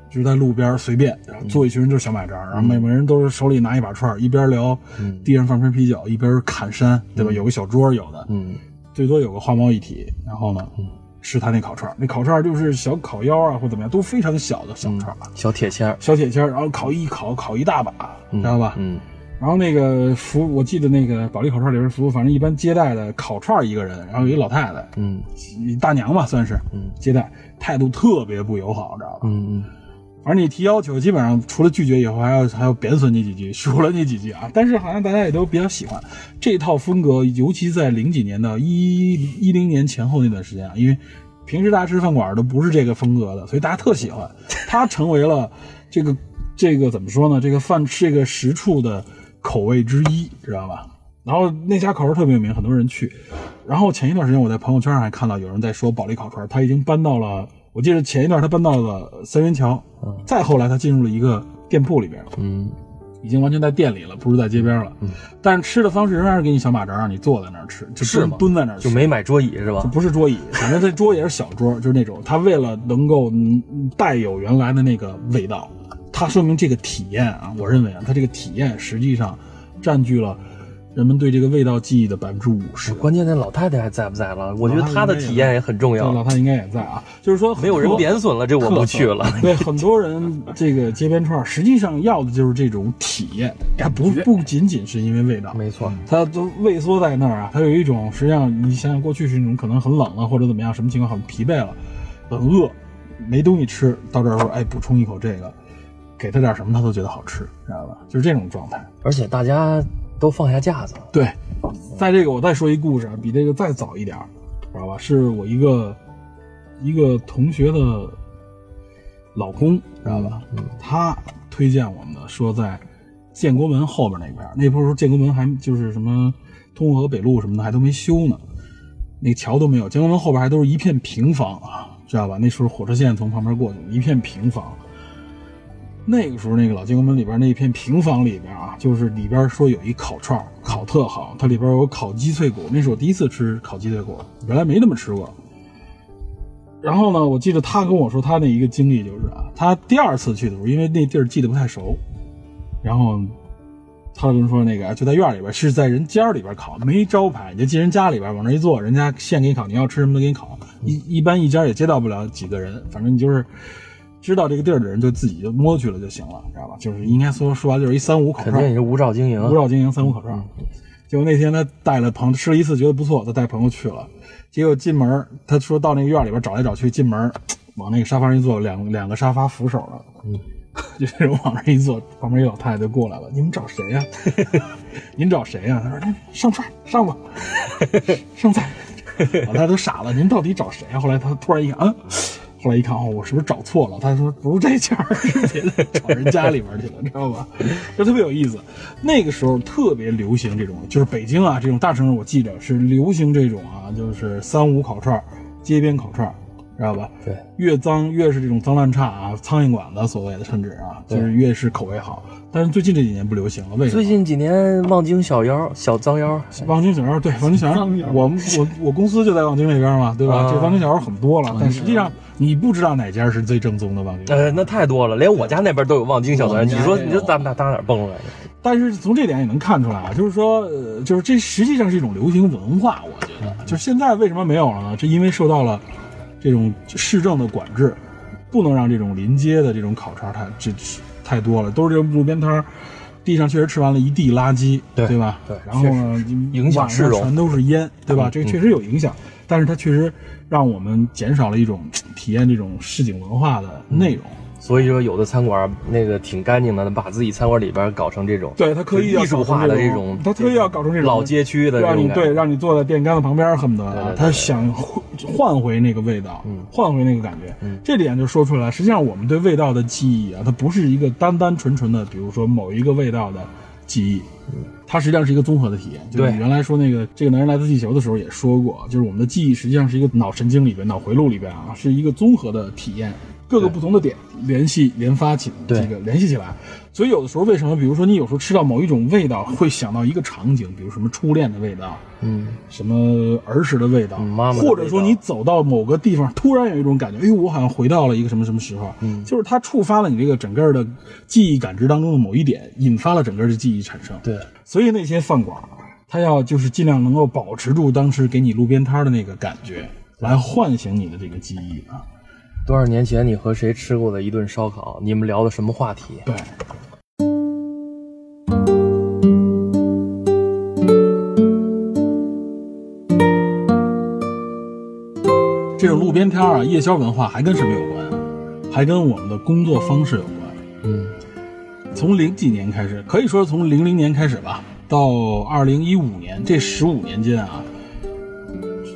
[SPEAKER 2] 就是在路边儿随便，然后坐一群人就是小买张，然后每个人都是手里拿一把串儿，一边聊，
[SPEAKER 1] 嗯
[SPEAKER 2] 地上放瓶啤酒，一边砍山，对吧？有个小桌儿有的，
[SPEAKER 1] 嗯，
[SPEAKER 2] 最多有个花猫一体，然后呢，吃他那烤串儿，那烤串儿就是小烤腰啊或怎么样，都非常小的小串儿啊，
[SPEAKER 1] 小铁签儿，
[SPEAKER 2] 小铁签儿，然后烤一烤烤一大把，
[SPEAKER 1] 嗯
[SPEAKER 2] 知道吧？
[SPEAKER 1] 嗯
[SPEAKER 2] 然后那个服务，我记得那个保利烤串里边服务，反正一般接待的烤串儿一个人，然后有一老太太，
[SPEAKER 1] 嗯
[SPEAKER 2] 大娘吧算是，
[SPEAKER 1] 嗯
[SPEAKER 2] 接待态度特别不友好，知道吧？
[SPEAKER 1] 嗯
[SPEAKER 2] 反正你提要求，基本上除了拒绝以后，还要还要贬损你几句， 数落你几句啊。但是好像大家也都比较喜欢这套风格，尤其在零几年到一一零年前后那段时间啊，因为平时大家吃饭馆都不是这个风格的，所以大家特喜欢。 它成为了这个这个怎么说呢？这个饭这个食处的口味之一，知道吧？然后那家烤串特别有名，很多人去。然后前一段时间我在朋友圈上还看到有人在说保利烤串，他已经搬到了，我记得前一段他搬到了三元桥，再后来他进入了一个店铺里边，
[SPEAKER 1] 嗯
[SPEAKER 2] 已经完全在店里了，不是在街边了。但是吃的方式仍然是给你小马扎，让你坐在那儿吃，就是蹲
[SPEAKER 1] 吗
[SPEAKER 2] 蹲在那儿
[SPEAKER 1] 嗯，
[SPEAKER 2] 吃
[SPEAKER 1] 就。没买桌椅是吧
[SPEAKER 2] 就？不是桌椅，反正这桌也是小桌，就是那种他为了能够嗯带有原来的那个味道，它说明这个体验啊，我认为啊，它这个体验实际上占据了人们对这个味道记忆的百分之五十。
[SPEAKER 1] 关键那老太太还在不在了？我觉得她的体验也很重
[SPEAKER 2] 对老
[SPEAKER 1] 要，
[SPEAKER 2] 太应该也在啊，就是说
[SPEAKER 1] 没有人贬损了，这我不去了。
[SPEAKER 2] 对，很多人这个街边串儿实际上要的就是这种体验，它不不仅仅是因为味道，
[SPEAKER 1] 没错，
[SPEAKER 2] 它都畏缩在那儿啊，它有一种实际上你想想过去是那种可能很冷啊了或者怎么样，什么情况很疲惫了，很饿，没东西吃，到这儿说哎补充一口这个，给他点什么他都觉得好吃，知道吧？就是这种状态。
[SPEAKER 1] 而且大家都放下架子了。
[SPEAKER 2] 对，在这个我再说一故事啊，比这个再早一点儿，知道吧？是我一个一个同学的老公，知道吧？他推荐我们的，说在建国门后边那边儿，那时候建国门还就是什么通河北路什么的还都没修呢，那桥都没有，建国门后边还都是一片平房啊，知道吧？那时候火车线从旁边过去，一片平房。那个时候，那个老建国门里边那一片平房里边啊，就是里边说有一烤串儿烤特好，它里边有烤鸡脆骨，那是我第一次吃烤鸡脆骨，原来没那么吃过。然后呢，我记得他跟我说他那一个经历就是啊，他第二次去的时候，因为那地儿记得不太熟，然后他跟人说那个就在院儿里边，是啊在人家里边烤，没招牌，你就进人家里边往那一坐，人家现给你烤，你要吃什么都给你烤。一一般一家也接到不了几个人，反正你就是知道这个地儿的人就自己就摸去了就行了，知道吧？就是应该说说白了就是一三五烤
[SPEAKER 1] 肯
[SPEAKER 2] 串
[SPEAKER 1] 定
[SPEAKER 2] 儿
[SPEAKER 1] 也，是无照经营啊
[SPEAKER 2] 无，照经营三五烤串儿。结果那天他带了朋友吃了一次，觉得不错，他带朋友去了。结果进门儿，他说到那个院儿里边找来找去，进门儿往那个沙发上一坐，两两个沙发扶手了，嗯， 就是往那一坐，旁边一老太太就过来了，你们找谁呀、 您找谁呀、他说嗯上串儿上吧， 上菜。老太太都傻了，您到底找谁啊？后来他突然一看，嗯，后来一看，哦，我是不是找错了？他说不是这家儿， 是别的，找人家里边去了，知道吧？ 就特别有意思。那个时候特别流行这种，就是北京啊这种大城市，我记着是流行这种啊，就是三五烤串儿、街边烤串儿，知知道吧？
[SPEAKER 1] 对，
[SPEAKER 2] 越脏越是这种脏乱差啊，苍蝇馆子所谓的，甚至啊，就是越是口味好。但是最近这几年不流行了，为什么？
[SPEAKER 1] 最近几年望京小妖、小脏妖，
[SPEAKER 2] 望京小妖，对望京小妖，我们我我公司就在望京那边嘛，对吧？
[SPEAKER 1] 啊
[SPEAKER 2] 这望京小妖很多了，但实际上你不知道哪家是最正宗的望京小妖。
[SPEAKER 1] 呃，那太多了，连我家那边都有望京小妖。
[SPEAKER 3] 我们
[SPEAKER 1] 你
[SPEAKER 3] 家
[SPEAKER 1] 说，
[SPEAKER 3] 也有
[SPEAKER 1] 你说咱们俩打哪儿蹦出来的？
[SPEAKER 2] 但是从这点也能看出来啊，就是说，呃，就是这实际上是一种流行文化，我觉
[SPEAKER 1] 嗯
[SPEAKER 2] 得，就是现在为什么没有了呢？这因为受到了这种市政的管制，不能让这种临街的这种烤串太这太多了，都是这种路边摊儿。地上确实吃完了一地垃圾，
[SPEAKER 1] 对
[SPEAKER 2] 吧？
[SPEAKER 1] 对
[SPEAKER 2] 然后呢，
[SPEAKER 1] 影响
[SPEAKER 2] 晚上
[SPEAKER 1] 市容嗯
[SPEAKER 2] 全都是烟，对吧？这个确实有影响，但是它确实让我们减少了一种嗯体验这种市井文化的内容。
[SPEAKER 1] 所以说，有的餐馆那个挺干净的，把自己餐馆里边搞成这种
[SPEAKER 2] 对他刻意要
[SPEAKER 1] 艺术化的这种，
[SPEAKER 2] 他特意要搞成这种
[SPEAKER 1] 老街区的这
[SPEAKER 2] 让
[SPEAKER 1] 种
[SPEAKER 2] 你
[SPEAKER 1] 感觉
[SPEAKER 2] 对，让你坐在电杆子旁边，恨不得
[SPEAKER 1] 对
[SPEAKER 2] 啊
[SPEAKER 1] 对对
[SPEAKER 2] 他想换回那个味道，换回那个感觉。
[SPEAKER 1] 嗯
[SPEAKER 2] 这点就说出来，实际上我们对味道的记忆啊，它不是一个单单纯纯的，比如说某一个味道的记忆，它实际上是一个综合的体验。就是
[SPEAKER 1] 对
[SPEAKER 2] 你原来说那个这个男人来自地球的时候也说过，就是我们的记忆实际上是一个脑神经里边、脑回路里边啊，是一个综合的体验。各个
[SPEAKER 1] 对
[SPEAKER 2] 不同的点联系、联发起这
[SPEAKER 1] 对
[SPEAKER 2] 个联系起来，所以有的时候为什么，比如说你有时候吃到某一种味道，会想到一个场景，比如什么初恋的味道，
[SPEAKER 1] 嗯，
[SPEAKER 2] 什么儿时的味道，
[SPEAKER 1] 嗯妈妈的味道
[SPEAKER 2] 或者说你走到某个地方，突然有一种感觉，哎呦，我好像回到了一个什么什么时候，
[SPEAKER 1] 嗯
[SPEAKER 2] 就是它触发了你这个整个的记忆感知当中的某一点，引发了整个的记忆产生。
[SPEAKER 1] 对，
[SPEAKER 2] 所以那些饭馆儿，它要就是尽量能够保持住当时给你路边摊儿的那个感觉，来唤醒你的这个记忆啊。
[SPEAKER 1] 多少年前你和谁吃过的一顿烧烤？你们聊的什么话题？
[SPEAKER 2] 对，这种路边摊儿啊，夜宵文化还跟什么有关啊？还跟我们的工作方式有关。
[SPEAKER 1] 嗯，
[SPEAKER 2] 从零几年开始，可以说从零零年开始吧，到二零一五年这十五年间啊，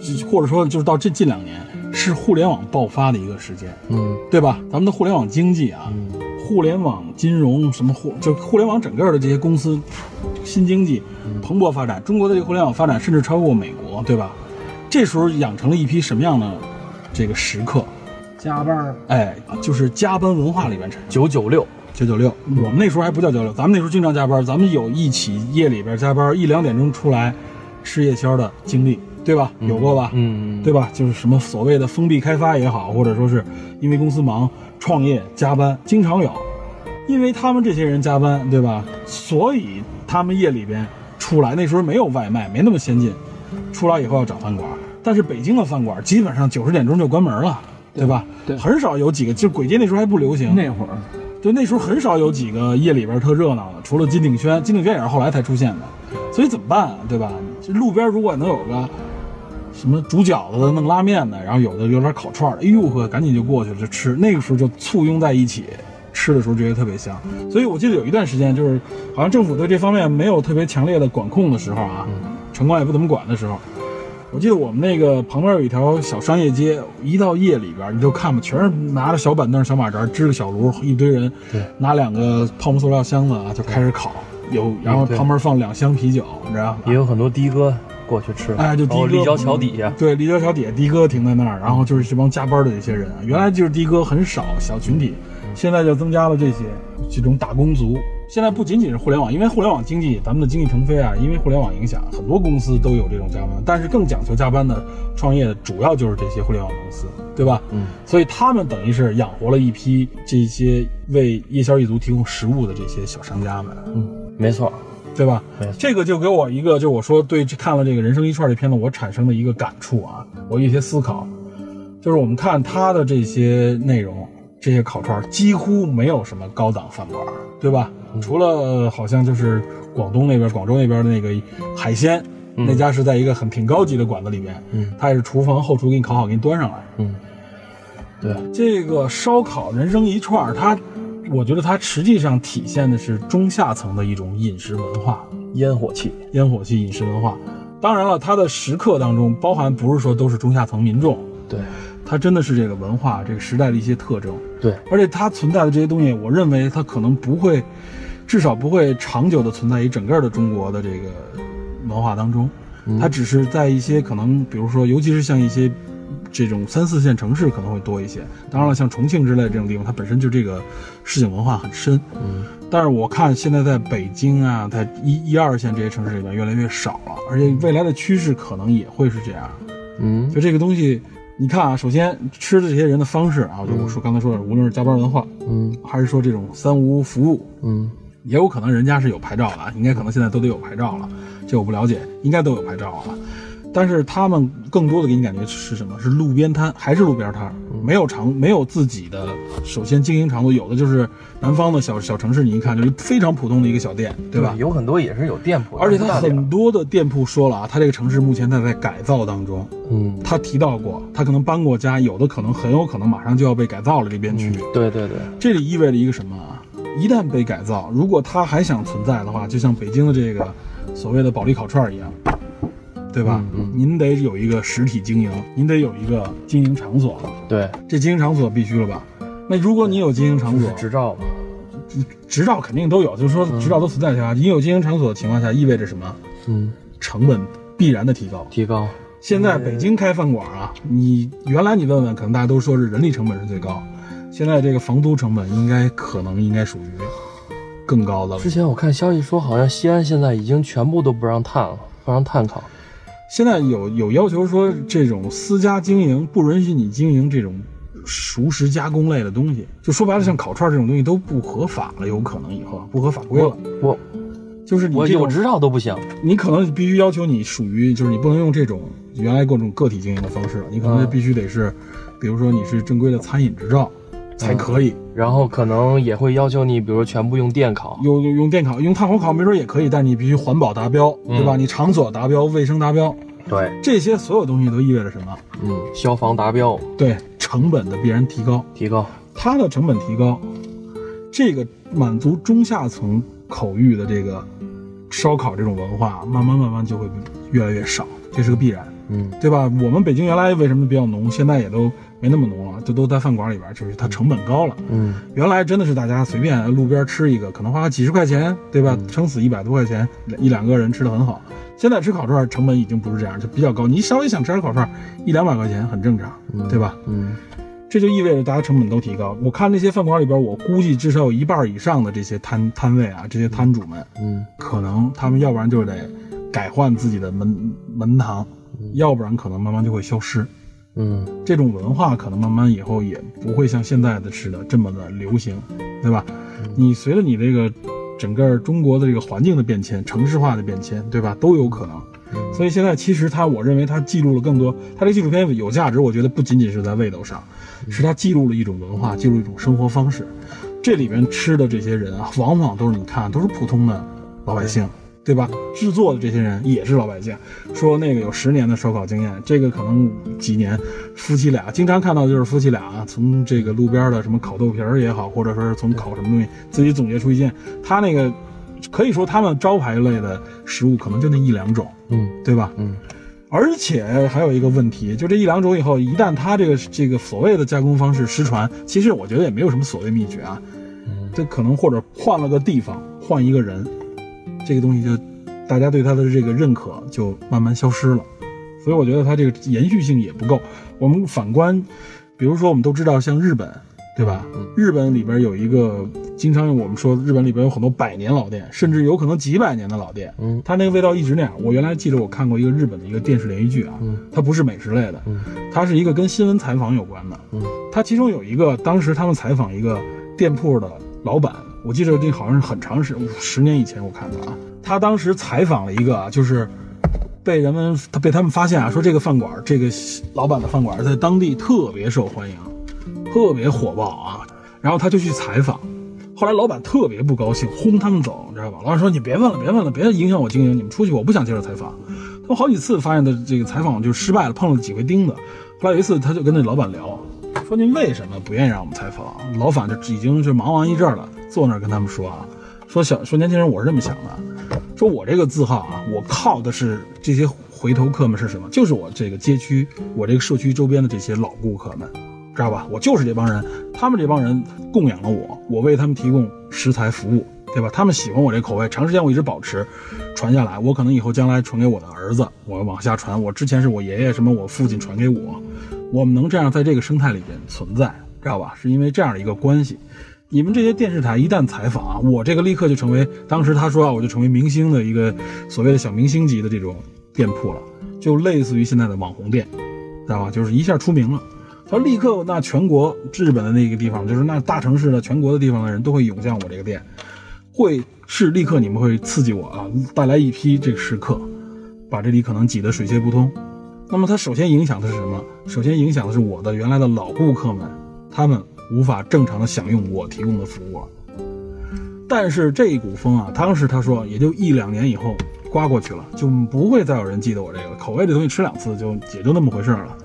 [SPEAKER 2] 这或者说就是到这近两年，是互联网爆发的一个时间。
[SPEAKER 1] 嗯，
[SPEAKER 2] 对吧？咱们的互联网经济啊，互联网金融什么互，就互联网整个的这些公司，新经济
[SPEAKER 1] 嗯
[SPEAKER 2] 蓬勃发展，中国的这个互联网发展甚至超过美国，对吧？这时候养成了一批什么样的这个食客？
[SPEAKER 3] 加班儿
[SPEAKER 2] 哎，就是加班文化里面产生。
[SPEAKER 1] 九九六，
[SPEAKER 2] 九九六，
[SPEAKER 1] 嗯
[SPEAKER 2] 我们那时候还不叫九六，咱们那时候经常加班，咱们有一起夜里边加班一两点钟出来吃夜宵的经历，对吧？有过吧？
[SPEAKER 1] 嗯，
[SPEAKER 2] 对吧？就是什么所谓的封闭开发也好，或者说是因为公司忙创业加班，经常有。因为他们这些人加班，对吧？所以他们夜里边出来，那时候没有外卖，没那么先进，出来以后要找饭馆。但是北京的饭馆基本上九十点钟就关门了，对吧？
[SPEAKER 3] 对
[SPEAKER 2] 很少有几个，就簋街那时候还不流行，
[SPEAKER 3] 那会儿，
[SPEAKER 2] 对，那时候很少有几个夜里边特热闹的，除了金鼎轩，金鼎轩也是后来才出现的，所以怎么办啊？对吧？这路边如果能有个什么煮饺子的、弄拉面的，然后有的有点烤串的，哎呦呵，赶紧就过去了就吃。那个时候就簇拥在一起吃的时候，觉得特别香。所以我记得有一段时间，就是好像政府对这方面没有特别强烈的管控的时候啊，
[SPEAKER 1] 嗯
[SPEAKER 2] 城管也不怎么管的时候，啊我记得我们那个旁边有一条小商业街，一到夜里边，你就看吧，全是拿着小板凳、小马扎，支个小炉，一堆人，
[SPEAKER 1] 对
[SPEAKER 2] 拿两个泡沫塑料箱子啊，就开始烤。有，然后
[SPEAKER 1] 对
[SPEAKER 2] 旁边放两箱啤酒，你知道吗？
[SPEAKER 1] 也有很多的哥过去吃，
[SPEAKER 2] 哎，就的
[SPEAKER 1] 哦
[SPEAKER 2] 哥
[SPEAKER 1] 立交桥底下，
[SPEAKER 2] 对，立交桥底下的哥停在那儿，然后就是这帮加班的这些人啊，原来就是的哥很少小群体，现在就增加了这些这种打工族。现在不仅仅是互联网，因为互联网经济，咱们的经济腾飞啊，因为互联网影响，很多公司都有这种加班，但是更讲求加班的创业的主要就是这些互联网公司，对吧？
[SPEAKER 1] 嗯，
[SPEAKER 2] 所以他们等于是养活了一批这些为夜宵一族提供食物的这些小商家们。
[SPEAKER 1] 嗯，没错，
[SPEAKER 2] 对吧
[SPEAKER 1] 没错？
[SPEAKER 2] 这个就给我一个，就我说对这看了这个《人生一串》这片子，我产生的一个感触啊，我有一些思考，就是我们看他的这些内容，这些烤串儿几乎没有什么高档饭馆儿，对吧？
[SPEAKER 1] 嗯
[SPEAKER 2] 除了呃好像就是广东那边、广州那边的那个海鲜。那家是在一个很挺高级的馆子里面，
[SPEAKER 1] 嗯
[SPEAKER 2] 他也是厨房后厨给你烤好，给你端上来。
[SPEAKER 1] 嗯，对，
[SPEAKER 2] 这个烧烤人生一串儿，它，我觉得它实际上体现的是中下层的一种饮食文化。
[SPEAKER 1] 烟火气，
[SPEAKER 2] 烟火气饮食文化。当然了，它的食客当中包含不是说都是中下层民众，
[SPEAKER 1] 对
[SPEAKER 2] 它真的是这个文化、这个时代的一些特征。
[SPEAKER 1] 对，
[SPEAKER 2] 而且它存在的这些东西，我认为它可能不会，至少不会长久的存在于整个的中国的这个文化当中。它只是在一些可能，比如说，尤其是像一些这种三四线城市可能会多一些。当然了，像重庆之类这种地方，它本身就这个市井文化很深。
[SPEAKER 4] 嗯，
[SPEAKER 2] 但是我看现在在北京啊，在一一二线这些城市里面越来越少了，而且未来的趋势可能也会是这样。
[SPEAKER 1] 嗯
[SPEAKER 2] 就这个东西，你看啊，首先吃的这些人的方式啊，就我说刚才说的，无论是加班文化，
[SPEAKER 1] 嗯
[SPEAKER 2] 还是说这种三无服务，
[SPEAKER 1] 嗯
[SPEAKER 2] 也有可能人家是有牌照的，啊应该可能现在都得有牌照了，这我不了解，应该都有牌照啊。但是他们更多的给你感觉是什么？是路边摊，还是路边摊？
[SPEAKER 1] 嗯
[SPEAKER 2] 没有长，没有自己的，首先经营长度，有的就是南方的小小城市，你一看就是非常普通的一个小店，对吧？
[SPEAKER 1] 有很多也是有店铺的，
[SPEAKER 2] 而且
[SPEAKER 1] 不
[SPEAKER 2] 它
[SPEAKER 1] 大点儿
[SPEAKER 2] 很多的店铺说了啊，它这个城市目前在在改造当中，
[SPEAKER 1] 嗯，
[SPEAKER 2] 他提到过，他可能搬过家，有的可能很有可能马上就要被改造了这边区。
[SPEAKER 1] 对对对，
[SPEAKER 2] 这里意味着一个什么啊？一旦被改造，如果它还想存在的话，就像北京的这个所谓的保利烤串儿一样，对吧？您得有一个实体经营，您得有一个经营场所，
[SPEAKER 1] 对，
[SPEAKER 2] 这经营场所必须了吧？那如果你有经营场所，
[SPEAKER 1] 执照嘛，
[SPEAKER 2] 执照肯定都有，就是说执照都存在的情况下，你有经营场所的情况下，意味着什么？
[SPEAKER 1] 嗯，
[SPEAKER 2] 成本必然的提高。
[SPEAKER 1] 提高，
[SPEAKER 2] 现在北京开饭馆啊，你原来你问问，可能大家都说是人力成本是最高，现在这个房租成本应该可能应该属于更高的了
[SPEAKER 1] 之。前我看消息说，好像西安现在已经全部都不让碳了，不让碳烤。
[SPEAKER 2] 现在有有要求说，这种私家经营不允许你经营这种熟食加工类的东西，就说白了，像烤串这种东西都不合法了，有可能以后不合法规了。
[SPEAKER 1] 我
[SPEAKER 2] 就是你
[SPEAKER 1] 我
[SPEAKER 2] 这
[SPEAKER 1] 有
[SPEAKER 2] 种，
[SPEAKER 1] 执照都不行。
[SPEAKER 2] 你可能必须要求你属于，就是你不能用这种原来各种个体经营的方式了，你可能就
[SPEAKER 1] 嗯
[SPEAKER 2] 必须得是，比如说你是正规的餐饮执照
[SPEAKER 1] 啊
[SPEAKER 2] 才可以。
[SPEAKER 1] 然后可能也会要求你，比如说全部用电烤。
[SPEAKER 2] 用用用电烤、用炭火烤没准也可以，但你必须环保达标，对吧？你场所达标、卫生达标，
[SPEAKER 1] 对，
[SPEAKER 2] 这些所有东西都意味着什么？
[SPEAKER 1] 嗯，消防达标
[SPEAKER 2] 对成本的必然提高，
[SPEAKER 1] 提高，
[SPEAKER 2] 它的成本提高，这个满足中下层口欲的这个烧烤这种文化，慢慢慢慢就会越来越少，这是个必然，
[SPEAKER 1] 嗯，
[SPEAKER 2] 对吧？我们北京原来为什么比较浓，现在也都没那么浓啊了，就都在饭馆里边，就是它成本高了。
[SPEAKER 1] 嗯，
[SPEAKER 2] 原来真的是大家随便路边吃一个，可能花几十块钱，对吧？
[SPEAKER 1] 嗯
[SPEAKER 2] 撑死一百多块钱，一两个人吃的很好。现在吃烤串成本已经不是这样，就比较高。你稍微想吃点烤串，一两百块钱很正常，对吧？
[SPEAKER 1] 嗯，
[SPEAKER 2] 这就意味着大家成本都提高。我看那些饭馆里边，我估计至少有一半以上的这些摊摊位啊，这些摊主们，
[SPEAKER 1] 嗯，
[SPEAKER 2] 可能他们要不然就得改换自己的门门堂，要不然可能慢慢就会消失。
[SPEAKER 1] 嗯，
[SPEAKER 2] 这种文化可能慢慢以后也不会像现在的似的这么的流行，对吧？你随着你这个整个中国的这个环境的变迁、城市化的变迁，对吧？都有可能。所以现在其实它，我认为它记录了更多，它这纪录片有价值，我觉得不仅仅是在味道上，是它记录了一种文化，记录一种生活方式。这里面吃的这些人啊，往往都是你看都是普通的老百姓，对吧？制作的这些人也是老百姓，说那个有十年的烧烤经验，这个可能几年，夫妻俩经常看到就是夫妻俩啊，从这个路边的什么烤豆皮儿也好，或者说是从烤什么东西自己总结出一件，他那个可以说他们招牌类的食物可能就那一两种，
[SPEAKER 1] 嗯，
[SPEAKER 2] 对吧？
[SPEAKER 1] 嗯。
[SPEAKER 2] 而且还有一个问题，就这一两种以后，一旦它这个这个所谓的加工方式失传，其实我觉得也没有什么所谓秘诀啊，
[SPEAKER 1] 嗯
[SPEAKER 2] 这可能或者换了个地方，换一个人，这个东西就大家对它的这个认可就慢慢消失了。所以我觉得它这个延续性也不够。我们反观，比如说我们都知道像日本，对吧？
[SPEAKER 1] 嗯
[SPEAKER 2] 日本里边有一个经常我们说日本里边有很多百年老店，甚至有可能几百年的老店，
[SPEAKER 1] 嗯，
[SPEAKER 2] 它那个味道一直那样。我原来记得我看过一个日本的一个电视连续剧啊，
[SPEAKER 1] 嗯
[SPEAKER 2] 它不是美食类的，
[SPEAKER 1] 嗯
[SPEAKER 2] 它是一个跟新闻采访有关的，
[SPEAKER 1] 嗯，
[SPEAKER 2] 它其中有一个当时他们采访一个店铺的老板，我记得这好像是很长时五十年以前我看的啊，他当时采访了一个啊，就是被人们他被他们发现啊，说这个饭馆这个老板的饭馆在当地特别受欢迎，特别火爆啊，然后他就去采访。后来老板特别不高兴，轰他们走，你知道吧？老板说：“你别问了，别问了，别影响我经营，你们出去，我不想接受采访。”他们好几次发现的这个采访就失败了，碰了几回钉子。后来有一次，他就跟那老板聊，说您为什么不愿意让我们采访？老板就已经是忙完一阵儿了，坐那儿跟他们说啊，说小说年轻人，我是这么想的，说我这个字号啊，我靠的是这些回头客们是什么？就是我这个街区，我这个社区周边的这些老顾客们，知道吧？我就是这帮人，他们这帮人供养了我，我为他们提供食材服务。对吧？他们喜欢我这口味，长时间我一直保持，传下来。我可能以后将来传给我的儿子，我往下传。我之前是我爷爷什么，我父亲传给我，我们能这样在这个生态里边存在，知道吧？是因为这样的一个关系。你们这些电视台一旦采访啊，我这个立刻就成为当时他说啊，我就成为明星的一个所谓的小明星级的这种店铺了，就类似于现在的网红店，知道吧？就是一下出名了。他立刻，那全国日本的那个地方，就是那大城市的全国的地方的人都会涌向我这个店，会是立刻你们会刺激我啊，带来一批这个食客，把这里可能挤得水泄不通。那么它首先影响的是什么？首先影响的是我的原来的老顾客们，他们无法正常的享用我提供的服务了。但是这一股风啊，当时他说也就一两年以后刮过去了，就不会再有人记得我这个了。口味这东西吃两次就也就那么回事儿了。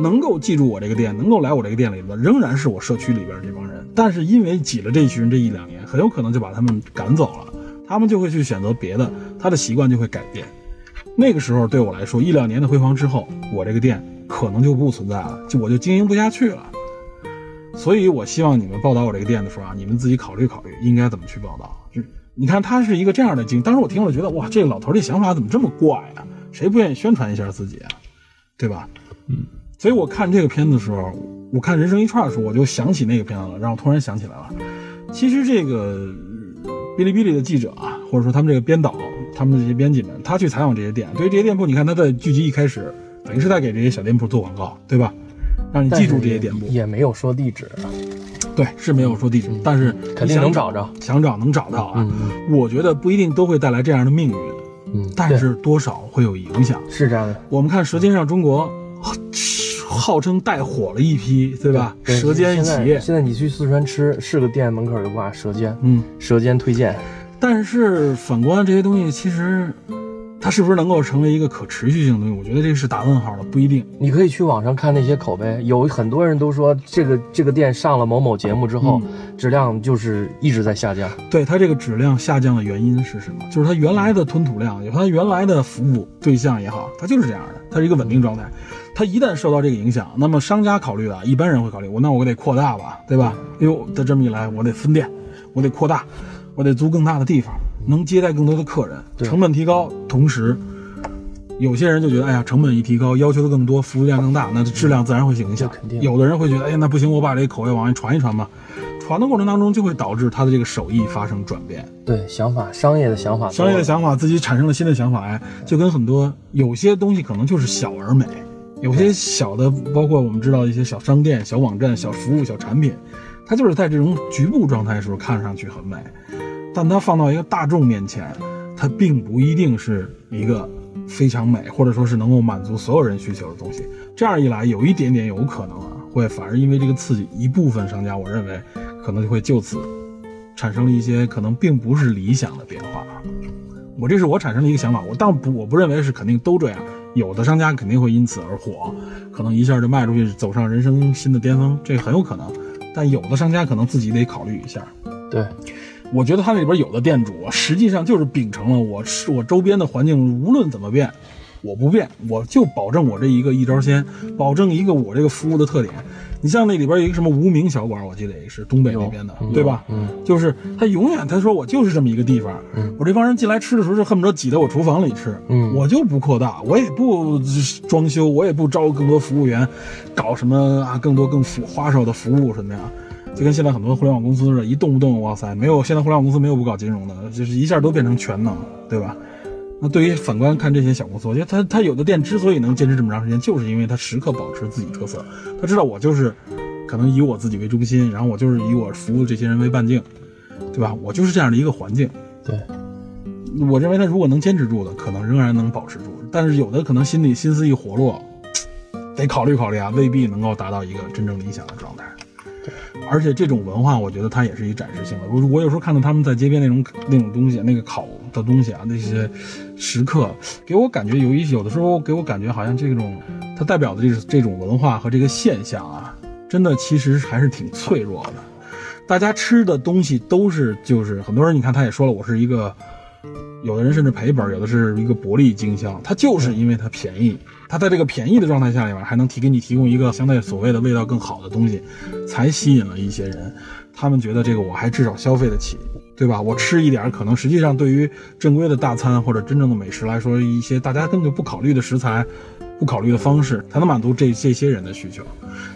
[SPEAKER 2] 能够记住我这个店，能够来我这个店里的，仍然是我社区里边这帮人。但是因为挤了这群人这一两年，很有可能就把他们赶走了，他们就会去选择别的，他的习惯就会改变。那个时候对我来说，一两年的辉煌之后，我这个店可能就不存在了，就我就经营不下去了。所以我希望你们报道我这个店的时候啊，你们自己考虑考虑应该怎么去报道。就是你看他是一个这样的经，当时我听了觉得哇，这老头儿这想法怎么这么怪啊？谁不愿意宣传一下自己啊？对吧？所以我看这个片子的时候，我看《人生一串》的时候，我就想起那个片子了，让我突然想起来了。其实这个呃哔哩哔哩的记者啊，或者说他们这个编导，他们这些编辑们，他去采访这些店，对于这些店铺，你看他在剧集一开始，等于是在给这些小店铺做广告，对吧？让你记住这些店铺，
[SPEAKER 1] 也没有说地址，
[SPEAKER 2] 对，是没有说地址，但是
[SPEAKER 1] 嗯肯定能找着。
[SPEAKER 2] 想找能找到啊。我觉得不一定都会带来这样的命运，
[SPEAKER 1] 嗯
[SPEAKER 2] 但是多少会有影响。
[SPEAKER 1] 是这样的，
[SPEAKER 2] 我们看《舌尖上中国》啊，号称带火了一批，对吧？
[SPEAKER 1] 对
[SPEAKER 2] 舌尖
[SPEAKER 1] 现在
[SPEAKER 2] 企业，
[SPEAKER 1] 现在你去四川吃，是个店门口就挂舌尖，
[SPEAKER 2] 嗯，
[SPEAKER 1] 舌尖推荐，
[SPEAKER 2] 但是反观这些东西，其实它是不是能够成为一个可持续性的东西？我觉得这是打问号的，不一定。
[SPEAKER 1] 你可以去网上看那些口碑，有很多人都说这个这个店上了某某节目之后，质量就是一直在下降。
[SPEAKER 2] 对它这个质量下降的原因是什么？就是它原来的吞吐量，有它原来的服务对象也好，它就是这样的，它是一个稳定状态。它一旦受到这个影响，那么商家考虑的，一般人会考虑，我那我得扩大吧，对吧？哎呦，他这么一来，我得分店，我得扩大，我得租更大的地方，能接待更多的客人，成本提高，同时。有些人就觉得，哎呀，成本一提高，要求的更多，服务量更大，那这质量自然会受影响。
[SPEAKER 1] 嗯肯定
[SPEAKER 2] 有的人会觉得，哎呀，那不行，我把这口味往外传一传吧。传的过程当中，就会导致他的这个手艺发生转变，
[SPEAKER 1] 对，想法商业的想法多了，
[SPEAKER 2] 商业的想法自己产生了新的想法，哎，就跟很多有些东西可能就是小而美，有些小的，包括我们知道的一些小商店、小网站、小服务、小产品，它就是在这种局部状态的时候看上去很美，但它放到一个大众面前，它并不一定是一个非常美，或者说是能够满足所有人需求的东西。这样一来，有一点点有可能啊，会反而因为这个刺激，一部分商家，我认为可能就会就此产生了一些可能并不是理想的变化。啊我这是我产生了一个想法，我当不我不认为是肯定都这样，有的商家肯定会因此而火，可能一下就卖出去，走上人生新的巅峰，这很有可能。但有的商家可能自己得考虑一下。
[SPEAKER 1] 对，
[SPEAKER 2] 我觉得它里边有的店主啊，实际上就是秉承了我是我周边的环境无论怎么变，我不变，我就保证我这一个一招鲜，保证一个我这个服务的特点。你像那里边有一个什么无名小馆，我记得也是东北那边的，对吧？嗯，就是他永远他说我就是这么一个地方，我这帮人进来吃的时候是恨不得挤到我厨房里吃，
[SPEAKER 1] 嗯
[SPEAKER 2] 我就不扩大，我也不装修，我也不招更多服务员，搞什么啊更多更服花哨的服务什么呀。就跟现在很多互联网公司似的，一动不动，哇塞，没有现在互联网公司没有不搞金融的，就是一下都变成全能，对吧？那对于反观看这些小公司，我觉得他他有的店之所以能坚持这么长时间，就是因为他时刻保持自己特色，他知道我就是可能以我自己为中心，然后我就是以我服务这些人为半径，对吧？我就是这样的一个环境。
[SPEAKER 1] 对，
[SPEAKER 2] 我认为他如果能坚持住的，可能仍然能保持住，但是有的可能心里心思一活络，得考虑考虑啊，未必能够达到一个真正理想的状态。而且这种文化，我觉得它也是一展示性的。我我有时候看到他们在街边那种那种东西，那个烤的东西啊，那些食客，给我感觉有一有的时候给我感觉好像这种它代表的这这种文化和这个现象啊，真的其实还是挺脆弱的。大家吃的东西都是就是很多人，你看他也说了，我是一个，有的人甚至赔本，有的是一个薄利经销，它就是因为它便宜，它在这个便宜的状态下里面还能提给你提供一个相对所谓的味道更好的东西，才吸引了一些人，他们觉得这个我还至少消费得起，对吧？我吃一点儿，可能实际上对于正规的大餐或者真正的美食来说，一些大家根本就不考虑的食材，不考虑的方式，才能满足这这些人的需求。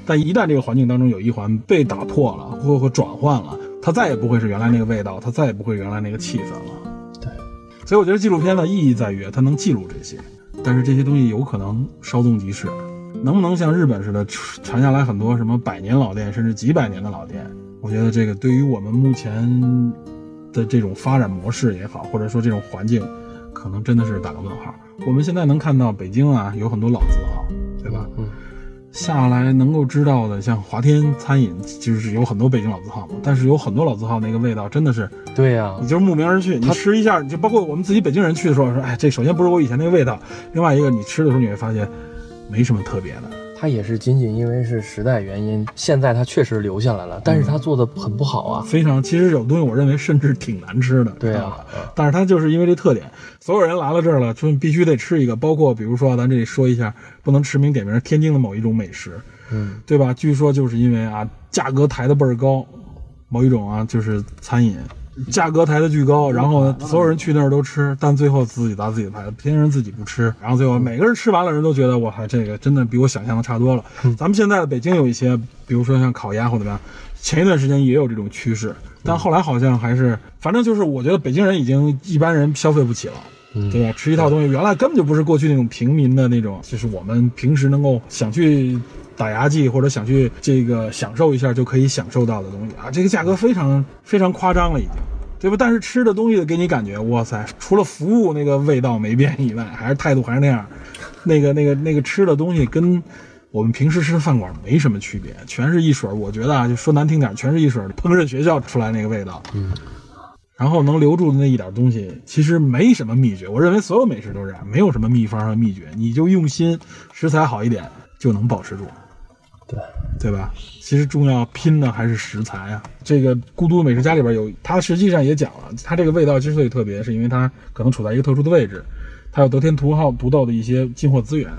[SPEAKER 2] 但一旦这个环境当中有一环被打破了，或或转换了，它再也不会是原来那个味道，它再也不会原来那个气氛了。对，所以我觉得纪录片的意义在于它能记录这些，但是这些东西有可能稍纵即逝。能不能像日本似的传下来很多什么百年老店，甚至几百年的老店？我觉得这个对于我们目前的这种发展模式也好，或者说这种环境，可能真的是打个问号。我们现在能看到北京啊，有很多老字号，对吧？
[SPEAKER 1] 嗯，
[SPEAKER 2] 下来能够知道的，像华天餐饮，就是有很多北京老字号嘛。但是有很多老字号那个味道真的是，
[SPEAKER 1] 对呀
[SPEAKER 2] 你，就是慕名而去，你吃一下，就包括我们自己北京人去的时候说，哎，这首先不是我以前那个味道，另外一个你吃的时候你会发现没什么特别的。
[SPEAKER 1] 它也是仅仅因为是时代原因，现在它确实留下来了，但是它做的很不好啊。
[SPEAKER 2] 非常，其实有东西我认为甚至挺难吃的，
[SPEAKER 1] 对啊
[SPEAKER 2] 知道吧但是它就是因为这特点，所有人来了这儿了，就必须得吃一个。包括比如说，咱这里说一下，不能驰名点名天津的某一种美食，
[SPEAKER 1] 嗯，
[SPEAKER 2] 对吧？据说就是因为啊，价格抬得倍儿高，某一种啊就是餐饮。价格抬得巨高，然后呢，所有人去那儿都吃，但最后自己砸自己的牌子，偏人自己不吃，然后最后每个人吃完了，人都觉得我还这个真的比我想象的差多了。
[SPEAKER 1] 嗯
[SPEAKER 2] 咱们现在的北京有一些，比如说像烤鸭或怎么样，前一段时间也有这种趋势，但后来好像还是，反正就是我觉得北京人已经一般人消费不起了。对吧？吃一套东西，原来根本就不是过去那种平民的那种，就是我们平时能够想去打牙祭或者想去这个享受一下就可以享受到的东西啊，这个价格非常非常夸张了，已经，对吧？但是吃的东西给你感觉，哇塞，除了服务那个味道没变以外，还是态度还是那样，那个那个那个吃的东西跟。我们平时吃的饭馆没什么区别，全是一水儿。我觉得啊，就说难听点，全是一水儿烹饪学校出来那个味道。然后能留住的那一点东西，其实没什么秘诀。我认为所有美食都是这样，没有什么秘方和秘诀，你就用心，食材好一点就能保持住。
[SPEAKER 1] 对，
[SPEAKER 2] 对吧？其实重要拼的还是食材啊。这个《孤独美食家》里边有，它实际上也讲了，它这个味道之所以特别，是因为它可能处在一个特殊的位置，它有得天独厚独到的一些进货资源。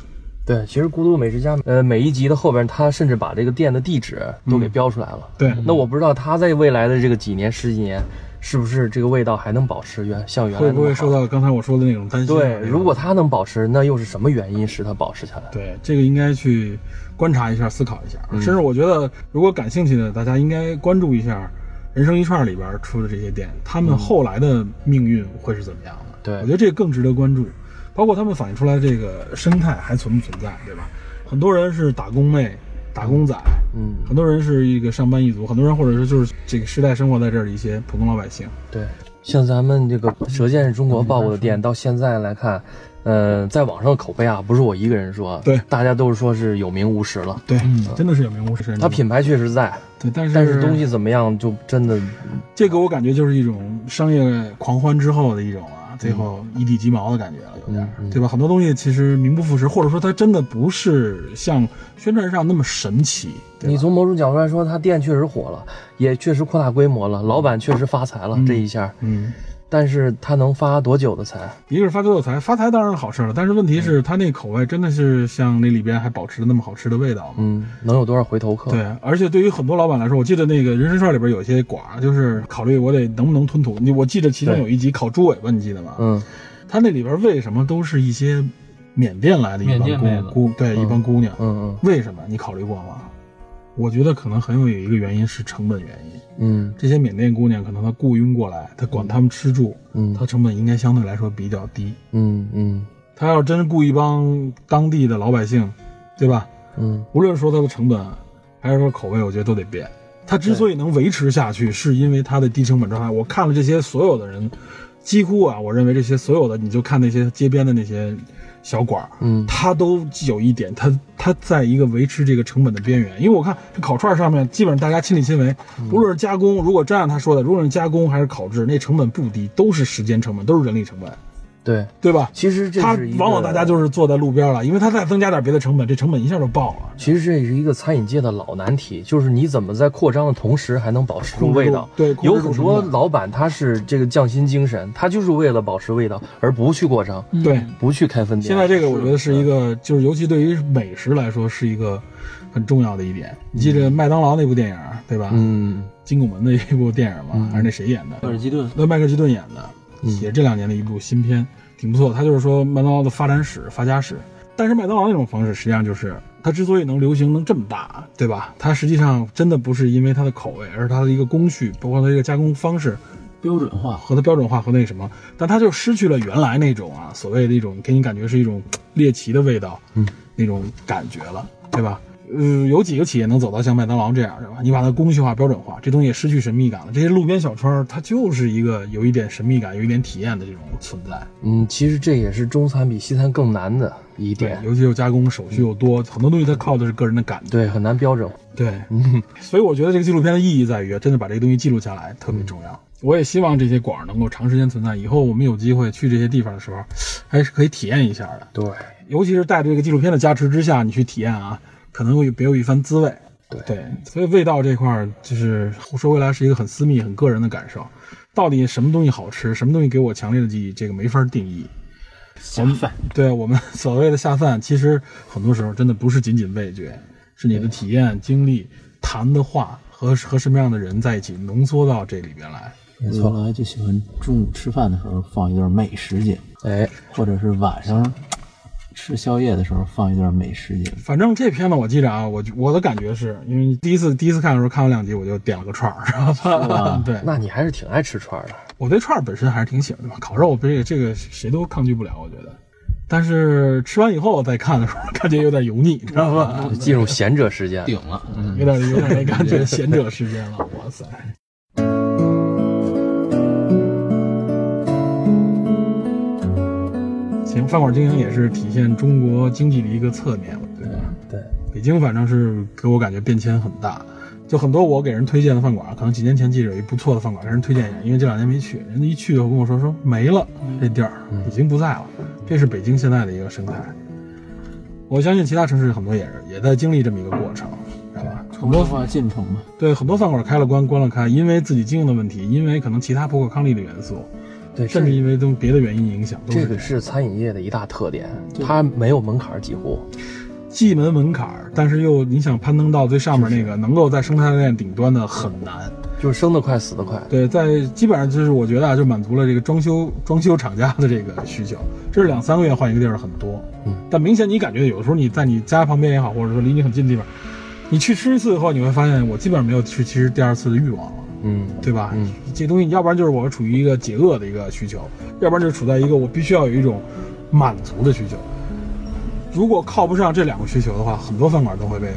[SPEAKER 1] 对，其实《孤独美食家》呃每一集的后边，它甚至把这个店的地址都给标出来了。
[SPEAKER 2] 嗯对，
[SPEAKER 1] 那我不知道它在未来的这个几年、十几年，是不是这个味道还能保持原像原来
[SPEAKER 2] 会
[SPEAKER 1] 那么
[SPEAKER 2] 不
[SPEAKER 1] 好
[SPEAKER 2] 会受到刚才我说的那种担心？
[SPEAKER 1] 对，如果它能保持，那又是什么原因使它保持下来？
[SPEAKER 2] 对，这个应该去观察一下、思考一下。
[SPEAKER 1] 嗯
[SPEAKER 2] 甚至我觉得，如果感兴趣的，大家应该关注一下《人生一串》里边出的这些店，他
[SPEAKER 1] 嗯
[SPEAKER 2] 们后来的命运会是怎么样的？
[SPEAKER 1] 对
[SPEAKER 2] 我觉得这个更值得关注。包括他们反映出来这个生态还存不存在，对吧？很多人是打工妹、打工仔，
[SPEAKER 1] 嗯，
[SPEAKER 2] 很多人是一个上班一族，很多人或者说就是这个时代生活在这儿的一些普通老百姓。
[SPEAKER 1] 对，像咱们这个《舌尖是中国》报过的
[SPEAKER 2] 嗯
[SPEAKER 1] 店，到现在来看，呃，在网上的口碑啊，不是我一个人说，
[SPEAKER 2] 对
[SPEAKER 1] 大家都是说是有名无实了。
[SPEAKER 2] 对，真的是有名无实。
[SPEAKER 1] 它品牌确实在，
[SPEAKER 2] 对，嗯但是
[SPEAKER 1] 但是东西怎么样，就真的
[SPEAKER 2] 这个我感觉就是一种商业狂欢之后的一种
[SPEAKER 1] 嗯
[SPEAKER 2] 啊，最后一地鸡毛的感觉了，有点儿，对吧？很多东西其实名不副实，或者说它真的不是像宣传上那么神奇，对
[SPEAKER 1] 你
[SPEAKER 2] 吧？
[SPEAKER 1] 从某种角度来说，他店确实火了，也确实扩大规模了，老板确实发财了、这一下，
[SPEAKER 2] 嗯，
[SPEAKER 1] 但是他能发多久的财？
[SPEAKER 2] 一个是发多有财，发财当然是好事了，但是问题
[SPEAKER 1] 嗯
[SPEAKER 2] 是它那口味真的是像那里边还保持着那么好吃的味道吗？
[SPEAKER 1] 嗯，能有多少回头客？
[SPEAKER 2] 对，而且对于很多老板来说，我记得那个人参串里边有些寡，就是考虑我得能不能吞吐。你我记得其中
[SPEAKER 1] 对
[SPEAKER 2] 有一集烤猪尾巴，你记得吗？
[SPEAKER 1] 嗯，
[SPEAKER 2] 他那里边为什么都是一些缅甸来的一
[SPEAKER 3] 缅甸妹
[SPEAKER 2] 帮
[SPEAKER 3] 子
[SPEAKER 2] 姑姑，对，一帮姑娘，
[SPEAKER 1] 嗯
[SPEAKER 2] 为什么？你考虑过吗？我觉得可能很有一个原因是成本原因。
[SPEAKER 1] 嗯嗯
[SPEAKER 2] 这些缅甸姑娘可能她雇佣过来，她管他们吃住，
[SPEAKER 1] 嗯
[SPEAKER 2] 她成本应该相对来说比较低。
[SPEAKER 1] 嗯嗯
[SPEAKER 2] 她要真雇一帮当地的老百姓，对吧？
[SPEAKER 1] 嗯，
[SPEAKER 2] 无论说它的成本还是说口味，我觉得都得变。它之所以能维持下去，是因为它的低成本状态。我看了这些所有的人，几乎啊，我认为这些所有的，你就看那些街边的那些小馆儿，
[SPEAKER 1] 嗯
[SPEAKER 2] 它都有一点，它它在一个维持这个成本的边缘。因为我看这烤串上面，基本上大家亲力亲为，无论是加工，如果真按他说的，无论是加工还是烤制，那成本不低，都是时间成本，都是人力成本，
[SPEAKER 1] 对，
[SPEAKER 2] 对吧？
[SPEAKER 1] 其实这
[SPEAKER 2] 他
[SPEAKER 1] 是一个
[SPEAKER 2] 往往大家就是坐在路边了，因为他再增加点别的成本，这成本一下就爆了。
[SPEAKER 1] 其实这是一个餐饮界的老难题，就是你怎么在扩张的同时还能保持住味道。
[SPEAKER 2] 控制住对
[SPEAKER 1] 有
[SPEAKER 2] 控制住
[SPEAKER 1] 很多
[SPEAKER 2] 成本
[SPEAKER 1] 老板他是这个匠心精神，他就是为了保持味道而不去扩张，
[SPEAKER 2] 对，
[SPEAKER 1] 不去开分店。
[SPEAKER 2] 嗯现在这个我觉得是一个，就是尤其对于美食来说是一个很重要的一点。你记得麦当劳那部电影儿对吧？，
[SPEAKER 1] 嗯
[SPEAKER 2] 金拱门的一部电影嘛，还是那谁演的？
[SPEAKER 3] 尔基顿
[SPEAKER 2] 那迈克尔基顿演
[SPEAKER 1] 嗯
[SPEAKER 2] 的，也是这两年的一部新片，挺不错。他就是说麦当劳的发展史、发家史。但是麦当劳那种方式，实际上就是它之所以能流行能这么大，对吧？它实际上真的不是因为它的口味，而是它的一个工序，包括它一个加工方式
[SPEAKER 3] 标准化，
[SPEAKER 2] 和它标准化和那什么，但它就失去了原来那种啊所谓的一种给你感觉是一种猎奇的味道，嗯，那种感觉了，对吧？呃，有几个企业能走到像麦当劳这样，对吧？你把它工序化、标准化，这东西也失去神秘感了。这些路边小摊儿，它就是一个有一点神秘感、有一点体验的这种存在。
[SPEAKER 1] 嗯，其实这也是中餐比西餐更难的一
[SPEAKER 2] 对
[SPEAKER 1] 点，，
[SPEAKER 2] 尤其又加工手续又多，很多东西它靠的是个人的感觉。
[SPEAKER 1] 对，很难标准。
[SPEAKER 2] 对， 所以我觉得这个纪录片的意义在于，真的把这个东西记录下来特别重要。我也希望这些馆儿能够长时间存在，以后我们有机会去这些地方的时候，还是可以体验一下的。
[SPEAKER 1] 对，
[SPEAKER 2] 尤其是带着这个纪录片的加持之下，你去体验啊，可能会别有一番滋味。
[SPEAKER 1] 对
[SPEAKER 2] 所以味道这块儿就是说回来是一个很私密、很个人的感受。到底什么东西好吃，什么东西给我强烈的记忆，这个没法定义。
[SPEAKER 3] 下饭。
[SPEAKER 2] 对我们所谓的下饭，其实很多时候真的不是仅仅味觉，是你的体验、经历、谈的话和和什么样的人在一起，浓缩到这里边来。
[SPEAKER 3] 没错，来就喜欢中午吃饭的时候放一段美食节目，
[SPEAKER 1] 哎，
[SPEAKER 3] 或者是晚上吃宵夜的时候放一段美食节目。
[SPEAKER 2] 反正这片子我记着啊，我就我的感觉是因为第一次第一次看的时候看完两集，我就点了个串儿，知 道吧？对，
[SPEAKER 1] 那你还是挺爱吃串儿的。
[SPEAKER 2] 我对串儿本身还是挺喜欢的嘛，烤肉我这个这个谁都抗拒不了，我觉得。但是吃完以后再看的时候，感觉有点油腻，知道吧？
[SPEAKER 1] 进入贤者时间，
[SPEAKER 4] 顶了。
[SPEAKER 2] 有点有点那感觉，贤者时间了，哇塞！行，饭馆经营也是体现中国经济的一个侧面，对吧？
[SPEAKER 1] 对，
[SPEAKER 2] 北京反正是给我感觉变迁很大，就很多我给人推荐的饭馆，可能几年前记得有一不错的饭馆，跟人推荐一下，因为这两年没去，人家一去就跟我说说没了，这地儿
[SPEAKER 1] 嗯
[SPEAKER 2] 已经不在了，这是北京现在的一个生态。我相信其他城市很多也是也在经历这么一个过程，知道吧？
[SPEAKER 3] 城市化进程嘛，
[SPEAKER 2] 对，很多饭馆开了关，关了开，因为自己经营的问题，因为可能其他包括康利的元素，
[SPEAKER 1] 对，
[SPEAKER 2] 甚至因为都别的原因影响，都
[SPEAKER 1] 这
[SPEAKER 2] 是
[SPEAKER 1] 个
[SPEAKER 2] 样
[SPEAKER 1] 是餐饮业的一大特点，它没有门槛儿，几乎
[SPEAKER 2] 既门门槛儿，但是又你想攀登到最上面那个能够在生态链顶端的很难。
[SPEAKER 1] 就是生得快，死得快。
[SPEAKER 2] 对，在基本上就是我觉得啊，就满足了这个装修装修厂家的这个需求，这是两三个月换一个地儿很多。
[SPEAKER 1] 嗯，
[SPEAKER 2] 但明显你感觉有的时候你在你家旁边也好，或者说离你很近的地方，你去吃一次以后，你会发现我基本上没有去其实第二次的欲望了。
[SPEAKER 1] 嗯，
[SPEAKER 2] 对吧？
[SPEAKER 1] 嗯，
[SPEAKER 2] 这东西要不然就是我处于一个解饿的一个需求，要不然就是处在一个我必须要有一种满足的需求。如果靠不上这两个需求的话，很多饭馆都会被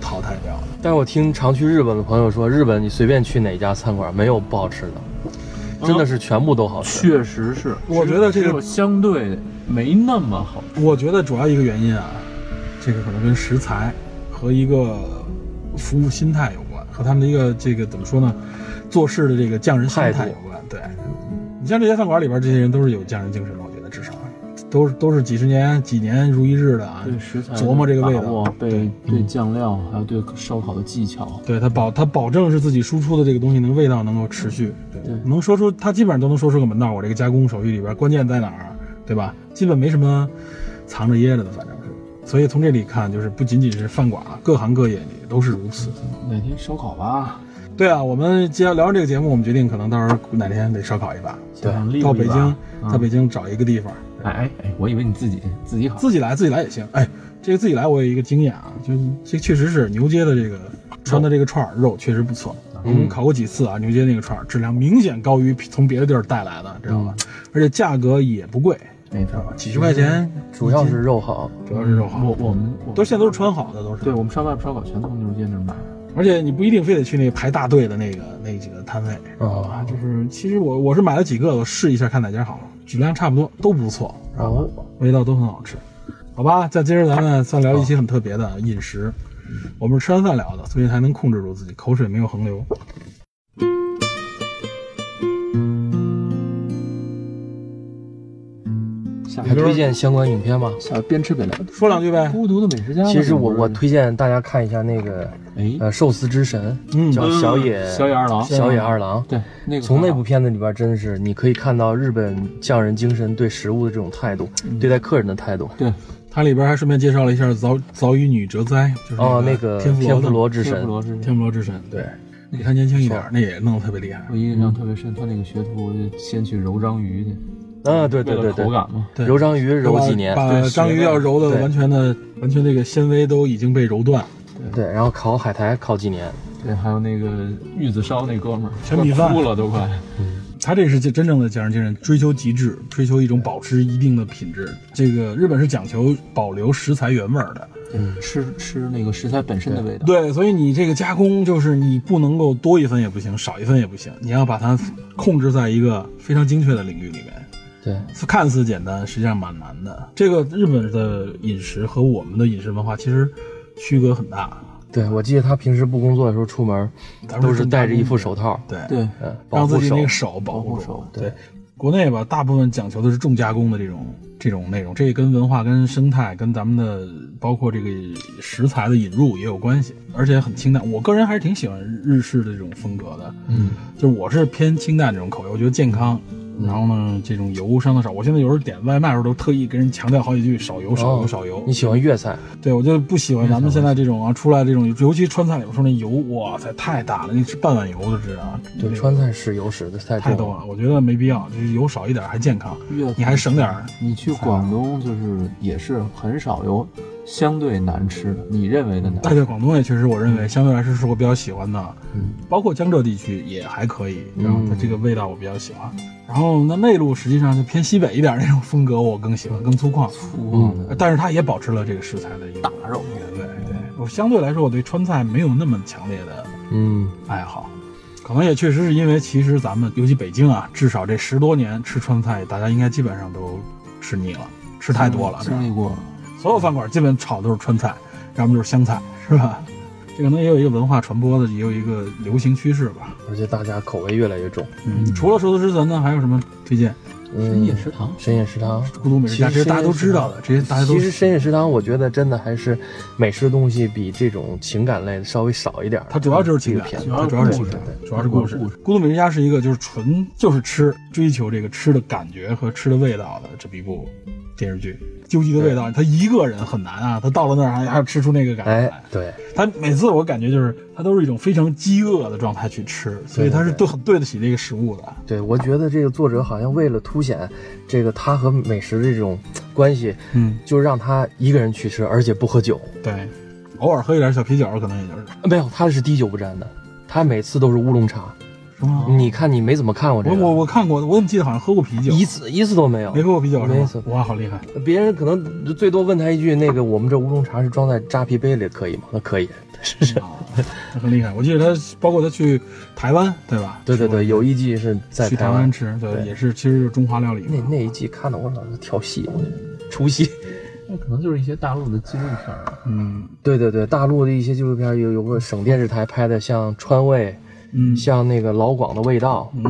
[SPEAKER 2] 淘汰掉的。
[SPEAKER 1] 但是我听常去日本的朋友说，日本你随便去哪家餐馆，没有不好吃的，真的是全部都好吃。
[SPEAKER 3] 确实是。
[SPEAKER 2] 我觉得这个
[SPEAKER 3] 只有相对没那么好，
[SPEAKER 2] 我觉得主要一个原因啊，这个可能跟食材和一个服务心态有关，和他们的一个这个怎么说呢，做事的这个匠人心态
[SPEAKER 1] 态度
[SPEAKER 2] 有关。对，你像这些饭馆里边这些人都是有匠人精神的，我觉得至少啊都是都是几十年几年如一日的啊，
[SPEAKER 3] 对食材的
[SPEAKER 2] 琢磨这个味
[SPEAKER 3] 把
[SPEAKER 2] 道
[SPEAKER 3] 握，对嗯对酱料，还有对烧烤的技巧，
[SPEAKER 2] 对他保他保证是自己输出的这个东西能味道能够持续，对，
[SPEAKER 3] 对
[SPEAKER 2] 能说出他基本上都能说出个门道。我这个加工手续里边关键在哪儿，对吧？基本没什么藏着掖着的，反正是。所以从这里看，就是不仅仅是饭馆了，各行各业也都是如此。
[SPEAKER 3] 哪天烧烤吧，
[SPEAKER 2] 对啊，我们接聊完这个节目，我们决定可能到时候哪天得烧烤一把，
[SPEAKER 1] 对
[SPEAKER 3] 想利
[SPEAKER 2] 到
[SPEAKER 3] 用
[SPEAKER 2] 北
[SPEAKER 3] 一把
[SPEAKER 2] 京，
[SPEAKER 3] 嗯
[SPEAKER 2] 到北京找一个地方，
[SPEAKER 3] 哎哎哎，我以为你自己自己烤，
[SPEAKER 2] 啊自己来自己来也行。哎，这个自己来我有一个经验啊，就是这确实是牛街的这个穿的这个串儿肉确实不错。
[SPEAKER 3] 嗯
[SPEAKER 2] 我们烤过几次啊，牛街那个串儿质量明显高于从别的地儿带来的，知道吧？而且价格也不贵，
[SPEAKER 3] 嗯没
[SPEAKER 2] 知道
[SPEAKER 3] 错。
[SPEAKER 2] 吧？
[SPEAKER 3] 嗯
[SPEAKER 2] 几十块钱，
[SPEAKER 1] 主要是肉好，
[SPEAKER 2] 主要是肉好
[SPEAKER 3] 我，我们我们
[SPEAKER 2] 都现在都是穿好的，都是。
[SPEAKER 3] 对我们烧烤烧烤全从牛街那儿买的。
[SPEAKER 2] 而且你不一定非得去那个排大队的那个那几个摊位，知道
[SPEAKER 1] 嗯
[SPEAKER 2] 吧？就是其实我我是买了几个，我试一下看哪家好，质量差不多，都不错，
[SPEAKER 1] 然后
[SPEAKER 2] 味道都很好吃。好吧，在今儿咱们算聊一期很特别的饮食，我们是吃完饭聊的，所以还能控制住自己，口水没有横流。
[SPEAKER 3] 下
[SPEAKER 1] 还推荐相关影片吗？
[SPEAKER 3] 下边吃边聊，
[SPEAKER 2] 说两句呗，
[SPEAKER 3] 孤独的美食家吧。
[SPEAKER 1] 其实我
[SPEAKER 3] 这
[SPEAKER 1] 我
[SPEAKER 3] 不是
[SPEAKER 1] 推荐大家看一下那个
[SPEAKER 3] 哎
[SPEAKER 1] 呃《寿司之神
[SPEAKER 2] 嗯》，
[SPEAKER 1] 叫小野
[SPEAKER 3] 小野二郎，
[SPEAKER 1] 小野二郎。
[SPEAKER 3] 对那个
[SPEAKER 1] 从那
[SPEAKER 3] 很好
[SPEAKER 1] 部片子里边，真的是你可以看到日本匠人精神对食物的这种态度，对待客人的态度。
[SPEAKER 3] 对
[SPEAKER 2] 它里边还顺便介绍了一下早早羽女哲哉，就是
[SPEAKER 1] 哦，那个
[SPEAKER 2] 天妇
[SPEAKER 1] 天
[SPEAKER 2] 罗的
[SPEAKER 1] 妇罗之
[SPEAKER 3] 天
[SPEAKER 1] 神啊
[SPEAKER 3] 妇，罗是
[SPEAKER 2] 天妇罗之神，对，比他年轻一点，那也弄得特别厉害
[SPEAKER 3] 我。印象特别深，他那个学徒先去揉章鱼去，
[SPEAKER 1] 啊，对对
[SPEAKER 3] 为
[SPEAKER 1] 对
[SPEAKER 3] 了
[SPEAKER 1] 对
[SPEAKER 3] 口，感嘛。
[SPEAKER 2] 对
[SPEAKER 1] 揉章鱼揉几年，
[SPEAKER 2] 把把
[SPEAKER 1] 对
[SPEAKER 2] 章鱼要揉的
[SPEAKER 1] 对
[SPEAKER 2] 完全的完全那个纤维都已经被揉断，
[SPEAKER 1] 对，然后烤海苔烤几年，
[SPEAKER 3] 对，还有那个玉子烧那哥们儿，
[SPEAKER 2] 全米饭
[SPEAKER 3] 快哭了都快。
[SPEAKER 2] 他这是真正的匠人精神，追求极致，追求一种保持一定的品质。这个日本是讲求保留食材原味儿的，
[SPEAKER 3] 吃吃那个食材本身的味道。
[SPEAKER 2] 对，所以你这个加工就是你不能够多一分也不行，少一分也不行，你要把它控制在一个非常精确的领域里面。
[SPEAKER 1] 对，
[SPEAKER 2] 看似简单，实际上蛮难的。这个日本的饮食和我们的饮食文化其实区隔很大，
[SPEAKER 1] 对，我记得他平时不工作的时候出门，
[SPEAKER 2] 咱们
[SPEAKER 1] 都是戴着一副手套，
[SPEAKER 2] 对，
[SPEAKER 3] 对
[SPEAKER 1] 嗯，保
[SPEAKER 2] 让自
[SPEAKER 1] 护
[SPEAKER 2] 己
[SPEAKER 1] 手
[SPEAKER 2] 那个。手保
[SPEAKER 3] 护
[SPEAKER 2] 护
[SPEAKER 3] 手
[SPEAKER 2] 对，国内吧，大部分讲求的是重加工的这种这种内容，这跟文化、跟生态、跟咱们的包括这个食材的引入也有关系，而且很清淡。我个人还是挺喜欢日式的这种风格的，嗯，就是我是偏清淡这种口味，我觉得健康。然后呢，这种油伤的少。我现在有时候点外卖的时候都特意跟人强调好几句少油、少油、
[SPEAKER 1] 哦
[SPEAKER 2] 少油。
[SPEAKER 1] 你喜欢粤菜？
[SPEAKER 2] 对，我就不喜欢咱们现在这种啊，出来这种，尤其川菜里边说那油，哇塞，太大了，那是半碗油都知道啊。
[SPEAKER 1] 对，
[SPEAKER 2] 那
[SPEAKER 1] 川菜是油使的太
[SPEAKER 2] 太
[SPEAKER 1] 重
[SPEAKER 2] 多了，我觉得没必要，就是油少一点还健康
[SPEAKER 3] 越多，
[SPEAKER 2] 你还省点儿。
[SPEAKER 3] 你去广东就是也是很少有相对难吃的，你认为的难
[SPEAKER 2] 但在广东也确实，我认为相对来说是我比较喜欢的，包括江浙地区也还可以，然后它这个味道我比较喜欢。然后那内陆实际上就偏西北一点那种风格，我更喜欢，更粗犷，嗯
[SPEAKER 3] 吃的。
[SPEAKER 2] 但是它也保持了这个食材的一个大肉原味。对我相对来说，我对川菜没有那么强烈的
[SPEAKER 1] 嗯，
[SPEAKER 2] 爱好。可能也确实是因为，其实咱们尤其北京啊，至少这十多年吃川菜，大家应该基本上都吃腻了，吃太多了。这
[SPEAKER 3] 经历过
[SPEAKER 2] 所有饭馆基本炒的都是川菜，要么就是湘菜，是吧？这可能也有一个文化传播的，也有一个流行趋势吧。
[SPEAKER 1] 而且大家口味越来越重。
[SPEAKER 2] 嗯，除了寿司之神呢，还有什么推荐？
[SPEAKER 3] 深
[SPEAKER 1] 嗯
[SPEAKER 3] 夜，食堂，
[SPEAKER 1] 深夜食堂。
[SPEAKER 2] 孤独美食家，这
[SPEAKER 1] 其实
[SPEAKER 2] 些大家都知道的，这些大家都
[SPEAKER 1] 其实深夜食堂，我觉得真的还是美食的东西比这种情感类的稍微少一点儿。
[SPEAKER 2] 它主要就是情感
[SPEAKER 1] 这个，片
[SPEAKER 2] 它
[SPEAKER 1] 子
[SPEAKER 2] 主要是
[SPEAKER 1] 对
[SPEAKER 2] 情感
[SPEAKER 1] 对对，
[SPEAKER 2] 主要是故事。孤独美食家是一个就是纯就是吃，追求这个吃的感觉和吃的味道的这么一部电视剧。究极的味道，他一个人很难啊，他到了那儿还还要吃出那个感觉来
[SPEAKER 1] 哎。，对，
[SPEAKER 2] 他每次我感觉就是他都是一种非常饥饿的状态去吃，所以他是
[SPEAKER 1] 对
[SPEAKER 2] 对很对得起这个食物的。
[SPEAKER 1] 对，我觉得这个作者好像为了凸显这个他和美食这种关系，
[SPEAKER 2] 嗯，
[SPEAKER 1] 就让他一个人去吃，而且不喝酒。
[SPEAKER 2] 对，偶尔喝一点小啤酒，可能也就是
[SPEAKER 1] 没有，他是滴酒不沾的，他每次都是乌龙茶。
[SPEAKER 2] 是吗？
[SPEAKER 1] 你看，你没怎么看过这
[SPEAKER 2] 我
[SPEAKER 1] 个，
[SPEAKER 2] 我我看过，我怎么记得好像喝过啤酒？
[SPEAKER 1] 一次一次都没有
[SPEAKER 2] 没。喝过啤酒
[SPEAKER 1] 没意
[SPEAKER 2] 是
[SPEAKER 1] 思
[SPEAKER 2] 吗？哇，好厉害！
[SPEAKER 1] 别人可能最多问他一句：“那个，我们这乌龙茶是装在扎啤杯里，可以吗？”那可以，是是。
[SPEAKER 2] 啊，他很厉害。我记得他，包括他去台湾，对吧？
[SPEAKER 1] 对对对，
[SPEAKER 2] 是吧
[SPEAKER 1] 有一季是在
[SPEAKER 2] 去
[SPEAKER 1] 台
[SPEAKER 2] 台
[SPEAKER 1] 湾
[SPEAKER 2] 湾。吃，对，
[SPEAKER 1] 对
[SPEAKER 2] 也是其实就是中华料理
[SPEAKER 1] 那
[SPEAKER 2] 嘛。
[SPEAKER 1] 那一季看的我老是调戏，我就出戏。
[SPEAKER 3] 那可能就是一些大陆的纪录片儿。
[SPEAKER 2] 嗯
[SPEAKER 1] 对对对，大陆的一些纪录片有有个省电视台拍的，像川味，
[SPEAKER 2] 嗯
[SPEAKER 1] 像那个老广的味道，
[SPEAKER 2] 嗯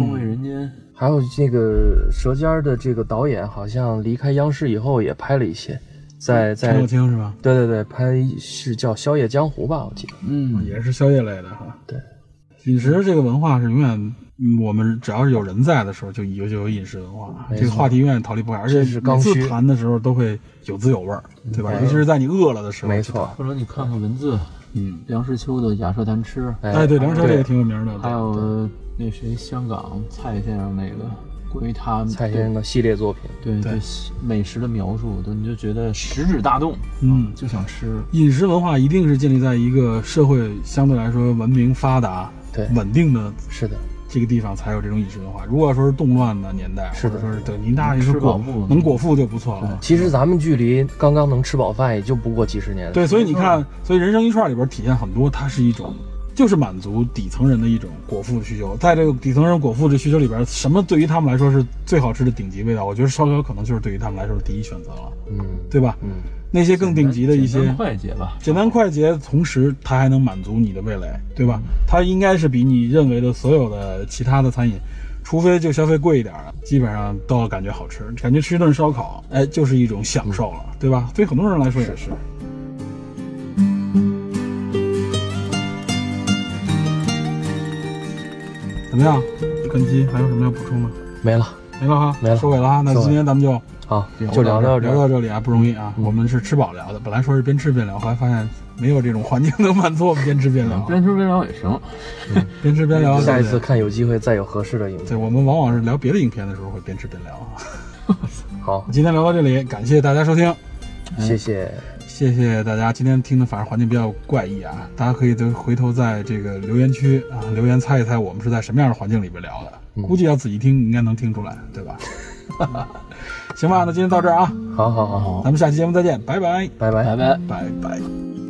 [SPEAKER 3] 风味
[SPEAKER 2] 嗯，
[SPEAKER 3] 人间，
[SPEAKER 1] 还有这个《舌尖》的这个导演，好像离开央视以后也拍了一些，在
[SPEAKER 2] 陈
[SPEAKER 1] 在
[SPEAKER 2] 友清是吧？
[SPEAKER 1] 对对对，拍是叫《宵夜江湖》吧，我记得。
[SPEAKER 3] 嗯，
[SPEAKER 2] 也是宵夜类的哈。
[SPEAKER 1] 对，
[SPEAKER 2] 饮食这个文化是永远，嗯我们只要是有人在的时候，就有就有饮食文化，
[SPEAKER 1] 没
[SPEAKER 2] 这个
[SPEAKER 1] 错
[SPEAKER 2] 话题永远逃离不开，而且
[SPEAKER 1] 这是
[SPEAKER 2] 每
[SPEAKER 1] 刚
[SPEAKER 2] 次
[SPEAKER 1] 需
[SPEAKER 2] 谈的时候都会有滋有味儿，对吧？尤其是在你饿了的时候，
[SPEAKER 1] 没错，
[SPEAKER 3] 或者你看看文字，
[SPEAKER 2] 嗯，
[SPEAKER 3] 梁实秋的《雅舍谈吃》，
[SPEAKER 2] 哎，对，梁朝这也挺有名的，
[SPEAKER 1] 啊
[SPEAKER 3] 还有那谁香港蔡先生那个关于他
[SPEAKER 1] 蔡先生的系列作品，
[SPEAKER 3] 对
[SPEAKER 2] 对
[SPEAKER 3] 对西美食的描述，对你就觉得食指大动，
[SPEAKER 2] 嗯
[SPEAKER 3] 就想吃。
[SPEAKER 2] 饮食文化一定是建立在一个社会相对来说文明发达、
[SPEAKER 1] 对
[SPEAKER 2] 稳定的
[SPEAKER 1] 是的，
[SPEAKER 2] 这个地方才有这种饮食文化。如果说是动乱的年代，
[SPEAKER 1] 是的
[SPEAKER 2] 或者说是对您大爷说
[SPEAKER 3] 吃饱
[SPEAKER 2] 果
[SPEAKER 3] 不
[SPEAKER 2] 能果腹就不错了。
[SPEAKER 1] 其实咱们距离刚刚能吃饱饭也就不过几十年。
[SPEAKER 2] 对，所以你看，所以人生一串里边体现很多，它是一种。就是满足底层人的一种果腹需求，在这个底层人果腹这需求里边，什么对于他们来说是最好吃的顶级味道？我觉得烧烤可能就是对于他们来说是第一选择了，
[SPEAKER 1] 嗯
[SPEAKER 2] 对吧？
[SPEAKER 1] 嗯，
[SPEAKER 2] 那些更顶级的一些
[SPEAKER 3] 简单快捷吧，
[SPEAKER 2] 简单快捷，同时它还能满足你的味蕾，对吧？它应该是比你认为的所有的其他的餐饮，除非就消费贵一点的，基本上都要感觉好吃，感觉吃一顿烧烤，哎，就是一种享受了，对吧？对很多人来说也是。怎么样，根基还有什么要补充的？
[SPEAKER 1] 没了。
[SPEAKER 2] 没了哈，
[SPEAKER 1] 没了
[SPEAKER 2] 收尾了哈。那
[SPEAKER 1] 收尾
[SPEAKER 2] 今天咱们就
[SPEAKER 1] 好，就聊
[SPEAKER 2] 到
[SPEAKER 1] 到
[SPEAKER 2] 这
[SPEAKER 1] 这
[SPEAKER 2] 儿
[SPEAKER 1] 儿
[SPEAKER 2] 聊。到这里啊，不容易啊。我们是吃饱聊的，本来说是边吃边聊，后来发现没有这种环境能满足我们边吃边聊，啊
[SPEAKER 3] 边吃边聊也行。
[SPEAKER 2] 边吃边聊。
[SPEAKER 1] 下一次
[SPEAKER 2] 对不对
[SPEAKER 1] 看有机嗯会再有合适的影
[SPEAKER 2] 对，
[SPEAKER 1] 片。
[SPEAKER 2] 我们往往是聊别的影片的时候会边吃边聊啊。
[SPEAKER 1] 好，
[SPEAKER 2] 今天聊到这里，感谢大家收听。
[SPEAKER 1] 谢谢。
[SPEAKER 2] 谢谢大家，今天听的反正环境比较怪异啊，大家可以都回头在这个留言区啊留言猜一猜我们是在什么样的环境里边聊
[SPEAKER 1] 嗯
[SPEAKER 2] 的，估计要仔细听应该能听出来，对吧？ 行吧，那今天到这儿啊，
[SPEAKER 1] 好好好好，
[SPEAKER 2] 咱们下期节目再见，拜拜，
[SPEAKER 1] 拜拜
[SPEAKER 3] 拜。拜。
[SPEAKER 2] 拜拜。